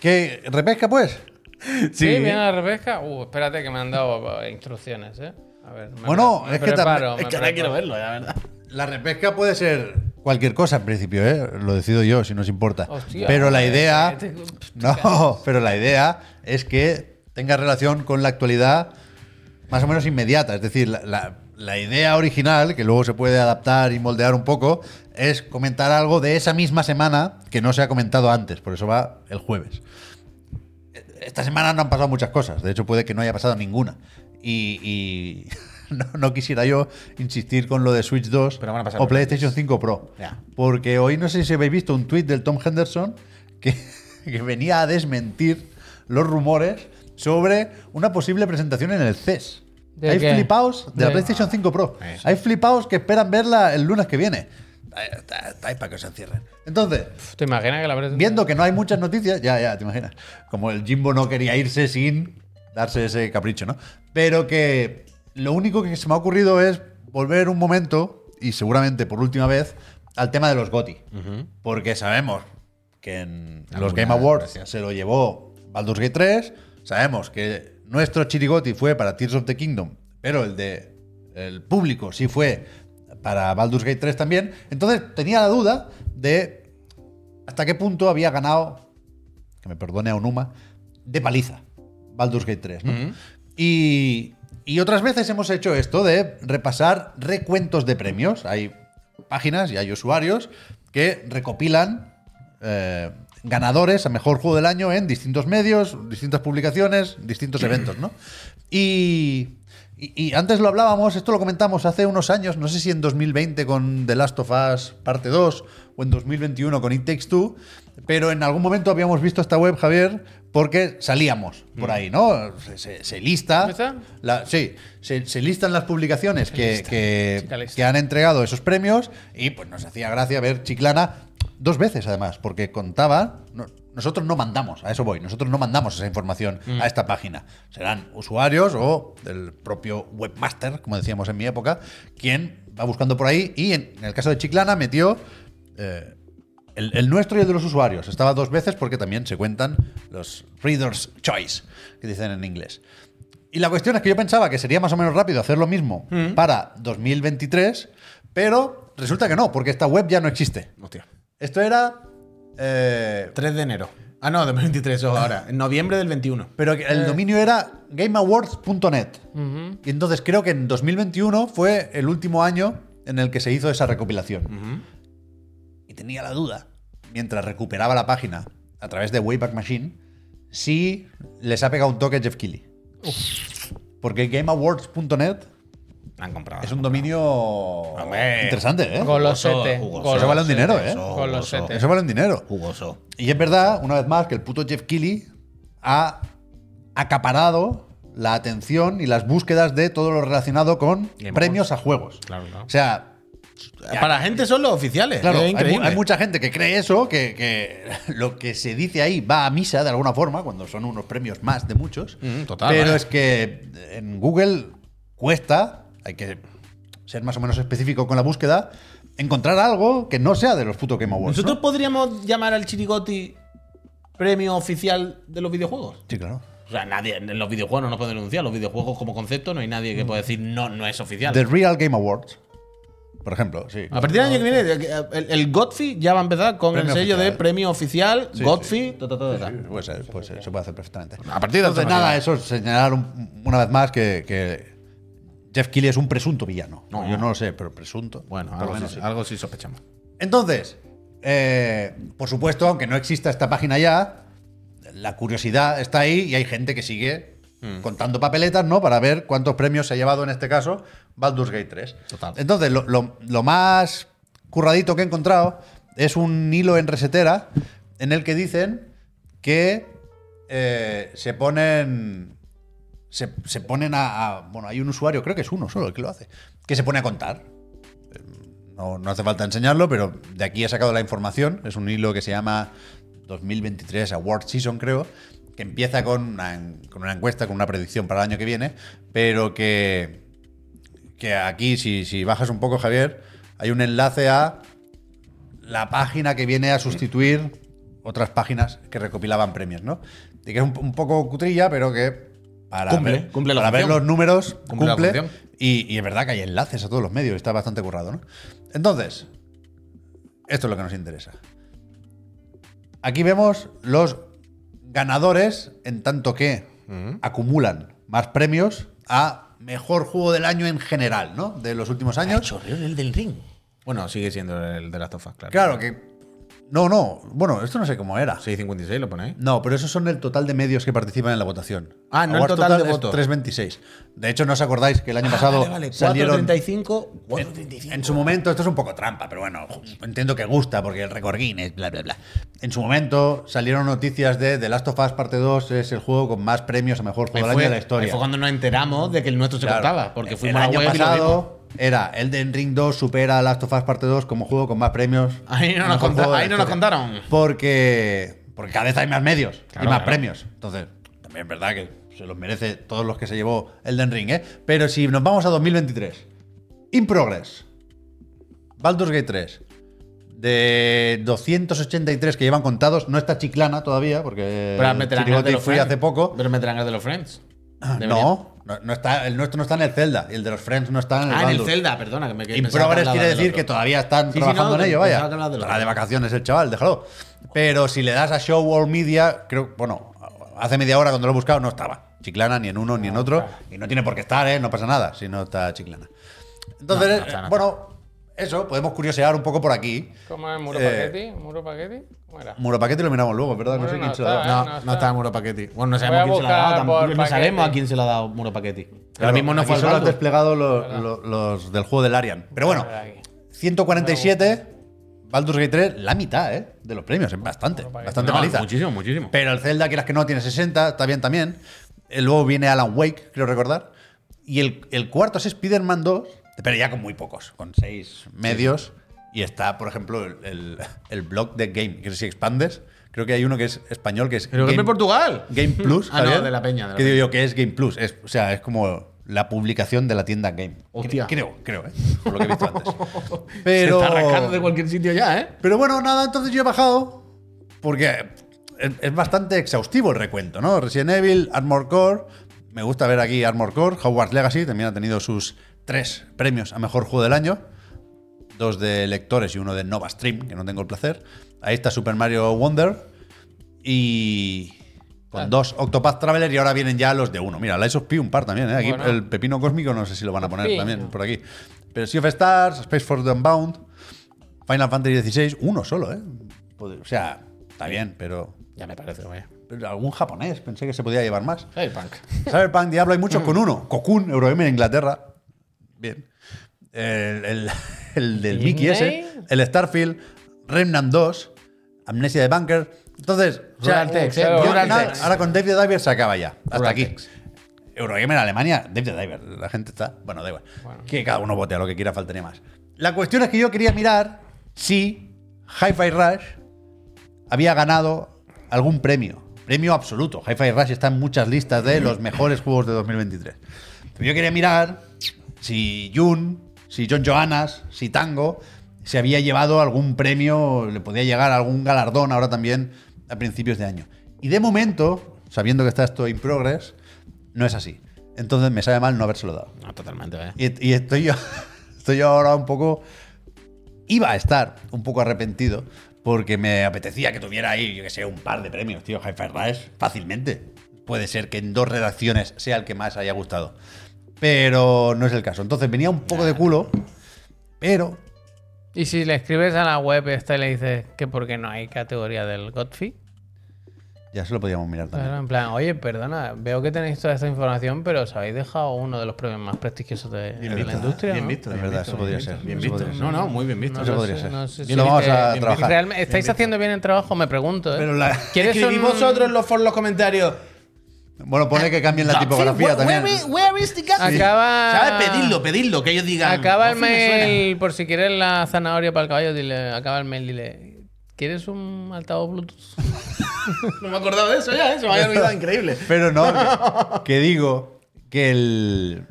S3: ¿Qué? ¿Repesca, pues?
S2: Sí,
S1: Sí, viene la repesca. Uh, espérate que me han dado eh, instrucciones, ¿eh? A ver. me
S3: Bueno,
S1: pre- me
S3: es que
S1: preparo,
S3: también-
S1: me
S2: Es que ahora
S1: preparo.
S2: quiero verlo, la verdad.
S3: La repesca puede ser cualquier cosa en principio, ¿eh? Lo decido yo, si nos importa.
S1: Hostia,
S3: pero la idea.
S1: eh, te-
S3: No, pero la idea es que tenga relación con la actualidad más o menos inmediata. Es decir, la, la- la idea original, que luego se puede adaptar y moldear un poco, es comentar algo de esa misma semana que no se ha comentado antes. Por eso va el jueves. Esta semana no han pasado muchas cosas. De hecho, puede que no haya pasado ninguna. Y. y No, no quisiera yo insistir con lo de Switch 2
S2: Pero van a pasar
S3: o
S2: cosas.
S3: PlayStation 5 Pro.
S2: Ya.
S3: Porque hoy no sé si habéis visto un tuit del Tom Henderson que, que venía a desmentir los rumores sobre una posible presentación en el CES.
S1: ¿De
S3: Hay
S1: qué?
S3: flipaos de
S1: De-
S3: la
S1: Ah,
S3: PlayStation 5 Pro.
S2: Eh.
S3: Hay flipaos que esperan verla el lunes que viene. Estáis para que se encierren. Entonces,
S1: ¿Te imaginas que la presentación?
S3: viendo que no hay muchas noticias, ya, ya, te imaginas. Como el Jimbo no quería irse sin darse ese capricho, ¿no? Pero que lo único que se me ha ocurrido es volver un momento, y seguramente por última vez, al tema de los GOTI. Porque sabemos que en los
S2: Alguna,
S3: Game Awards
S2: gracias.
S3: se lo llevó Baldur's Gate 3. Sabemos que nuestro Chirigoti fue para Tears of the Kingdom, pero el de el público sí fue para Baldur's Gate 3 también. Entonces tenía la duda de hasta qué punto había ganado, que me perdone a Onuma, de paliza Baldur's Gate 3. ¿no? y, y otras veces hemos hecho esto de repasar recuentos de premios. Hay páginas y hay usuarios que recopilan eh, ganadores a mejor juego del año en distintos medios, distintas publicaciones, distintos eventos, ¿no? Y, y- y antes lo hablábamos, esto lo comentamos hace unos años, no sé si en 2020 con The Last of Us parte 2 o en 2021 con It Takes Two, pero en algún momento habíamos visto esta web, Javier, porque salíamos por ahí, ¿no? Se, se- se lista.
S1: ¿Lista?
S3: la- sí, se, se listan las publicaciones que, que-
S1: chica lista.
S3: eh, que han entregado esos premios y pues nos hacía gracia ver Chiclana dos veces además, porque contaba, no- nosotros no mandamos, a eso voy, nosotros no mandamos esa información a esta página. Serán usuarios o el propio webmaster, como decíamos en mi época, quien va buscando por ahí y en, en el caso de Chiclana metió... eh, el, el nuestro y el de los usuarios. Estaba dos veces porque también se cuentan los Reader's Choice, que dicen en inglés. Y la cuestión es que yo pensaba que sería más o menos rápido hacer lo mismo para 2023, pero resulta que no, porque esta web ya no existe.
S2: Hostia.
S3: Esto era... eh,
S2: 3 de enero. Ah, no, 2023, ojo, ahora. En noviembre del 21.
S3: pero que el dominio era gameawards.net.
S1: Ujú.
S3: Y entonces creo que en 2021 fue el último año en el que se hizo esa recopilación. Y tenía la duda, mientras recuperaba la página a través de Wayback Machine, si les ha pegado un toque Jeff Keighley. Porque GameAwards.net
S2: Han comprado.
S3: es un dominio
S2: Hombre.
S3: interesante, ¿eh?
S1: Golosete.
S2: Jugoso,
S1: golosete.
S3: Eso vale un dinero, ¿eh?
S2: Jugoso,
S1: Golosete.
S3: Eso vale un dinero.
S2: Jugoso.
S3: Y es verdad, una vez más, que el puto Jeff Keighley ha acaparado la atención y las búsquedas de todo lo relacionado con
S2: Game
S3: premios a juegos.
S2: Claro, claro.
S3: O sea,
S2: Para la gente son los oficiales.
S3: claro,
S2: es
S3: hay, mu-
S2: increíble.
S3: hay mucha gente que cree eso, que, que lo que se dice ahí va a misa de alguna forma, cuando son unos premios más de muchos.
S2: Mm, total,
S3: pero
S2: vale.
S3: es que en Google cuesta, hay que ser más o menos específico con la búsqueda, encontrar algo que no sea de los putos Game Awards. ¿no?
S2: Nosotros podríamos llamar al Chirigoti premio oficial de los videojuegos.
S3: Sí, claro.
S2: O sea, nadie, en los videojuegos no nos pueden denunciar. Los videojuegos como concepto no hay nadie que pueda decir no, no es oficial.
S3: The Real Game Awards, por ejemplo, sí.
S2: a partir del año que viene, el, el Godfrey ya va a empezar con
S3: Premio
S2: el sello
S3: oficial.
S2: de premio oficial,
S3: Sí,
S2: Godfrey.
S3: sí.
S2: ta, ta, ta, ta, ta.
S3: Sí, pues, Puede ser, puede ser, eh, se puede hacer perfectamente.
S2: A partir de
S3: Entonces,
S2: otra
S3: nada,
S2: manera.
S3: eso es señalar un- una vez más que, que Jeff Keighley es un presunto villano.
S2: No.
S3: Yo no lo sé, pero presunto.
S2: Bueno,
S3: por lo
S2: algo,
S3: menos
S2: sí,
S3: sí.
S2: algo sí sospechamos.
S3: Entonces, eh, por supuesto, aunque no exista esta página ya, la curiosidad está ahí y hay gente que sigue contando papeletas, ¿no? Para ver cuántos premios se ha llevado en este caso Baldur's Gate 3.
S2: Total.
S3: Entonces, lo, lo- lo más curradito que he encontrado es un hilo en resetera en el que dicen que eh, se ponen. Se, se ponen a, a- Bueno, hay un usuario, creo que es uno solo el que lo hace, que se pone a contar. Eh, No, no hace falta enseñarlo, pero de aquí he sacado la información. Es un hilo que se llama 2023 Award Season, creo, que empieza con una, en- con una encuesta, con una predicción para el año que viene, pero que que aquí, si, si bajas un poco, Javier, hay un enlace a la página que viene a sustituir otras páginas que recopilaban premios, ¿no? Y que es un, un poco cutrilla, pero que para,
S2: Cumple,
S3: ver,
S2: cumple la
S3: para ver
S2: función.
S3: los números
S2: Cumple
S3: cumple.
S2: la función.
S3: y, y es verdad que hay enlaces a todos los medios, está bastante currado, ¿no? Entonces, esto es lo que nos interesa. Aquí vemos los ganadores en tanto que acumulan más premios a mejor juego del año en general, ¿no? De los últimos años.
S2: el del ring. Bueno, sigue siendo el de las tofas, claro.
S3: Claro que. No, no. Bueno, esto no sé cómo era.
S2: 6.56 lo ¿eh? ponéis.
S3: No, pero esos son el total de medios que participan en la votación.
S2: Ah, no el
S3: Awards
S2: total de
S3: es
S2: votos. Ah,
S3: 326. De hecho, no os acordáis que el año pasado salieron.
S2: 4.35.
S3: En su momento, esto es un poco trampa, pero bueno, ju- entiendo que gusta porque el récord Guinness, bla, bla, bla. En su momento salieron noticias de The Last of Us Parte 2 es el juego con más premios a mejor juego del año de la historia.
S2: Ahí fue cuando nos enteramos de que el nuestro se
S3: Claro.
S2: contaba. Porque fuimos a la
S3: el año
S2: web y lo vimos.
S3: pasado era Elden Ring 2 supera a Last of Us Parte 2 como juego con más premios.
S2: Ahí no nos
S3: Mejor
S2: conta-
S3: juego de la
S2: ahí no nos
S3: historia.
S2: contaron.
S3: Porque, porque cada vez hay más medios
S2: Claro,
S3: y más
S2: claro.
S3: premios. Entonces, también es verdad que se los merece todos los que se llevó Elden Ring, ¿eh? Pero si nos vamos a 2023, In Progress, Baldur's Gate 3, de 283 que llevan contados, no está chiclana todavía porque
S2: Pero meterán el
S3: Chirigoti
S2: de los
S3: fui
S2: Friends.
S3: hace poco. Ah,
S2: Pero meterán el de los Friends. Debería.
S3: No, no, no está, el nuestro no está en el Zelda y el de los Friends no está en el
S2: Ah, en el
S3: Baldur.
S2: Zelda, perdona. Que me, que
S3: In
S2: pensaba que
S3: Progress
S2: hablaba
S3: quiere
S2: del
S3: decir
S2: otro.
S3: que todavía están
S2: Sí, sí,
S3: trabajando
S2: no,
S3: en ello,
S2: pensaba
S3: vaya.
S2: que hablabas del
S3: Estará
S2: otro.
S3: de vacaciones el chaval, déjalo. Pero si le das a Show All Media, creo, bueno, hace media hora cuando lo he buscado no estaba. Chiclana ni en uno
S2: Ah,
S3: ni en otro. Y no tiene por qué estar, ¿eh? No pasa nada si no está Chiclana. Entonces,
S2: No, no pasa nada.
S3: bueno, eso, podemos curiosear un poco por aquí.
S1: ¿Cómo es Muro
S3: Eh,
S1: Paquetti? ¿Muro Paquetti? ¿Cómo era?
S3: Muro Paquete lo miramos luego, es ¿verdad? No
S1: Bueno,
S3: sé
S1: no
S3: quién se lo
S1: está,
S3: ha
S1: ¿eh?
S2: No,
S3: dado.
S1: No
S2: no,
S1: está.
S2: está Muro Paquetti. Bueno,
S1: Voy
S2: no
S1: a
S2: sabemos quién se lo ha
S1: buscar
S2: dado. tampoco.
S1: por
S2: No sabemos
S1: Paquetti.
S2: a quién se lo ha dado Muro Paquetti.
S3: Claro,
S2: Ahora mismo no
S3: aquí
S2: fue al
S3: solo has
S2: Baldur.
S3: desplegado lo- lo- los del juego del Arian. Pero bueno,
S1: A ver aquí.
S3: 147, Baldur's Gate 3, la mitad, ¿eh? De los premios, es bastante, bastante
S2: No,
S3: paliza.
S2: Muchísimo, muchísimo.
S3: Pero el Zelda, quieras que no, tiene 60, está bien también. Eh, Luego viene Alan Wake, creo recordar. Y el, el cuarto es Spider-Man 2, pero ya con muy pocos, con seis medios. Y está, por ejemplo, el, el, el blog de Game, que si expandes, creo que hay uno que es español, que es
S2: Pero
S3: Game,
S2: Game Portugal.
S3: Game Plus.
S2: Ah, no,
S3: Javier,
S2: de la peña, de la
S3: que digo yo que es Game Plus. Es, o sea, es como la publicación de la tienda Game.
S2: Hostia.
S3: Creo, creo, ¿eh? Por lo que he visto antes.
S2: Se
S3: Pero,
S2: está arrancando de cualquier sitio ya, ¿eh?
S3: pero bueno, nada, entonces yo he bajado. Porque es, es bastante exhaustivo el recuento, ¿no? Resident Evil, Armor Core. Me gusta ver aquí Armor Core. Hogwarts Legacy también ha tenido sus tres premios a mejor juego del año. Dos de lectores y uno de Nova Stream, que no tengo el placer. Ahí está Super Mario Wonder. Y. Con dos Octopath Traveler y ahora vienen ya los de uno. Mira, Lies of P un par también, ¿eh? Aquí
S1: Bueno.
S3: el pepino cósmico no sé si lo van a poner
S1: Sí.
S3: también por aquí. Pero Sea of Stars, Space Force the Unbound, Final Fantasy XVI, uno solo, ¿eh? Pod- O sea, está bien, pero,
S2: Ya me parece, vaya.
S3: pero algún japonés, pensé que se podía llevar más.
S2: Hey, punk.
S3: Cyberpunk, Diablo, hay muchos con uno. Cocoon, EuroM en Inglaterra. Bien. El, el- el del Mickey ese.
S1: Disney.
S3: El Starfield, Remnant 2, Amnesia de Bunker. Entonces, o sea,
S2: Rural Tex,
S1: eh,
S3: yo-
S1: Rural
S3: nada,
S1: Tex.
S3: ahora con Dave the Diver se acaba ya. Hasta
S2: Rural
S3: aquí.
S2: Tex.
S3: Eurogame en Alemania, Dave the Diver. La gente está. Bueno, da igual. Que cada uno vote a lo que quiera, faltaría más. La cuestión es que yo quería mirar si Hi-Fi Rush había ganado algún premio. Premio absoluto. Hi-Fi Rush está en muchas listas de los mejores juegos de 2023. Pero yo quería mirar si Jun, si John Johannes, si Tango se había llevado algún premio, le podía llegar algún galardón ahora también a principios de año. Y de momento, sabiendo que está esto in progress, no es así. Entonces me sabe mal no habérselo dado.
S2: No, totalmente, ¿eh? vaya.
S3: Y, y estoy yo. Estoy yo ahora un poco. Iba a estar un poco arrepentido. Porque me apetecía que tuviera ahí, yo que sé, un par de premios, tío. Hi-Fi Rush, fácilmente. Puede ser que en dos redacciones sea el que más haya gustado. Pero no es el caso. Entonces venía un poco de culo. Pero.
S1: Y si le escribes a la web esta y le dices que por qué no hay categoría del Godfrey,
S3: Ya se lo podíamos mirar también.
S1: Claro, en plan, oye, perdona, veo que tenéis toda esta información, pero os habéis dejado uno de los premios más prestigiosos de, de la
S3: ¿eh?
S1: industria.
S4: Bien
S1: ¿no?
S4: visto.
S3: Es
S4: bien
S3: verdad,
S4: visto,
S3: eso podría
S4: bien
S3: ser.
S4: visto, bien
S3: Eso
S4: visto.
S3: podría ser.
S4: No, no, muy bien visto.
S1: No
S3: Eso
S1: lo
S3: podría
S1: sé,
S3: ser.
S1: no sé
S3: Y
S1: si
S3: lo vamos
S1: te-
S3: a
S1: bien
S3: trabajar.
S1: realmente- ¿Estáis haciendo bien el trabajo? Me pregunto, ¿eh?
S3: Pero la-
S1: ¿Quieres
S2: Escribid
S1: un-
S2: vosotros los, for- los comentarios.
S3: Bueno, pone que cambien la tipografía
S2: Where-
S3: también.
S2: Where, where is the gap?
S1: Acaba-
S2: ¿Sabes? Pedidlo, pedidlo, que ellos digan.
S1: Acaba el
S2: "Por fin me suena".
S1: mail, por si quieres la zanahoria para el caballo, dile, acaba el mail, dile, ¿quieres un altavoz Bluetooth?
S2: No me he acordado de eso ya, eso me había olvidado, increíble.
S3: Pero no, que, que digo que el.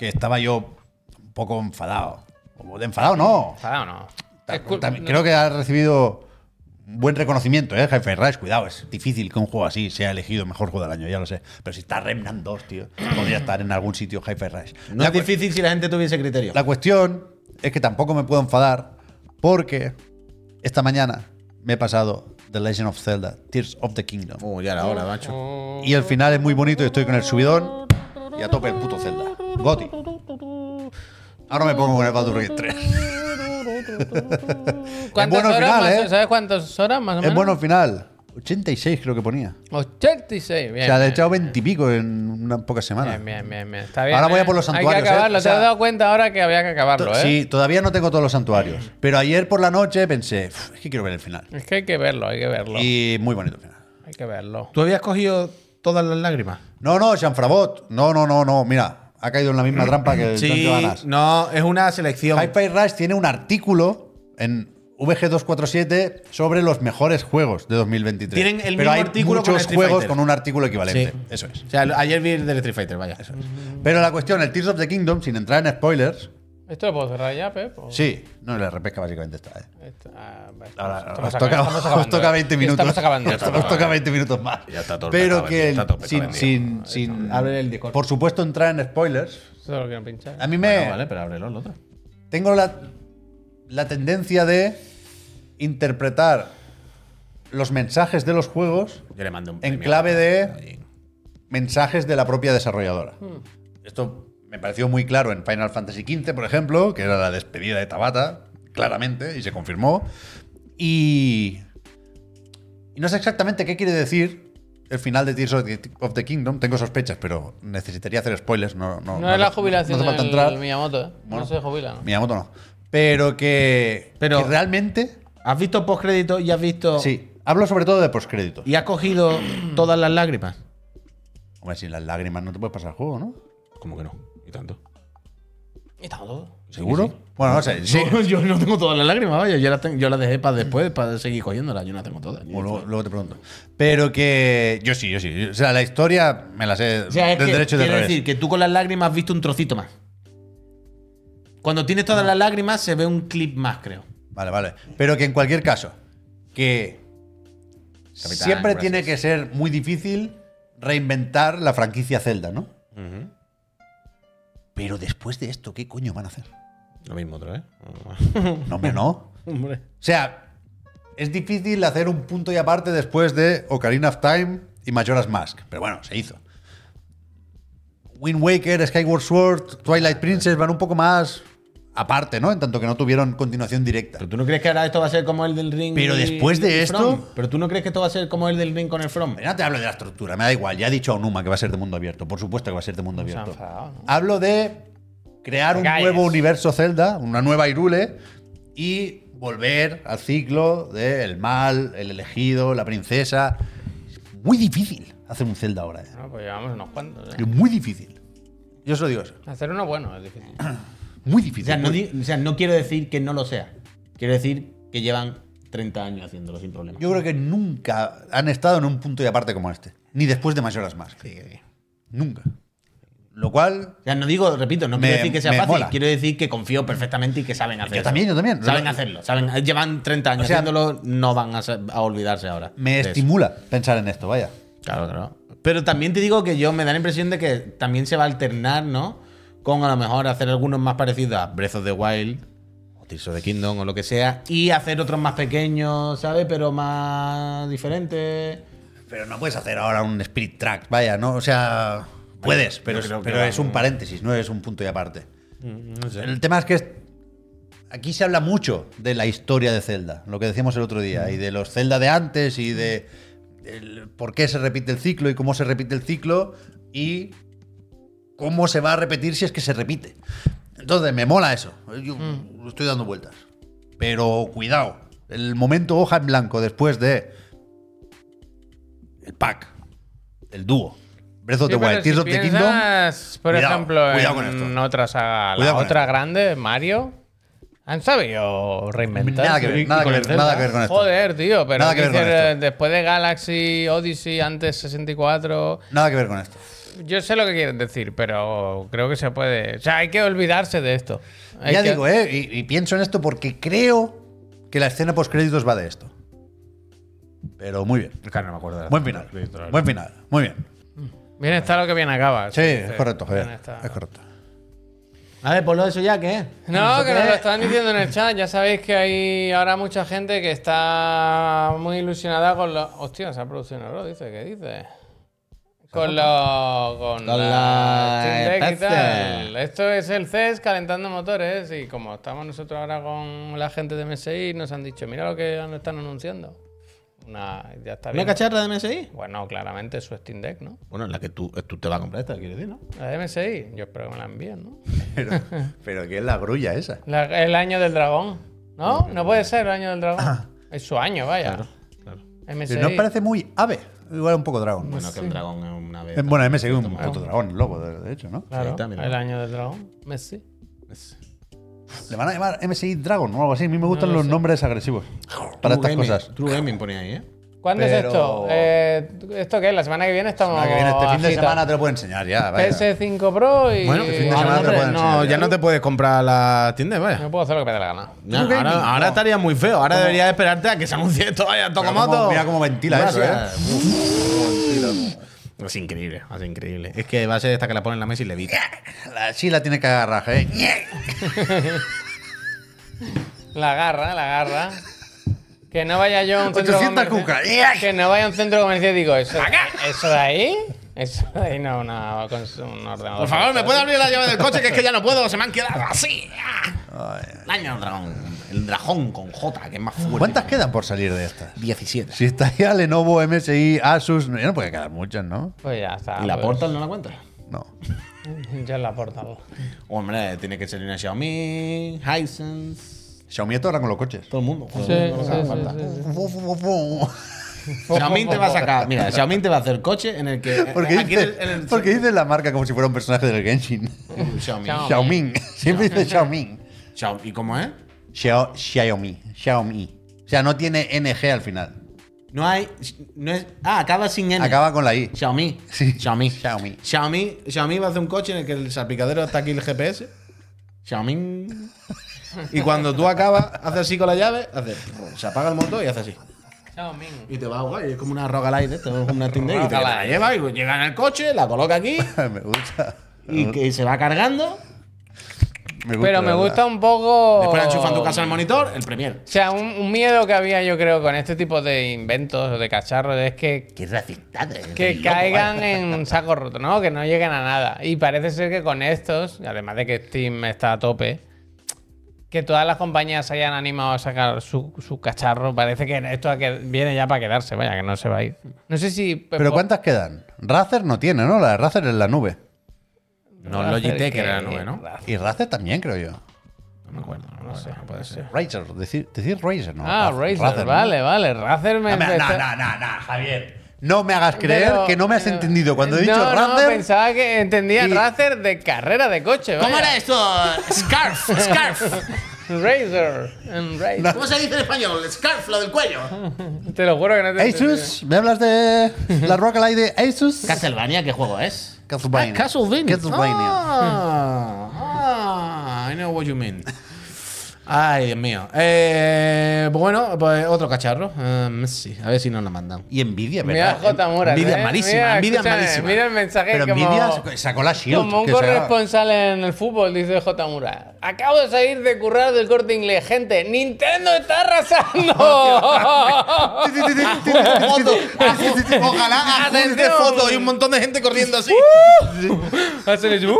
S3: que estaba yo un poco enfadado. O de enfadado Ah, no.
S1: Ojalá o no. Es cul-
S3: También creo que ha recibido un buen reconocimiento, ¿eh? Jefe Rice, cuidado, es difícil que un juego así sea elegido mejor juego del año, ya lo sé. Pero si está Remnant 2, tío, podría estar en algún sitio Jefe Rice.
S2: No
S3: La
S2: es
S3: cu-
S2: difícil si la gente tuviese criterio.
S3: La cuestión es que tampoco me puedo enfadar porque esta mañana me he pasado The Legend of Zelda, Tears of the Kingdom.
S2: Oh, ya era hora, macho.
S3: Y el final es muy bonito y estoy con el subidón. Y a tope el puto Zelda. Goti. Ahora me pongo con el Baldur's Gate 3.
S1: ¿Cuántas
S3: bueno
S1: horas
S3: al final,
S1: más-
S3: ¿eh?
S1: ¿Sabes cuántas horas más o menos?
S3: Es bueno el final. 86 creo que ponía.
S1: 86, bien.
S3: o sea, le he
S1: bien,
S3: echado 20 y pico en unas pocas semanas.
S1: Bien, bien, bien, bien. Está bien.
S3: Ahora voy a
S1: ¿eh?
S3: por los
S1: Hay
S3: santuarios,
S1: que
S3: ¿eh?
S1: acabarlo.
S3: O sea-
S1: Te has dado cuenta ahora que había que acabarlo, ¿eh?
S3: Sí, todavía no tengo todos los santuarios. Pero ayer por la noche pensé, "Uf, es que quiero ver el final.
S1: Es que hay que verlo, hay que verlo.
S3: Y muy bonito el final.
S1: Hay que verlo.
S2: ¿Tú habías cogido todas las lágrimas?
S3: No, no, Chanfrabot. No, no, no, no. Mira, ha caído en la misma trampa que el
S2: Sí,
S3: Don Johannes.
S2: no, es una selección.
S3: Hi-Fi Rush tiene un artículo en VG247 sobre los mejores juegos de 2023.
S2: Tienen el
S3: Pero
S2: mismo
S3: hay
S2: artículo con
S3: muchos
S2: Street
S3: juegos
S2: Fighter.
S3: con un artículo equivalente.
S2: Sí.
S3: Eso es.
S2: O sea, ayer vi el del Street Fighter, vaya.
S3: Pero la cuestión, el Tears of the Kingdom, sin entrar en spoilers,
S1: ¿Esto lo puedo cerrar ya, Pep? ¿O-
S3: sí, no la repesca básicamente está. ¿eh?
S1: Esto- ah, vale, estamos
S3: Ahora, os,
S1: acabando,
S3: toca,
S1: estamos
S3: os
S1: acabando,
S3: toca
S1: ¿eh?
S3: 20 minutos.
S1: Estamos acabando.
S3: Os toca 20 minutos más.
S4: Ya está todo el
S3: Pero
S4: pecado
S3: que el-
S4: vendido, está todo el
S3: sin,
S4: pecado
S3: sin, sin-
S2: Abre el Discord.
S3: Por supuesto, entrar en spoilers.
S1: Solo quiero pinchar.
S3: A mí me.
S2: No, vale, pero ábrelo, el otro.
S3: tengo la, la tendencia de interpretar los mensajes de los juegos
S2: Yo le mando un
S3: en
S2: premio.
S3: clave de mensajes de la propia desarrolladora.
S1: Hmm.
S3: Esto me pareció muy claro en Final Fantasy XV, por ejemplo, que era la despedida de Tabata, claramente, y se confirmó. Y, y no sé exactamente qué quiere decir el final de Tears of the, of the Kingdom. Tengo sospechas, pero necesitaría hacer spoilers. No, no,
S1: No,
S3: no-
S1: es la
S3: no-
S1: jubilación
S3: no hace falta
S1: del
S3: entrar.
S1: Miyamoto, ¿eh?
S3: Bueno.
S1: No se jubila, ¿no?
S3: Miyamoto no. Pero que,
S2: Pero-
S3: que realmente.
S2: ¿Has visto postcrédito y has visto.
S3: Sí, hablo sobre todo de postcréditos.
S2: ¿Y has cogido todas las lágrimas?
S3: Hombre, sin las lágrimas no te puedes pasar el juego, ¿no?
S4: ¿Cómo que no? ¿Y tanto?
S1: Y todo.
S3: ¿Seguro? Bueno, no sé. Sí.
S2: yo no tengo todas las lágrimas, vaya. Yo las, tengo- yo las dejé para después, para seguir cogiéndolas. Yo no las tengo todas.
S3: O luego, luego te pregunto. Pero que. Yo sí, yo sí. O sea, la historia me la sé
S2: O sea, es
S3: del
S2: que,
S3: derecho y del
S2: quiero
S3: revés.
S2: decir que tú con las lágrimas has visto un trocito más. Cuando tienes todas las lágrimas se ve un clip más, creo.
S3: Vale, vale. Pero que en cualquier caso, que.
S2: Capitán,
S3: siempre
S2: gracias.
S3: tiene que ser muy difícil reinventar la franquicia Zelda, ¿no? Pero después de esto, ¿qué coño van a hacer?
S4: Lo mismo otra vez.
S3: No, hombre, no.
S4: Hombre.
S3: O sea, es difícil hacer un punto y aparte después de Ocarina of Time y Majora's Mask. Pero bueno, se hizo. Wind Waker, Skyward Sword, Twilight Princess van un poco más aparte, ¿no? En tanto que no tuvieron continuación directa.
S2: Pero tú no crees que ahora esto va a ser como el del ring.
S3: Pero
S2: y-
S3: después de
S2: y
S3: esto-
S2: From? Pero tú no crees que esto va a ser como el del ring con el From.
S3: Ya no te hablo de la estructura, me da igual. Ya ha dicho Onuma que va a ser de mundo abierto. Por supuesto que va a ser de mundo
S1: Se ha
S3: abierto.
S1: enfadado, ¿no?
S3: Hablo de crear un
S1: Calles.
S3: nuevo universo Zelda, una nueva Irule, y volver al ciclo del mal, el elegido, la princesa. Es muy difícil hacer un Zelda ahora. ¿eh?
S1: No, pues llevamos unos cuantos. ¿eh?
S3: Es muy difícil. Yo solo digo eso.
S1: Hacer uno bueno es difícil.
S3: Muy
S2: O
S3: difícil.
S2: sea, no,
S3: Muy-
S2: di- o sea, no quiero decir que no lo sea. Quiero decir que llevan 30 años haciéndolo sin problema.
S3: Yo creo que nunca han estado en un punto y aparte como este. Ni después de Majora's Mask. Nunca. Lo cual
S2: O sea, no digo, repito, no
S3: Me-
S2: quiero decir que sea
S3: me
S2: fácil.
S3: mola.
S2: Quiero decir que confío perfectamente y que saben hacerlo.
S3: también, yo también.
S2: Saben hacerlo. Saben, llevan 30 años
S3: O sea,
S2: haciéndolo, no van a, ser- a olvidarse ahora.
S3: me
S2: de eso.
S3: estimula pensar en esto, vaya.
S2: Claro, claro. Pero también te digo que yo me da la impresión de que también se va a alternar, ¿no? Con a lo mejor hacer algunos más parecidos a Breath of the Wild, o Tears of the Kingdom, o lo que sea, y hacer otros más pequeños, ¿sabes? Pero más diferentes.
S3: Pero no puedes hacer ahora un spirit track, vaya, ¿no? O sea, puedes, pero, es,
S2: creo que
S3: pero
S2: va-
S3: es un paréntesis, no es un punto y aparte.
S2: No sé.
S3: El tema es que es- aquí se habla mucho de la historia de Zelda, lo que decíamos el otro día, y de los Zelda de antes y de el por qué se repite el ciclo y cómo se repite el ciclo y cómo se va a repetir si es que se repite. Entonces, me mola eso. Yo
S1: Mm.
S3: estoy dando vueltas. Pero cuidado. El momento hoja en blanco después de el pack, el dúo, Breath of
S1: Sí,
S3: the
S1: pero
S3: Wild,
S1: si
S3: Tears of the Kingdom.
S1: piensas, por
S3: cuidado,
S1: ejemplo,
S3: cuidado con
S1: en
S3: esto.
S1: otra saga,
S3: Cuidado
S1: la
S3: con
S1: otra
S3: esto.
S1: grande, Mario, han sabido reinventar.
S3: Nada que ver, nada que ver, nada que ver con esto.
S1: Joder, tío, pero
S3: Nada que ver con
S1: dices,
S3: esto.
S1: después de Galaxy, Odyssey, antes 64,
S3: Nada que ver con esto.
S1: yo sé lo que quieren decir, pero creo que se puede. O sea, hay que olvidarse de esto. Hay
S3: ya
S1: que-
S3: digo, ¿eh? Y, y pienso en esto porque creo que la escena post-créditos va de esto. Pero muy bien.
S4: Es que no me acuerdo. de la-
S3: Buen final.
S4: de- de-
S3: Buen final. Muy bien.
S1: Bien está lo que bien acaba.
S3: Sí,
S1: Sí,
S3: es correcto,
S1: bien
S3: Javier.
S1: está.
S3: Es correcto.
S2: A ver, ponlo eso ya, ¿qué?
S1: No, que nos lo están diciendo en el chat. Ya sabéis que hay ahora mucha gente que está muy ilusionada con los. Hostia, se ha producido un error, dice. ¿Qué dice? Con los. Con,
S2: Con
S1: la
S2: la
S1: Steam Deck y
S2: PC.
S1: tal. Esto es el CES calentando motores. Y como estamos nosotros ahora con la gente de MSI, nos han dicho: mira lo que nos están anunciando. Una. Ya está
S2: ¿Una
S1: bien.
S2: cacharra de MSI?
S1: Bueno, claramente su Steam Deck, ¿no?
S4: Bueno, la que tú, tú te vas a comprar esta, quiero decir, ¿no?
S1: La de MSI. Yo espero que me la envíen, ¿no?
S3: Pero, pero que es la grulla esa.
S1: La- el año del dragón. ¿No? No puede ser el año del dragón. Es su año, vaya.
S4: Claro.
S1: MSI.
S3: Pero no parece muy ave. Igual un poco dragón.
S4: Bueno, que el dragón es una vez.
S3: Eh, Bueno, MSI es un puto dragón, el lobo, de, de hecho, ¿no?
S1: Claro,
S4: Ahí está, mira.
S1: el año del dragón. Messi.
S3: Le van a llamar MSI Dragon o algo así. A mí me gustan los nombres agresivos para estas cosas.
S4: True Gaming ponía ahí, ¿eh?
S1: ¿Cuándo es
S3: Pero-
S1: esto? Eh, ¿Esto qué? La semana que viene estamos.
S3: La que viene este fin de
S1: agita.
S3: semana te lo puedo enseñar ya. vaya.
S1: PS5 Pro y.
S3: Bueno, este fin de
S1: Ah,
S3: semana
S1: no,
S3: te lo
S1: hombre,
S3: pueden
S1: no,
S3: enseñar,
S2: No, ya no te puedes comprar la tienda, vaya.
S1: no puedo hacer lo que me dé la gana.
S4: Ya,
S3: True Gaming,
S4: ahora, ahora
S3: no.
S4: estaría muy feo.
S2: Ahora
S4: Ahora debería.
S2: deberías esperarte a que se anuncie esto, vaya,
S3: Mira cómo-
S2: Tocomoto.
S3: Mira cómo ventila eso, ¿eh?
S4: Es increíble, es increíble. ¿eh? Es que va a ser esta que la pone en la mesa y levita.
S3: La- sí la tiene que agarrar, ¿eh?
S1: La garra, la garra. Que no vaya yo a un centro
S3: 800
S1: comercial.
S3: cucas.
S1: Que no vaya a un centro comercial y digo, ¿eso, eso de ahí? Eso de ahí no, una, con su- un ordenador. Pues
S2: Por favor, ¿me puede abrir la llave del coche? Que es que ya no puedo, se me han quedado así.
S4: Año del Ah. dragón. El dragón con J, que es más fuerte.
S3: ¿Cuántas quedan por salir de estas?
S4: 17.
S3: Si está ya Lenovo, MSI, Asus, no, ya no puede quedar muchas, ¿no?
S1: Pues ya está.
S2: Ah,
S4: ¿Y la
S1: pues,
S4: Portal no la cuenta?
S3: No.
S1: Ya es la portal.
S4: Hombre, tiene que ser una Xiaomi, Hisense,
S3: Xiaomi está ahora con los coches.
S4: todo el mundo.
S1: Sí,
S4: Joder, no
S1: sí,
S4: nos hace falta.
S1: sí, sí, sí.
S3: Fu, fu, fu, fu.
S4: Xiaomi te va a sacar, mira, Xiaomi te va a hacer coche en el que.
S3: Porque
S4: aquí en
S3: dice,
S4: el- en el-
S3: porque dice la marca como si fuera un personaje del Genshin.
S4: Xiaomi.
S1: Xiaomi.
S3: Xiaomi. Siempre dice Xiaomi.
S4: Xiao- ¿Y cómo es?
S3: Xiao- Xiaomi. Xiaomi. O sea, no tiene NG al final.
S4: No hay. No es, ah, acaba sin N.
S3: Acaba con la I.
S4: Xiaomi.
S3: Sí.
S4: Xiaomi.
S3: Xiaomi.
S4: Xiaomi. Xiaomi va a hacer un coche en el que el salpicadero está aquí el GPS. Xiaomi. Y cuando tú acabas, haces así con la llave, hace, se apaga el motor y hace así.
S1: Chao, Ming.
S4: Y te va a jugar. Y es como una roguelite de esto, es como una Tinder. Y te te la
S1: Roguelite.
S4: lleva y llega en el coche, la coloca aquí
S3: me gusta.
S4: y que se va cargando.
S3: Me gusta,
S1: Pero
S3: la
S1: me
S3: verdad.
S1: gusta un poco.
S4: Después la enchufa en tu casa el monitor, el Premier.
S1: O sea, un, un miedo que había, yo creo, con este tipo de inventos o de cacharros es que,
S4: Qué racista. eres,
S1: que
S4: loco, eh.
S1: caigan
S4: vale.
S1: en saco roto, ¿no? Que no lleguen a nada. Y parece ser que con estos, y además de que Steam está a tope, que todas las compañías se hayan animado a sacar su, su cacharro, parece que esto ha qued- viene ya para quedarse, vaya, que no se va a ir. No sé si.
S3: Pero ¿cuántas quedan? Razer no tiene, ¿no? La de Razer es la nube.
S4: No, Logitech era la nube, ¿no?
S3: Y Razer también, creo yo.
S4: No me acuerdo, no, sé, no puede ser.
S3: Razer, decir, decir Razer, ¿no?
S1: Ah,
S3: Razer,
S1: Razer,
S3: Razer, ¿no?
S1: vale, vale. Razer me.
S3: No, me- no,
S1: empezó-
S3: no, no, no, Javier. No me hagas creer
S1: Pero-
S3: que no me has
S1: pero-
S3: entendido. Cuando he dicho
S1: no, no,
S3: Razer,
S1: pensaba que entendía
S3: y-
S1: Razer de carrera de coche.
S4: ¿Cómo
S1: vaya.
S4: era esto? Scarf, scarf.
S1: Razer. en Razer.
S4: ¿Cómo se dice en español? Scarf, lo del cuello.
S1: Te lo juro que no te entendía.
S3: Asus, me hablas de la Roca Light de Asus.
S4: Castlevania, ¿qué juego es?
S3: Castlevania.
S4: Ah, Castlevania.
S3: Castlevania.
S1: Ah.
S4: Ah, ah, I know what you mean. Ay, Dios mío. Eh, bueno, pues otro cacharro. Eh, sí, a ver si nos lo mandan.
S3: Y Nvidia,
S1: Mira
S3: ¿verdad?
S1: J. Mura.
S4: Envidia malísima, envidia malísima.
S1: Mira el mensaje
S3: Pero
S1: Eh, como,
S3: Nvidia sacó- sacó la Shield.
S1: como un
S3: que se haga-
S1: corresponsal en el fútbol, dice J. Mura. Acabo de salir de currar del corte inglés, gente. ¡Nintendo está arrasando!
S3: Ti, ti, ti, ti, ti, ti, ti, ti, ti.
S2: Ojalá
S3: este
S2: ajuste de
S1: Atención.
S2: fotos y un montón de gente corriendo así.
S1: Hacen el ¡uh!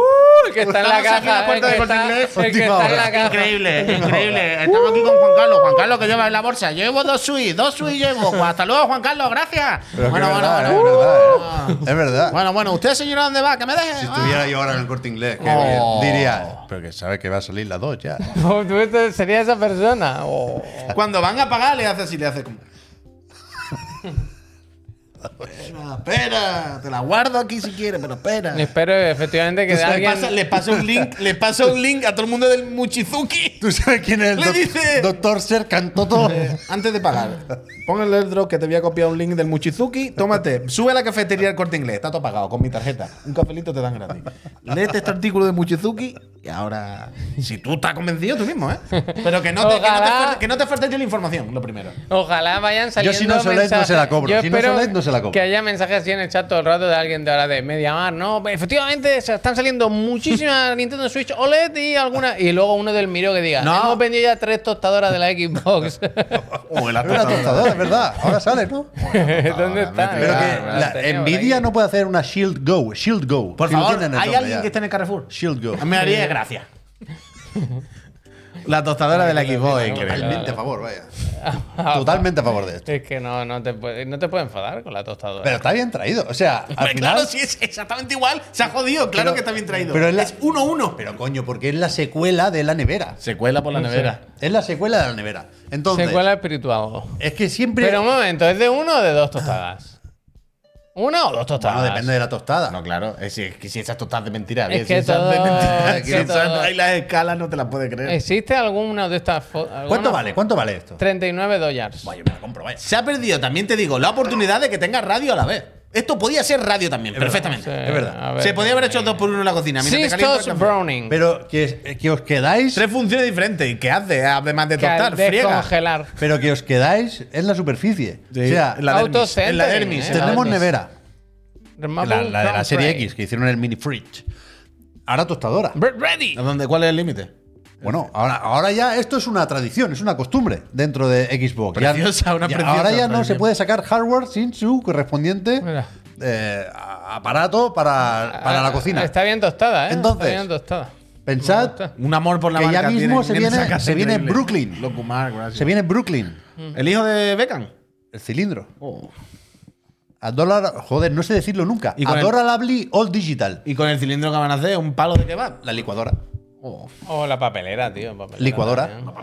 S1: el que está en la
S2: Estamos aquí en la
S1: caja.
S2: puerta
S1: el
S2: de
S1: que está- el que
S2: Corte Inglés,
S3: última
S1: está en
S3: hora.
S1: la caja.
S4: Increíble,
S2: Increíble. Estamos aquí con Juan Carlos. Juan Carlos que lleva en la bolsa. Llevo dos Swiss, dos Swiss llevo. Pues hasta luego, Juan Carlos, gracias.
S3: Pero
S2: bueno,
S3: que
S2: bueno,
S3: es verdad,
S2: bueno.
S3: es verdad, ¿eh? Es verdad.
S2: Bueno, bueno, usted, señora, ¿dónde va? Que me deje.
S3: si
S2: Ah.
S3: estuviera yo ahora en el corte inglés, que
S2: Oh.
S3: diría, pero que sabe que va a salir la 2 ya.
S1: Oh, tú este- sería esa persona. Oh.
S2: Cuando van a pagar, le hace así, le hace como. espera, espera, te la guardo aquí si quieres, pero espera.
S1: Espero efectivamente que
S2: Les
S1: alguien.
S2: pasa, les pasa un link, les pasa un link a todo el mundo del Muchizuki.
S3: ¿Tú sabes quién es el
S2: Le
S3: doc-
S2: dice-
S3: doctor Sercantoto?
S2: Antes de pagar, pon el airdrop que te voy a copiar un link del Muchizuki. Tómate, sube a la cafetería del corte inglés, está todo pagado con mi tarjeta. Un cafelito te dan gratis. Léete este artículo de Muchizuki y ahora, si tú estás convencido tú mismo, ¿eh? Pero que no te, que no te
S1: Ojalá.
S2: fuerte- que no te falte la información, lo primero.
S1: Ojalá vayan saliendo.
S3: si no soléis, no se
S1: mensajes.
S3: la cobro.
S1: Yo
S3: Si no
S1: espero
S3: soléis, no se la cobro.
S1: Que haya mensajes así en el chat todo el rato de alguien de ahora de media mar. No, efectivamente, se están saliendo muchísimas Nintendo Switch OLED y alguna. Y luego uno del Miro que diga:
S2: No.
S1: Hemos vendido ya tres tostadoras de la Xbox.
S3: O la tostadora, es verdad. Ahora sale, ¿no?
S1: ¿Dónde está?
S3: Pero
S1: Ya,
S3: que
S1: me las
S3: la
S1: Ah, tenía por
S3: Nvidia
S1: aquí.
S3: no puede hacer una Shield Go. Shield Go.
S2: Por
S3: Si lo
S2: favor,
S3: tienen en el
S2: ¿hay
S3: nombre
S2: alguien
S3: ya.
S2: que esté en el Carrefour? Eh,
S3: Shield Go.
S2: Ah, Me haría gracia. La tostadora de la Xbox, increíble.
S3: Totalmente a favor, vaya. Totalmente a favor de esto.
S1: Es que no, no te puedes no te puedes enfadar con la tostadora.
S3: Pero está bien traído. O sea, al
S2: Hombre, claro,
S3: final.
S2: sí, es exactamente igual. Se ha jodido, claro
S3: Pero-
S2: que está bien traído.
S3: pero es la-
S2: 1-1.
S3: Pero coño, porque es la secuela de la nevera.
S2: Se cuela por la nevera.
S3: Es la secuela de la nevera. Entonces,
S1: Secuela espiritual.
S3: es que siempre.
S1: Pero un momento, ¿es de uno o de dos tostadas? ¿Una o dos
S3: Ah. Bueno,
S1: tostadas?
S3: depende de la tostada.
S2: No, claro. Es, es que si esas tostadas de mentira.
S1: Es
S2: eh,
S1: que
S2: si esas
S1: todo-
S2: de mentira.
S1: es
S2: si
S1: que
S2: esas-
S1: todo-
S2: ahí las escalas no te las puedes creer.
S1: ¿Existe alguna de estas fotos?
S3: ¿Cuánto vale? ¿Cuánto vale esto?
S1: 39 dólares.
S3: Vaya, yo me la compro, vaya.
S2: Se ha perdido, también te digo, la oportunidad de que tengas radio a la vez. Esto podía ser radio también, perfectamente.
S1: Sí,
S3: es verdad.
S1: a ver.
S2: Se podía haber hecho dos por uno en la cocina. Mira, te caliento el
S1: Sistos
S2: café.
S1: Browning.
S3: Pero que, que os quedáis.
S2: Tres funciones diferentes. ¿Y qué hace? Además de
S1: Que al
S2: tostar, friega.
S1: descongelar.
S3: Pero que os quedáis en la superficie.
S2: Sí,
S3: o sea,
S2: en la dermis,
S1: Autocentering,
S2: en la dermis,
S1: eh.
S2: en la
S3: tenemos
S1: dermis.
S3: nevera.
S1: Remote
S3: La, la de la
S1: Control
S3: serie
S1: Frame.
S3: X, que hicieron el mini fridge. Ahora tostadora.
S1: Bird Ready.
S2: ¿A dónde? ¿Cuál es el límite?
S3: Bueno, ahora, ahora ya esto es una tradición, es una costumbre dentro de Xbox. Ya-
S2: Preciosa, una
S3: ya-
S2: preciosa
S3: ahora ya no
S2: tradición.
S3: se puede sacar hardware sin su correspondiente
S1: Mira.
S3: eh, a- aparato para, para
S2: Ah,
S3: la cocina.
S1: Ah, Está bien tostada, ¿eh?
S3: Entonces.
S1: Está bien tostada.
S3: Pensad
S1: gusta.
S2: Un amor por la
S3: que
S2: marca.
S3: ya mismo
S2: tienen
S3: se
S2: en
S3: viene,
S2: esa casa
S3: se viene
S2: increíble.
S3: Brooklyn.
S2: Locumar, gracias.
S3: Se viene Brooklyn,
S2: ¿El hijo de Beckham?
S3: el cilindro. A dólar, joder, no sé decirlo nunca.
S2: Oh. Y con el-
S3: Adorably All Digital.
S2: ¿Y con el cilindro que van a hacer? ¿Un palo de kebab?
S3: La licuadora.
S1: O la papelera, tío. papelera
S3: Licuadora.
S1: también.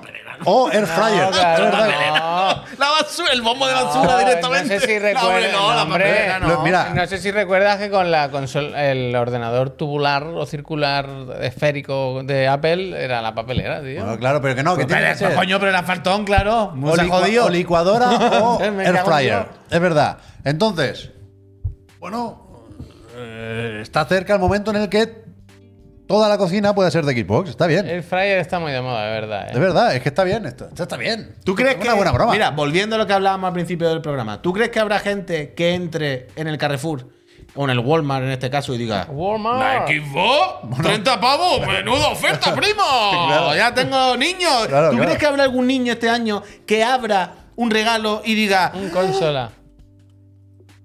S3: O Air Fryer.
S1: No, claro,
S3: Es verdad.
S1: no.
S2: La basura, el bombo de
S1: No,
S2: basura directamente.
S1: No sé si
S2: No, hombre,
S1: recuerdas,
S2: no, la papelera no.
S3: Lo- mira.
S1: no sé si recuerdas que con la consol- el ordenador tubular o circular esférico de Apple era la papelera, tío.
S3: Bueno, claro, pero que no, que tiene que
S2: Pero,
S3: ser.
S2: coño, pero el asfaltón, claro.
S3: O,
S2: se ha
S3: licua-
S2: jodido.
S3: o licuadora o
S1: Me
S3: air
S1: cago en
S3: fryer.
S1: Dios.
S3: Es verdad. Entonces, bueno, eh, está cerca el momento en el que toda la cocina puede ser de Xbox. Está bien.
S1: El fryer está muy de moda, de verdad. ¿eh?
S3: Es verdad, es que está bien esto. Esto está bien.
S2: ¿Tú crees
S3: Es
S2: que.?
S3: Una buena broma.
S2: Mira, volviendo a lo que hablábamos al principio del programa, ¿tú crees que habrá gente que entre en el Carrefour o en el Walmart en este caso y diga. "Ah,
S1: Walmart.
S2: ¿Xbox? ¡30 pavos! ¡Menuda oferta, primo! ¡Ya tengo niños!
S3: Claro,
S2: ¿Tú
S3: claro.
S2: crees que habrá algún niño este año que abra un regalo y diga.
S1: Un consola.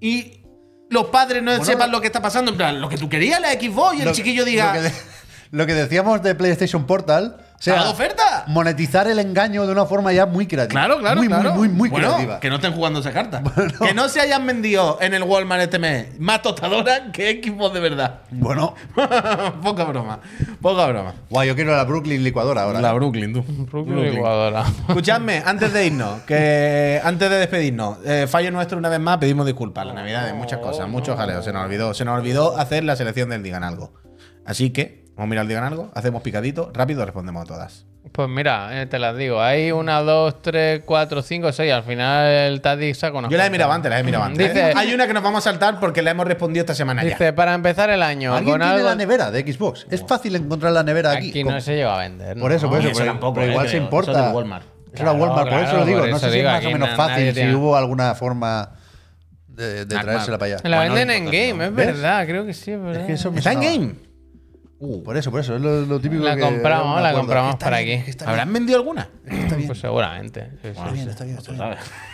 S2: y los padres no sepan
S3: lo-
S2: lo que está pasando. En plan, lo que tú querías, la Xbox, y el
S3: Lo-
S2: chiquillo diga.
S3: Lo que, de- lo que decíamos de PlayStation Portal. O
S2: "¿Está
S3: sea,
S2: de oferta!
S3: monetizar el engaño de una forma ya muy creativa.
S2: Claro, claro,
S3: muy, muy,
S2: claro.
S3: Muy, muy,
S2: Bueno,
S3: creativa.
S2: Que no estén jugando esa carta. Que no se hayan vendido en el Walmart este mes más tostadoras que Xbox de verdad.
S3: Bueno,
S2: poca broma. Poca broma.
S3: guau, yo quiero la Brooklyn licuadora ahora. ¿eh?
S2: Brooklyn, tú.
S1: Brooklyn licuadora.
S2: Escuchadme, antes de irnos, que antes de despedirnos, eh, fallo nuestro una vez más, pedimos disculpas. La Navidad de muchas cosas, muchos jaleos, se nos olvidó. Se nos olvidó hacer la selección del Digan Algo. Así que, vamos a mirar el Digan Algo, hacemos picadito, rápido respondemos a todas.
S1: Pues mira, eh, te las digo. Hay una, dos, tres, cuatro, cinco, seis. Al final el Taddy saca una.
S2: Yo las he mirado antes, las he mirado antes.
S1: Mm,
S2: ¿eh?
S1: Dice-
S2: Hay una que nos vamos a saltar porque la hemos respondido esta semana ya.
S1: Dice, para empezar el año.
S3: ¿Alguien
S1: con
S3: tiene
S1: algo...
S3: la nevera de Xbox? Es fácil encontrar la nevera aquí.
S1: Aquí, no se llegó a vender.
S3: Por eso, por
S2: y
S3: eso.
S2: eso
S3: pero-
S2: tampoco,
S3: pero
S2: eh,
S3: igual
S2: que
S3: se
S2: eso
S3: importa.
S2: del Walmart.
S3: Es la
S1: Claro,
S3: Walmart, por eso
S1: claro,
S3: lo digo.
S1: por
S3: no
S1: eso
S3: sé si es
S1: digo,
S3: más
S1: aquí
S3: o menos
S1: na- nadie
S3: fácil, si
S1: tiene-
S3: hubo alguna forma de, de
S2: Mac,
S3: traérsela para allá.
S1: La
S3: Bueno,
S1: venden en
S3: no
S1: game, es
S3: ¿Ves?
S1: verdad. Creo que sí, es verdad.
S3: Es que eso me
S2: Está en
S3: sonaba. Uh.
S2: game.
S3: Por eso, por eso. Es lo, lo típico
S1: La
S3: que.
S1: compramos,
S3: no me
S1: la
S3: acuerdo.
S1: compramos
S3: Está
S1: para
S3: bien,
S1: aquí.
S3: es que Está bien,
S2: ¿Habrán vendido alguna?
S3: está bien.
S1: Pues seguramente. sí, sí,
S3: Está
S1: sí.
S3: bien, está bien, está bien.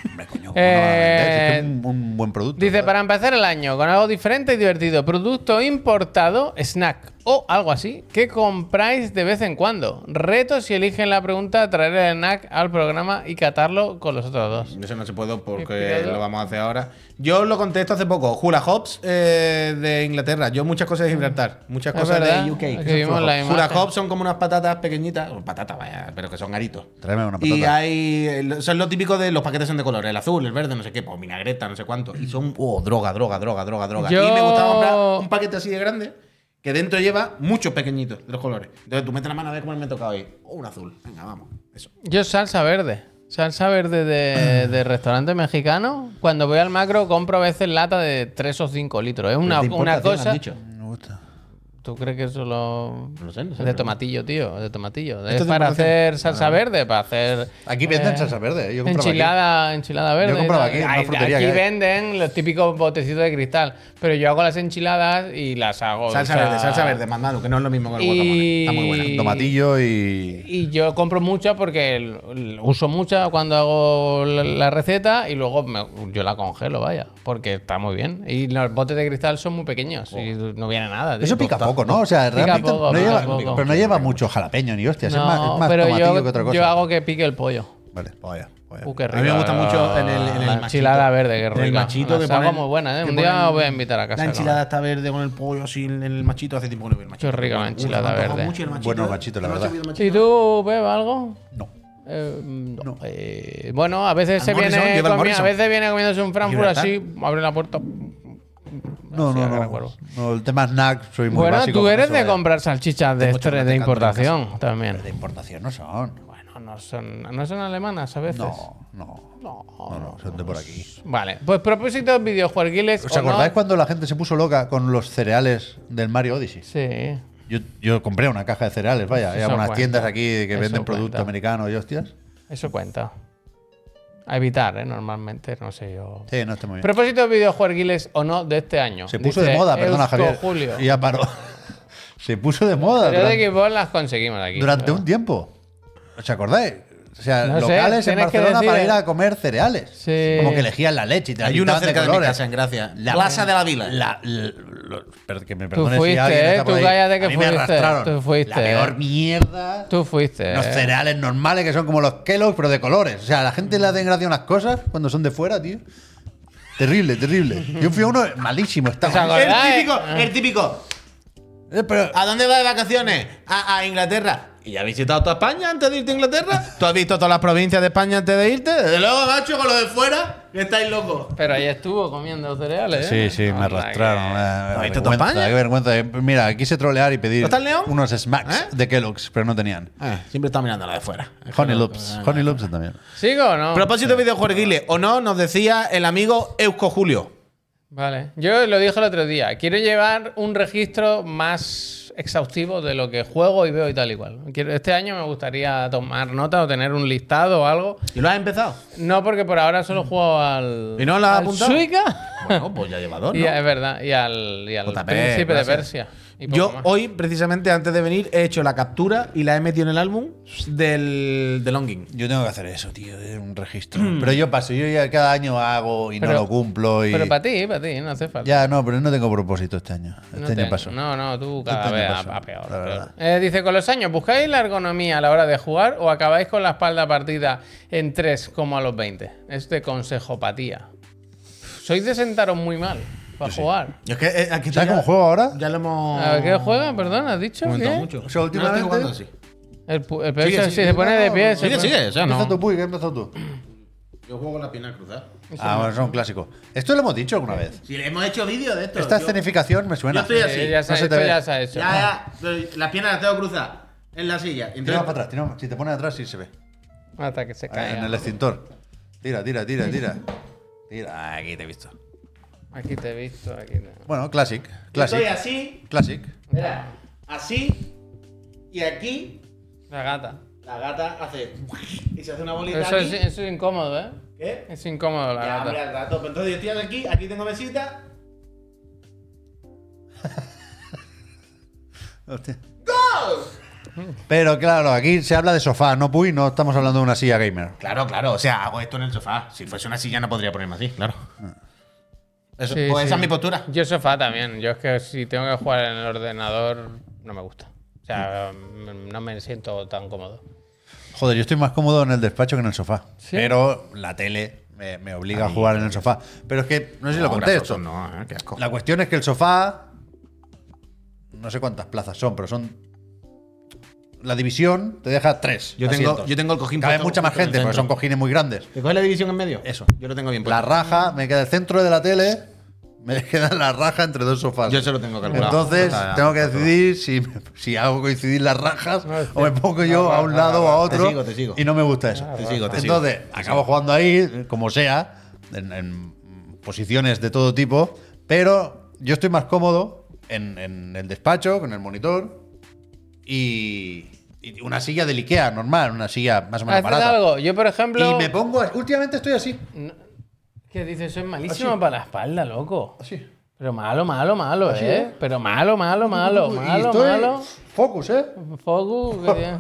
S3: Hombre, coño, ¿cómo no la vendéis? Es que
S1: Eh,
S3: es un, un buen producto.
S1: Dice,
S3: ¿verdad?
S1: para empezar el año, con algo diferente y divertido. Producto importado, snack. o algo así que compráis de vez en cuando. Reto si eligen la pregunta, traer el NAC al programa y catarlo con los otros dos.
S2: Eso no se puede porque
S1: Explícalo.
S2: lo vamos a hacer ahora. Yo lo contesto hace poco. Hula Hops eh, de Inglaterra. Yo muchas cosas de Gibraltar. Muchas
S1: Es
S2: cosas
S1: verdad,
S2: de UK.
S1: es que
S2: que son
S1: vimos
S2: hula
S1: la
S2: hops.
S1: imagen.
S2: Hula Hops son como unas patatas pequeñitas. o Patatas, vaya, pero que son aritos.
S3: Tráeme una
S2: Y
S3: patata.
S2: hay. eh, Son lo típico de los paquetes son de color. El azul, el verde, no sé qué. Pues vinagreta, no sé cuánto. Y son. Oh, droga, droga, droga, droga, droga.
S1: Yo-
S2: Y me gustaba comprar un paquete así de grande. Que dentro lleva muchos pequeñitos de los colores. Entonces tú metes la mano a ver cómo me ha tocado ahí. Oh, un azul. Venga, vamos. Eso.
S1: Yo salsa verde. Salsa verde de, de restaurante mexicano. Cuando voy al macro compro a veces lata de 3 o 5 litros. Es una,
S2: ¿Te importa,
S1: una
S2: tío, lo han
S1: cosa...
S2: dicho?
S3: Me gusta.
S1: ¿Tú crees que eso lo.?
S2: No sé, no sé,
S1: de
S2: pero-
S1: tomatillo, tío. De tomatillo.
S2: es
S1: Es para
S2: importación. Ah.
S1: hacer salsa verde, para hacer. eh,
S3: Aquí venden salsa verde, yo compraba aquí.
S1: enchilada, enchilada verde.
S3: Yo compraba
S1: y tal.
S3: aquí, en una
S1: Ay,
S3: frutería
S1: aquí
S3: que hay.
S1: venden los típicos botecitos de cristal. Pero yo hago las enchiladas y las hago.
S2: Salsa
S1: o sea,
S2: verde, salsa verde, mandado, que no es lo mismo que el guacamole.
S1: Y...
S2: Está muy buena.
S3: Tomatillo y.
S1: Y yo compro mucha porque l- l- uso mucha cuando hago la, la receta y luego me- yo la congelo, vaya, porque está muy bien. Y los botes de cristal son muy pequeños y no viene nada. tío.
S3: Eso pica poco, ¿no? O sea,
S1: Pica
S3: realmente.
S1: poco,
S3: no
S1: pica
S3: lleva-
S1: poco.
S3: Pero no lleva mucho jalapeño ni hostias. es más, es más
S1: pero
S3: tomatillo
S1: yo,
S3: que otra cosa.
S1: yo hago que pique el pollo.
S3: Vale, vaya. vaya.
S1: Uh, qué
S2: A mí me
S1: rico,
S2: gusta
S1: la-
S2: mucho en el- en el
S1: la
S2: machito.
S1: enchilada verde, qué
S2: En
S1: rico.
S2: el machito que
S1: salsa
S2: ponen-
S1: muy buena, ¿eh?
S2: que
S1: Un día
S2: ponen
S1: os voy a invitar a casa.
S2: La enchilada está verde con el pollo así en el machito. Hace tiempo que no veo el machito.
S1: Qué rica la
S2: Uf,
S1: enchilada
S2: me ha antojado
S1: verde.
S2: mucho el
S3: Bueno, el machito, la
S2: No me ha
S3: verdad.
S2: sabido el
S1: ¿Y
S2: machito.
S1: tú bebes algo?
S3: No.
S1: Eh, no. Eh, bueno, a veces se
S2: Morrison,
S1: viene,
S2: lleva
S1: comi-
S2: al
S1: a
S2: Morrison.
S1: veces viene comiéndose un Frankfurt
S2: Gibraltar.
S1: así, abre la puerta.
S3: No,
S1: Así,
S3: no,
S1: a gran
S3: no.
S1: cuervo.
S3: No, El tema snack, soy muy
S1: Bueno,
S3: básico
S1: tú
S3: con
S1: eres
S3: eso,
S1: de
S3: vaya.
S1: comprar salchichas de,
S3: Tengo
S1: estas de
S3: chocolate cantor en
S1: importación también.
S3: Pero de importación no son.
S1: Bueno, no son, no son alemanas a veces.
S3: No, no. No, no, son de por aquí.
S1: Vale, pues propósitos videojueguiles.
S3: ¿Os
S1: o no.
S3: acordáis cuando la gente se puso loca con los cereales del Mario Odyssey?
S1: Sí.
S3: Yo, yo compré una caja de cereales, vaya. Hay
S1: Eso
S3: algunas
S1: cuenta.
S3: tiendas aquí que
S1: Eso
S3: venden producto
S1: cuenta.
S3: americano y hostias.
S1: Eso cuenta. A evitar, ¿eh? Normalmente, no sé yo.
S3: Sí, no está muy bien.
S1: Propósitos videojueguiles o no de este año.
S3: se puso
S1: Dice
S3: de moda, perdona,
S1: Eusko
S3: Javier.
S1: Julio.
S3: Y ya paró. se puso de moda
S1: Pero de
S3: durante,
S1: equipo las conseguimos aquí.
S3: durante
S1: ¿verdad?
S3: un tiempo. ¿Os acordáis? O sea,
S1: No sé,
S3: locales en
S1: tienes que
S3: Barcelona
S1: decir,
S3: para
S1: eh.
S3: ir a comer cereales.
S1: Sí.
S3: Como que elegían la leche y te la
S2: Hay una
S3: pintaban
S2: cerca de, mi
S3: colores.
S2: casa, en Gracia.
S3: La-
S2: La Plaza de la Vila.
S3: La, la- lo- per- que me
S1: Tú
S3: perdone si
S1: fuiste,
S3: alguien
S1: ¿eh?
S3: está por
S1: Tú
S3: ahí.
S1: cállate que
S3: A mí me
S1: fuiste,
S3: arrastraron.
S1: tú fuiste,
S3: La
S1: ¿eh?
S3: peor mierda.
S1: Tú fuiste.
S3: Los
S1: ¿eh?
S3: cereales normales que son como los Kellogg's, pero de colores. O sea, la gente le hace gracia unas cosas cuando son de fuera, tío. Terrible, terrible. Yo fui a uno malísimo. Estaba
S1: ¿Os acordáis?
S2: El
S1: ¿verdad, eh?
S2: típico, el típico.
S3: Eh, pero-
S2: ¿A dónde vas de vacaciones? A, a Inglaterra. ¿Y ya has visitado toda España antes de irte a Inglaterra? ¿Tú has visto todas las provincias de España antes de irte? Desde luego, macho, con lo de fuera, que estáis locos.
S1: Pero ahí estuvo comiendo cereales.
S3: Sí,
S1: ¿eh?
S3: sí, me
S1: Anda, que-
S3: arrastraron. eh,
S2: ¿No
S3: Qué
S2: viste tu
S3: vergüenza,
S2: España?
S3: qué vergüenza. Eh, Mira, quise trolear y pedir
S2: ¿No está el león?
S3: unos smacks
S1: ¿Eh?
S3: de Kellogg's, pero no tenían.
S2: Ah, siempre está mirando la de fuera.
S3: Honey Loops. Honey Loops también.
S1: ¿Sigo o no?
S2: Propósito videojueguiles o no, nos decía el amigo Eusko Julio.
S1: Vale. Yo lo dije el otro día. Quiero llevar un registro más exhaustivo de lo que juego y veo y tal y cual. Quiero- Este año me gustaría tomar nota o tener un listado o algo.
S2: ¿Y lo has empezado?
S1: No, porque por ahora solo juego al.
S2: ¿Y no la has
S1: al
S2: apuntado?
S1: Suica?
S2: Bueno, pues ya lleva dos,
S1: Y
S2: ¿no?
S1: a- es verdad. Y al, y al
S2: JP,
S1: príncipe de
S2: gracias.
S1: Persia. Y poco
S2: Yo
S1: más.
S2: hoy, precisamente antes de venir, he hecho la captura y la he metido en el álbum del, de Longing.
S3: Yo tengo que hacer eso, tío, de un registro. Pero yo paso, yo ya cada año hago y
S1: Mm. Pero-
S3: no lo cumplo. Y...
S1: Pero para ti, para ti, no hace falta.
S3: Ya, no, pero no tengo propósito este año. Este
S1: No,
S3: año
S1: te-
S3: paso.
S1: no, no, tú cada
S3: Este año
S1: vez a,
S3: paso,
S1: a peor.
S3: la
S1: a peor.
S3: verdad.
S1: Eh, dice, con los años, ¿buscáis la ergonomía a la hora de jugar o acabáis con la espalda partida en 3 como a los 20? Este consejopatía. Sois de sentaros muy mal para jugar.
S2: Yo es que eh, aquí
S3: ¿Sabes
S2: ya-
S3: cómo juego ahora?
S2: Ya lo hemos.
S1: ¿A qué juega? Perdón, has dicho
S2: comentado
S1: que
S2: mucho.
S3: O sea,
S2: No lo estoy
S3: últimamente-
S2: jugando así.
S1: el, pu- el
S2: Sigue,
S1: PS
S2: sigue,
S1: si se
S2: sigue,
S1: pone
S3: no,
S1: de
S3: no,
S1: pie. se
S2: Sigue,
S1: pone-
S2: sigue, o sea,
S3: Empieza
S2: no.
S3: tú, Puy, que empieza tú.
S2: Yo juego con la pierna cruzada.
S3: Ah, bueno, eso es un clásico. Esto lo hemos dicho alguna vez.
S2: Si hemos hecho vídeos de esto.
S3: Esta
S2: yo-
S3: escenificación me suena.
S2: yo estoy así.
S1: Eh, ya se,
S3: No se te
S1: esto
S3: ve.
S1: ya se ha hecho.
S2: Ya, ya, pero las piernas las tengo cruzadas en la silla.
S3: Tira para
S2: Entonces,
S3: atrás, tira- si te pones atrás sí se ve.
S1: Hasta que se
S3: Ah,
S1: caiga.
S3: En el extintor. Tira, tira, tira, tira. Tira, Ah, aquí te he visto.
S1: Aquí te he visto, aquí te...
S3: Bueno, classic,
S2: yo estoy
S3: classic,
S2: así,
S3: classic.
S2: mira, así, y aquí
S1: La gata.
S2: la gata hace. Y se hace una bolita.
S1: Eso
S2: aquí,
S1: es, eso es incómodo, ¿eh?
S2: ¿Qué?
S1: Es incómodo la
S2: Ya,
S1: gata.
S2: hombre, al rato. Pero Entonces yo estoy aquí, aquí tengo mesita.
S3: Hostia. Pero claro, aquí se habla de sofá, no puy, no estamos hablando de una silla gamer.
S2: Claro, claro. O sea, hago esto en el sofá. Si fuese una silla no podría ponerme así, claro. Eso,
S1: Sí,
S2: pues
S1: sí.
S2: esa es mi postura.
S1: Yo sofá también. Yo es que si tengo que jugar en el ordenador, no me gusta. O sea, mm, no me siento tan cómodo.
S3: Joder, yo estoy más cómodo en el despacho que en el sofá.
S1: ¿Sí?
S3: Pero la tele me, me obliga a jugar en el sofá. Pero es que, no sé si lo
S2: Ahora
S3: conté
S2: fotos
S3: esto.
S2: No, ¿eh? qué asco.
S3: La cuestión es que el sofá. No sé cuántas plazas son, pero son. La división te deja tres.
S2: Yo tengo-
S3: asientos.
S2: yo tengo el cojín
S3: Cabe
S2: puesto
S3: mucha más
S2: justo en el
S3: gente, porque
S2: centro.
S3: son cojines muy grandes.
S2: ¿Te coges la división en medio?
S3: Eso.
S2: Yo lo tengo bien
S3: La
S2: puesto.
S3: raja, me queda el centro de la tele, me queda la raja entre dos sofás.
S2: Yo se lo tengo calculado.
S3: Entonces,
S2: Está-
S3: tengo que decidir si, si hago coincidir las rajas
S1: Ah,
S3: o me pongo yo a un lado o a otro.
S2: Te sigo, te sigo.
S3: Y no me gusta eso.
S2: Te sigo, te sigo.
S3: Entonces, acabo jugando ahí, como sea, en, en posiciones de todo tipo, pero yo estoy más cómodo en, en el despacho, con el monitor y, y una silla del Ikea normal, una silla más o menos
S1: Haced
S3: barata.
S1: algo. Yo, por ejemplo.
S3: Y me pongo, a- últimamente estoy así.
S1: ¿Qué dices? Soy malísimo para la espalda, loco.
S3: Así.
S1: Pero malo, malo, malo, ¿eh?
S3: ¿eh?
S1: Pero malo, malo, malo,
S3: Y
S1: malo,
S3: estoy-
S1: malo.
S3: Focus, ¿eh?
S1: Focus. que bien.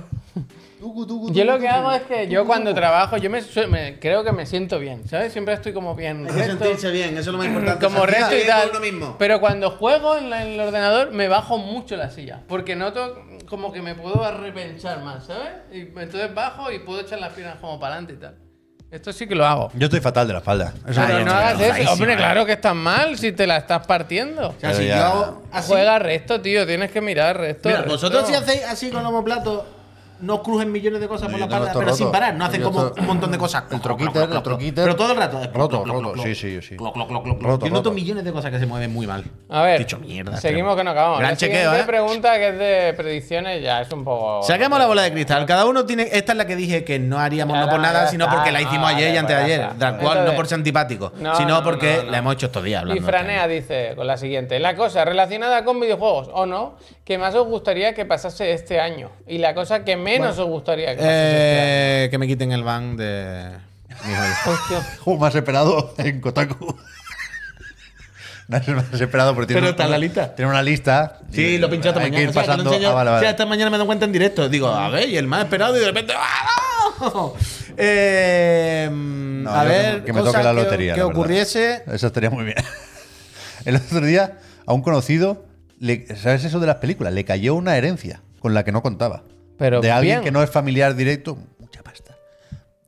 S3: Tucu, tucu,
S1: Yo lo
S3: tucu,
S1: que
S3: tucu.
S1: hago es que yo cuando trabajo, yo me, su- me- creo que me siento bien, ¿sabes? Siempre estoy como bien
S2: Hay que
S1: recto,
S2: sentirse bien, eso es lo más importante.
S1: como
S2: sentirse
S1: recto y
S2: bien con
S1: tal.
S2: uno mismo.
S1: Pero cuando juego en, la- en el ordenador me bajo mucho la silla, porque noto como que me puedo arrepenchar más, ¿sabes? Y entonces bajo y puedo echar las piernas como para adelante y tal. Esto sí que lo hago.
S3: Yo estoy fatal de la espalda. Eso
S1: Pero
S3: me
S1: no
S3: pasa.
S1: hagas eso.
S3: Rarísimo,
S1: Hombre,
S3: ¿eh?
S1: claro que estás mal si te la estás partiendo.
S2: O sea, si
S3: Pero ya-
S2: yo hago así.
S1: Juega resto, tío. Tienes que mirar resto.
S2: Mira,
S1: resto.
S2: vosotros si hacéis así con el homoplato, no crujen millones de cosas
S3: No,
S2: por
S3: yo
S2: la
S3: tengo
S2: parada,
S3: esto
S2: pero sin
S3: roto.
S2: parar, no hacen
S3: Yo
S2: como
S3: esto-
S2: un montón de cosas.
S3: El troquiter, el troquiter.
S2: Pero todo el rato. es
S3: Roto,
S2: cloc, cloc,
S3: roto.
S2: cloc,
S3: Sí, sí, yo sí.
S2: cloc, cloc, cloc, cloc.
S3: Roto,
S2: Yo noto
S3: roto.
S2: millones de cosas que se mueven muy mal.
S1: A ver.
S2: Dicho mierda.
S1: Seguimos
S2: pero-
S1: que no acabamos.
S2: Gran
S1: La
S2: chequeo,
S1: siguiente
S2: ¿eh?
S1: pregunta que es de predicciones ya es un poco.
S2: Saquemos la bola de cristal. Cada uno tiene. Esta es la que dije que no haríamos
S1: Ya
S2: no por
S1: la-
S2: nada,
S1: ya
S2: sino
S1: está.
S2: porque la hicimos
S1: Ah,
S2: ayer y
S1: vale,
S2: antes
S1: pues
S2: de
S1: ya
S2: ayer.
S1: está.
S2: Tal cual, no
S1: Entonces-
S2: por ser antipático,
S1: No, no,
S2: sino
S1: no,
S2: porque
S1: no, no.
S2: la hemos hecho estos días hablando.
S1: Y Franea dice con la siguiente: La cosa relacionada con videojuegos o no, que más os gustaría que pasase este año. Y la cosa que menos os gustaría que pasase
S2: Eh, este, que me quiten el ban de. mi joya.
S1: este año. Hostia.
S3: Juego más esperado en Kotaku. no es el más esperado porque tiene,
S2: Pero
S3: una-
S2: está en la lista.
S3: Tiene una lista.
S2: Sí,
S3: y
S2: lo he pinchado esta
S3: Hay
S2: mañana.
S3: que ir
S2: o sea, te lo
S3: pasando.
S2: enseño-
S3: Ah, vale,
S2: o sea,
S3: vale.
S2: esta mañana me doy cuenta en directo. Digo, a ver, y el más esperado, y de repente. ¡ah, no! Eh, mm, a
S3: yo
S2: ver,
S3: que me
S2: cosas
S3: toque la
S2: que-
S3: lotería.
S2: Que,
S3: la verdad.
S2: ocurriese.
S3: Eso estaría muy bien. El otro día, a un conocido, le- ¿sabes eso de las películas? Le cayó una herencia con la que no contaba.
S1: Pero
S3: de alguien
S1: bien.
S3: que no es familiar directo, mucha pasta.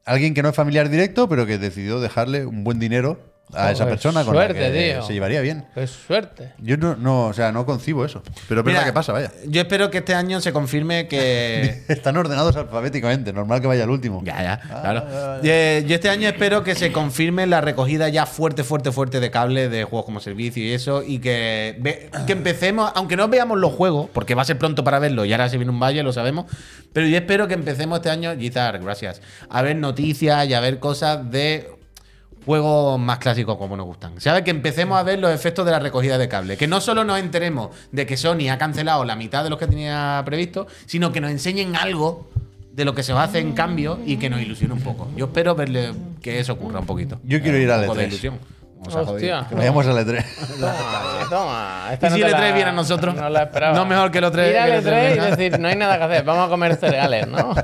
S3: Alguien que no es familiar directo, pero que decidió dejarle un buen dinero a
S1: Joder,
S3: esa persona con la
S1: suerte,
S3: que
S1: tío.
S3: se llevaría bien.
S1: Qué suerte.
S3: Yo no, no, o sea, no concibo eso. Pero es verdad
S2: Mira,
S3: que pasa, vaya.
S2: Yo espero que este año se confirme que.
S3: Están ordenados alfabéticamente, normal que vaya el último.
S2: Ya, "Ah, ya, claro. Eh, yo este año espero que se confirme la recogida ya fuerte, fuerte, fuerte de cable de juegos como servicio y eso. Y que, ve- que empecemos, aunque no veamos los juegos, porque va a ser pronto para verlo y ahora se viene un valle, lo sabemos. Pero yo espero que empecemos este año, Gizar, gracias, a ver noticias y a ver cosas de juegos más clásicos como nos gustan. ¿Sabes? Que empecemos a ver los efectos de la recogida de cable. Que no solo nos enteremos de que Sony ha cancelado la mitad de los que tenía previsto, sino que nos enseñen algo de lo que se va a hacer en cambio y que nos ilusione un poco. Yo espero verle que eso ocurra un poquito.
S3: Yo quiero ir
S2: un
S3: al E
S2: poco de
S3: E3.
S2: ilusión. Vamos a joder.
S1: Hostia.
S3: Que vayamos E a la E3.
S1: Toma, toma.
S2: ¿Y
S1: Esta
S2: si
S1: te
S2: el E3
S1: la-
S2: viene a nosotros?
S1: No la esperaba.
S2: No, mejor que el E3,
S1: Ir
S2: que
S1: al
S2: el E3,
S1: E3 y
S2: ¿no?
S1: decir, no hay nada que hacer, vamos a comer cereales, ¿no?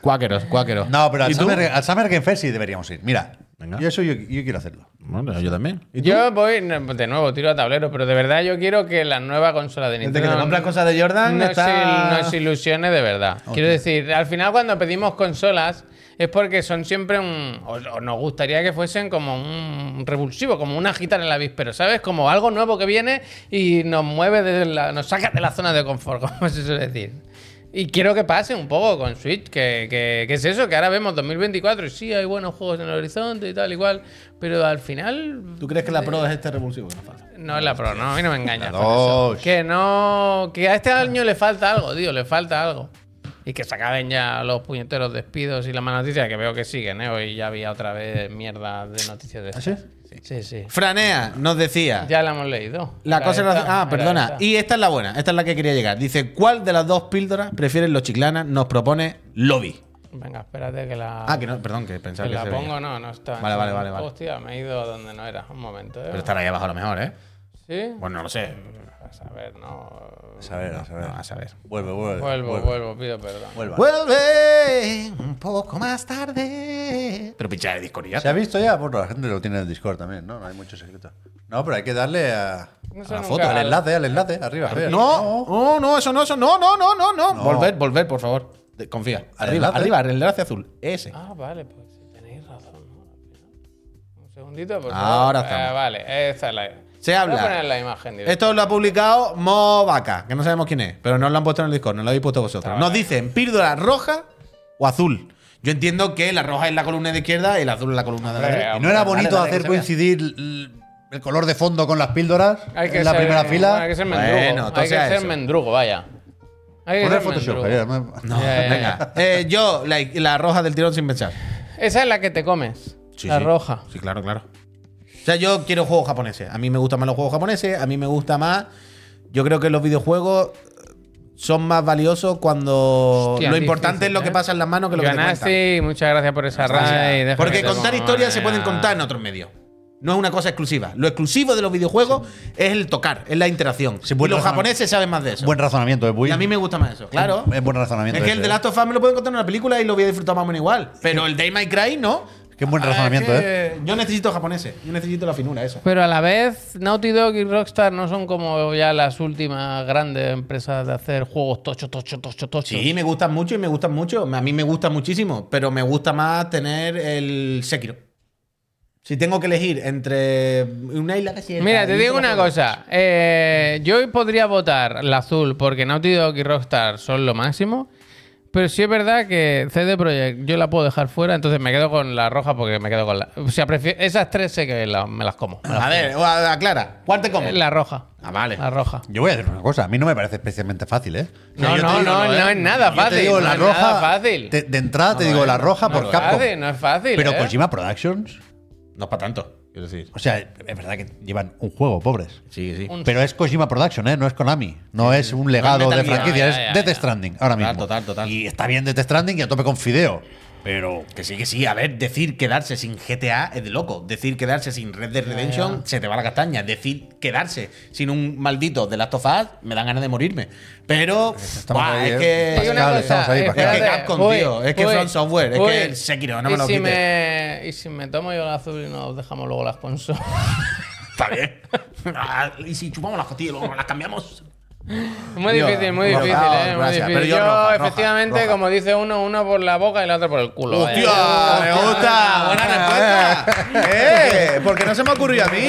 S2: Cuáqueros, cuáqueros.
S3: No, pero
S2: ¿Y
S3: al
S2: tú?
S3: Summer, al Summer Game Fest sí deberíamos ir. Mira,
S2: Venga.
S3: yo eso yo, yo quiero hacerlo.
S2: Bueno, yo también.
S1: Yo voy, pues, de nuevo, tiro a tablero, pero de verdad yo quiero que la nueva consola de Nintendo.
S2: Desde que te compras cosas de Jordan,
S1: nos,
S2: está-
S1: il- nos ilusiones de verdad. Quiero decir, al final cuando pedimos consolas es porque son siempre un... O, o nos gustaría que fuesen como un revulsivo, como una gitana en la víspera, ¿sabes? Como algo nuevo que viene y nos mueve, de la, nos saca de la zona de confort, como se suele decir. Y quiero que pase un poco con Switch, que, que- que es eso, que ahora vemos 2024 y sí, hay buenos juegos en el horizonte y tal, igual, pero al final
S2: ¿Tú crees que la Pro es este revulsivo? que nos falta?
S1: no es la pro, no, a mí no me engañas.
S3: La
S1: con eso.
S3: dos.
S1: Que no. Que a este año le falta algo, tío, le falta algo. Y que se acaben ya los puñeteros despidos y las malas noticias, que veo que siguen, ¿eh? Hoy ya había otra vez mierda de noticias
S2: ¿Ah,
S1: de estas. sí? Sí, sí.
S2: Franea nos decía.
S1: Ya la hemos leído.
S2: La
S1: Era
S2: cosa
S1: esta,
S2: relacion- Ah,
S1: era
S2: perdona.
S1: esta.
S2: Y esta es la buena. Esta es la que quería llegar. Dice, ¿cuál de las dos píldoras prefieren los chiclanas? Nos propone Lobby.
S1: Venga, espérate que la.
S2: Ah, que no, perdón, que pensaba
S1: que
S2: que
S1: la
S2: se veía.
S1: pongo, no, no está.
S2: Vale, vale, vale, vale.
S1: Hostia, me he ido a donde no era. Un momento, ¿eh?
S2: Pero estará ahí abajo a lo mejor, ¿eh?
S1: ¿Sí? Pues
S2: Bueno, no lo sé.
S1: A ver, no.
S3: A saber, a saber.
S2: No, a saber.
S3: Vuelve, vuelve.
S1: Vuelvo,
S3: vuelve.
S1: vuelvo, pido perdón.
S3: Vuelva.
S2: Vuelve un poco más tarde. Pero pinchar el disco ni ya.
S3: ¿Se ha visto ya? Bueno, la gente lo tiene en el Discord también, ¿no? No hay mucho secreto. No, pero hay que darle a,
S1: No
S3: a
S1: sé
S3: la
S1: nunca
S3: foto, al
S1: al-
S3: enlace, al enlace, arriba. Javier.
S2: No, no, no, eso no, eso no, no, no, no, no. Volver, volver, por favor. De- Confía.
S3: Al
S2: Arriba,
S3: enlace.
S2: arriba, el enlace azul. Ese.
S1: Ah, vale, pues sí, tenéis razón. ¿no? Un segundito, por favor.
S2: Ahora
S1: Eh,
S2: estamos.
S1: vale, esta es la.
S2: Se habla.
S1: Voy a poner la imagen directa.
S2: Esto lo ha publicado Mo Vaca, que no sabemos quién es, pero no lo han puesto en el Discord, no lo habéis puesto vosotros. Nos dicen píldora roja o azul. Yo entiendo que la roja es la columna de izquierda y la azul es la columna de la
S1: Hombre,
S2: derecha.
S3: ¿Y no era
S1: Vale,
S3: bonito
S1: vale, que
S3: hacer
S1: se vea.
S3: coincidir l- el color de fondo con las píldoras
S1: Hay que
S3: en la
S1: ser-
S3: primera fila?
S1: Hay que ser mendrugo.
S2: Bueno,
S1: hay que
S2: entonces a
S1: ser
S2: eso.
S1: mendrugo, vaya. Hay que
S3: Poner
S1: ser
S3: Photoshop,
S1: mendrugo.
S3: Javier, no-
S1: Ya, ya, ya.
S2: Venga, eh, yo la, la roja del tirón sin pensar.
S1: Esa es la que te comes.
S2: Sí,
S1: la
S2: sí.
S1: roja.
S2: Sí, claro, claro. O sea, yo quiero juegos japoneses. A mí me gustan más los juegos japoneses, a mí me gusta más. Yo creo que los videojuegos son más valiosos cuando
S1: Hostia,
S2: lo
S1: es
S2: importante
S1: difícil,
S2: es lo que
S1: ¿eh?
S2: pasa en las manos que lo que te cuentan.
S1: Ganasti, muchas gracias por esa raid. déjame
S2: Porque
S1: que te
S2: contar
S1: ponga
S2: historias se
S1: ya.
S2: pueden contar en otros medios. No es una cosa exclusiva. Lo exclusivo de los videojuegos es el tocar, es la interacción.
S3: Sí,
S2: y
S3: buen
S2: los
S3: razonamiento.
S2: japoneses saben más de eso.
S3: Buen razonamiento, ¿eh, Puy?
S2: y a mí me gusta más eso, claro.
S3: Es buen razonamiento.
S2: Es que
S3: ese,
S2: el de
S3: ¿eh?
S2: Last of Us me lo pueden contar en una película y lo voy a disfrutar más o menos igual. Pero el Day My Cry no.
S3: Qué
S1: Ah,
S3: buen razonamiento,
S2: es
S3: ¿eh?
S2: que Ah, Yo necesito japoneses. Yo necesito la finura esa.
S1: Pero a la vez, Naughty Dog y Rockstar no son como ya las últimas grandes empresas de hacer juegos tocho, tocho, tocho, tocho.
S2: Sí, me gustan mucho y me gustan mucho. A mí me gusta muchísimo, pero me gusta más tener el Sekiro. Si tengo que elegir entre una isla desierta
S1: Mira,
S2: y
S1: te digo
S2: solo
S1: una
S2: juegos.
S1: cosa. Eh, yo podría votar la azul porque Naughty Dog y Rockstar son lo máximo. Pero sí es verdad que CD Projekt yo la puedo dejar fuera, entonces me quedo con la roja porque me quedo con la. O sea, prefiero- esas tres sé que la- me las como.
S3: Ah,
S1: Eh,
S2: A ver, o a- aclara. ¿Cuál te comes?
S1: La roja.
S2: Ah, vale.
S1: La roja.
S3: Yo voy a decir una cosa. A mí no me parece especialmente fácil, ¿eh?
S1: No, no, no, no es nada
S3: Yo
S1: fácil.
S3: te
S1: no
S3: digo la
S1: es
S3: roja.
S1: nada fácil.
S3: te- de entrada te digo la
S2: Ah,
S3: roja
S1: no
S3: por
S1: es
S3: Capcom.
S1: fácil, no es fácil.
S3: Pero
S1: ¿eh?
S3: Kojima Productions,
S2: No es para tanto, quiero decir.
S3: o sea, es verdad que llevan un juego, pobres.
S2: Sí, sí.
S1: Un-
S3: Pero es Kojima Production, ¿eh? no es Konami. No es un legado
S2: Metal
S3: de
S2: Gear.
S3: franquicia,
S1: Ya,
S3: es
S1: ya,
S3: Death
S1: ya. Ah,
S3: Stranding ahora
S2: Total,
S3: mismo.
S2: total, total.
S3: Y está bien Death Stranding y a tope con Fideo.
S2: Pero que sí, que sí. A ver, decir quedarse sin GTA es de loco. Decir quedarse sin Red Dead Redemption se te va la castaña. Decir quedarse sin un maldito de Last of Us me dan ganas de morirme. Pero
S3: Estamos
S2: buah,
S3: ahí,
S2: es
S3: ¿eh?
S2: que.
S1: Digo una
S3: Pascal,
S1: cosa,
S3: estamos ahí, Pascal.
S1: espérate,
S2: Es que Capcom,
S1: voy,
S2: tío, es que
S1: voy,
S2: From Software, es
S1: voy.
S2: que el Sekiro, no me
S1: ¿Y
S2: lo
S1: si
S2: quites.
S1: me- y si me tomo yo la azul y nos dejamos luego las consolas.
S2: Está bien. Ah, y si chupamos las costillas y luego las cambiamos.
S1: Muy
S2: Yo,
S1: difícil, muy
S2: roja,
S1: difícil, eh. Muy
S2: gracias,
S1: difícil.
S2: pero yo
S1: Yo,
S2: roja, roja,
S1: efectivamente,
S2: roja.
S1: como dice uno, uno por la boca y la otra por el culo. eh. vaya.
S2: ¡Hostia! ¡Me gusta! ¡Buena respuesta! ¡Eh! Porque no se me ocurrió a mí.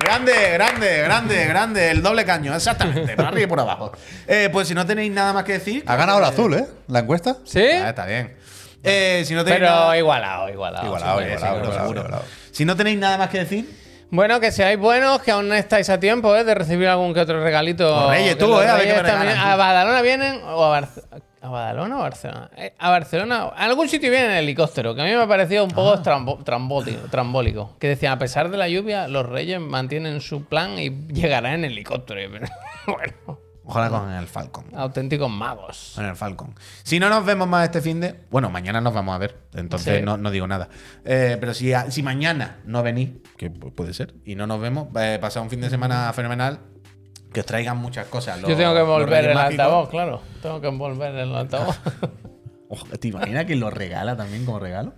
S2: Grande, grande, grande, grande. El doble caño, exactamente. Por arriba y por abajo. Eh, pues si no tenéis nada más que decir.
S3: Ha ganado el azul, ¿eh? La encuesta.
S1: ¿Sí?
S2: Ah, está bien. Eh, si no tenéis
S1: Pero
S2: nada-
S1: igualado, igualado.
S3: Igualado,
S2: Sí,
S3: igualado,
S2: seguro,
S3: igualado,
S2: seguro.
S3: igualado.
S2: Si no tenéis nada más que decir.
S1: Bueno, que seáis buenos, que aún estáis a tiempo ¿eh? de recibir algún que otro regalito.
S2: Por Reyes,
S1: Que
S2: tú,
S1: los
S2: ¿eh? A ver qué me
S1: Reyes también-
S2: regalan.
S1: A Badalona vienen o a Barcelona. ¿A Badalona o a Barcelona? Eh, a Barcelona. A algún sitio vienen en helicóptero, que a mí me ha parecido un
S2: Ah.
S1: poco trambo- trambótico- trambólico. Que decían, a pesar de la lluvia, los Reyes mantienen su plan y llegarán en helicóptero. Y, pero, bueno,
S2: Ojalá con el Falcon.
S1: auténticos magos.
S2: Con el Falcon. Si no nos vemos más este fin de. Bueno, mañana nos vamos a ver. Entonces
S1: Sí.
S2: no, no digo nada. Eh, pero si, a- si mañana no venís, que pu- puede ser, y no nos vemos, eh, pasad un fin de semana fenomenal. Que os traigan muchas cosas. los-
S1: Yo tengo que
S2: los
S1: envolver
S2: Reyes
S1: el
S2: Mágicos.
S1: altavoz, claro. Tengo que envolver el altavoz.
S2: Ojo, ¿Te imaginas que lo regala también como regalo?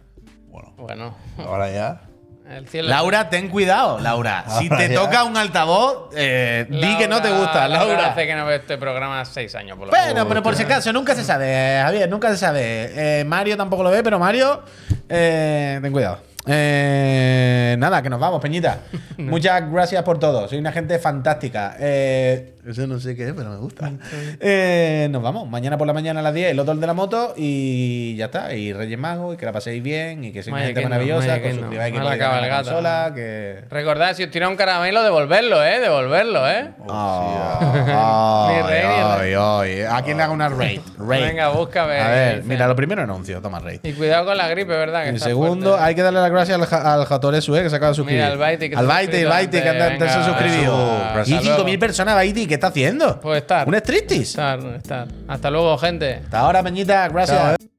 S3: Bueno,
S1: bueno,
S3: ahora ya.
S1: el cielo.
S2: Laura, ten cuidado, Laura. Si
S3: Ahora
S2: te
S3: ya.
S2: toca un altavoz, eh, di que no te gusta, Laura.
S1: Hace que no veo este programa seis años, por lo
S2: Bueno, pero por si acaso, nunca se sabe, eh, Javier, nunca se sabe. Eh, Mario tampoco lo ve, pero Mario, eh, ten cuidado. Eh, nada, que nos vamos, Peñita. Muchas gracias por todo. Soy una gente fantástica. Eh, eso no sé qué es, pero me gusta. Eh, nos vamos. Mañana por la mañana a las 10, el otro de la moto. Y ya está. Y Reyes Magos, y que la paséis bien, y que seáis una
S1: Vaya
S2: gente
S1: que no,
S2: maravillosa.
S1: vaya
S2: Que
S1: que
S2: os
S1: no.
S2: suscribáis, que
S1: Mala
S2: podéis ganar la
S1: cabalgata.
S2: consola, que...
S1: Recordad, si os tira un caramelo, devolverlo, ¿eh? Devolverlo, ¿eh?
S2: Ay,
S1: Ni rey, ni
S2: ay, ay. ¿A quién le haga una raid? Raid.
S1: Venga, búscame.
S2: A ver,
S1: Dice.
S2: mira, lo primero anuncio, toma raid.
S1: Y cuidado con la gripe, ¿verdad? Que
S2: El
S1: está
S2: segundo,
S1: fuerte.
S2: hay que darle las gracias al, ja- al Jatoré Sue, que se acaba de suscribir.
S1: al Baiti, que se
S2: Al
S1: ha
S2: Baiti, el
S1: suscrito
S2: Baiti, que anda-
S1: antes.
S2: se ha
S1: Venga,
S2: suscribido.
S1: hasta
S2: Y 5.000
S1: luego.
S2: personas, Baiti, ¿qué está haciendo?
S1: Pues estar.
S2: Un striptease.
S1: Estar, estar. Hasta luego, gente.
S2: Hasta ahora, Peñita, gracias.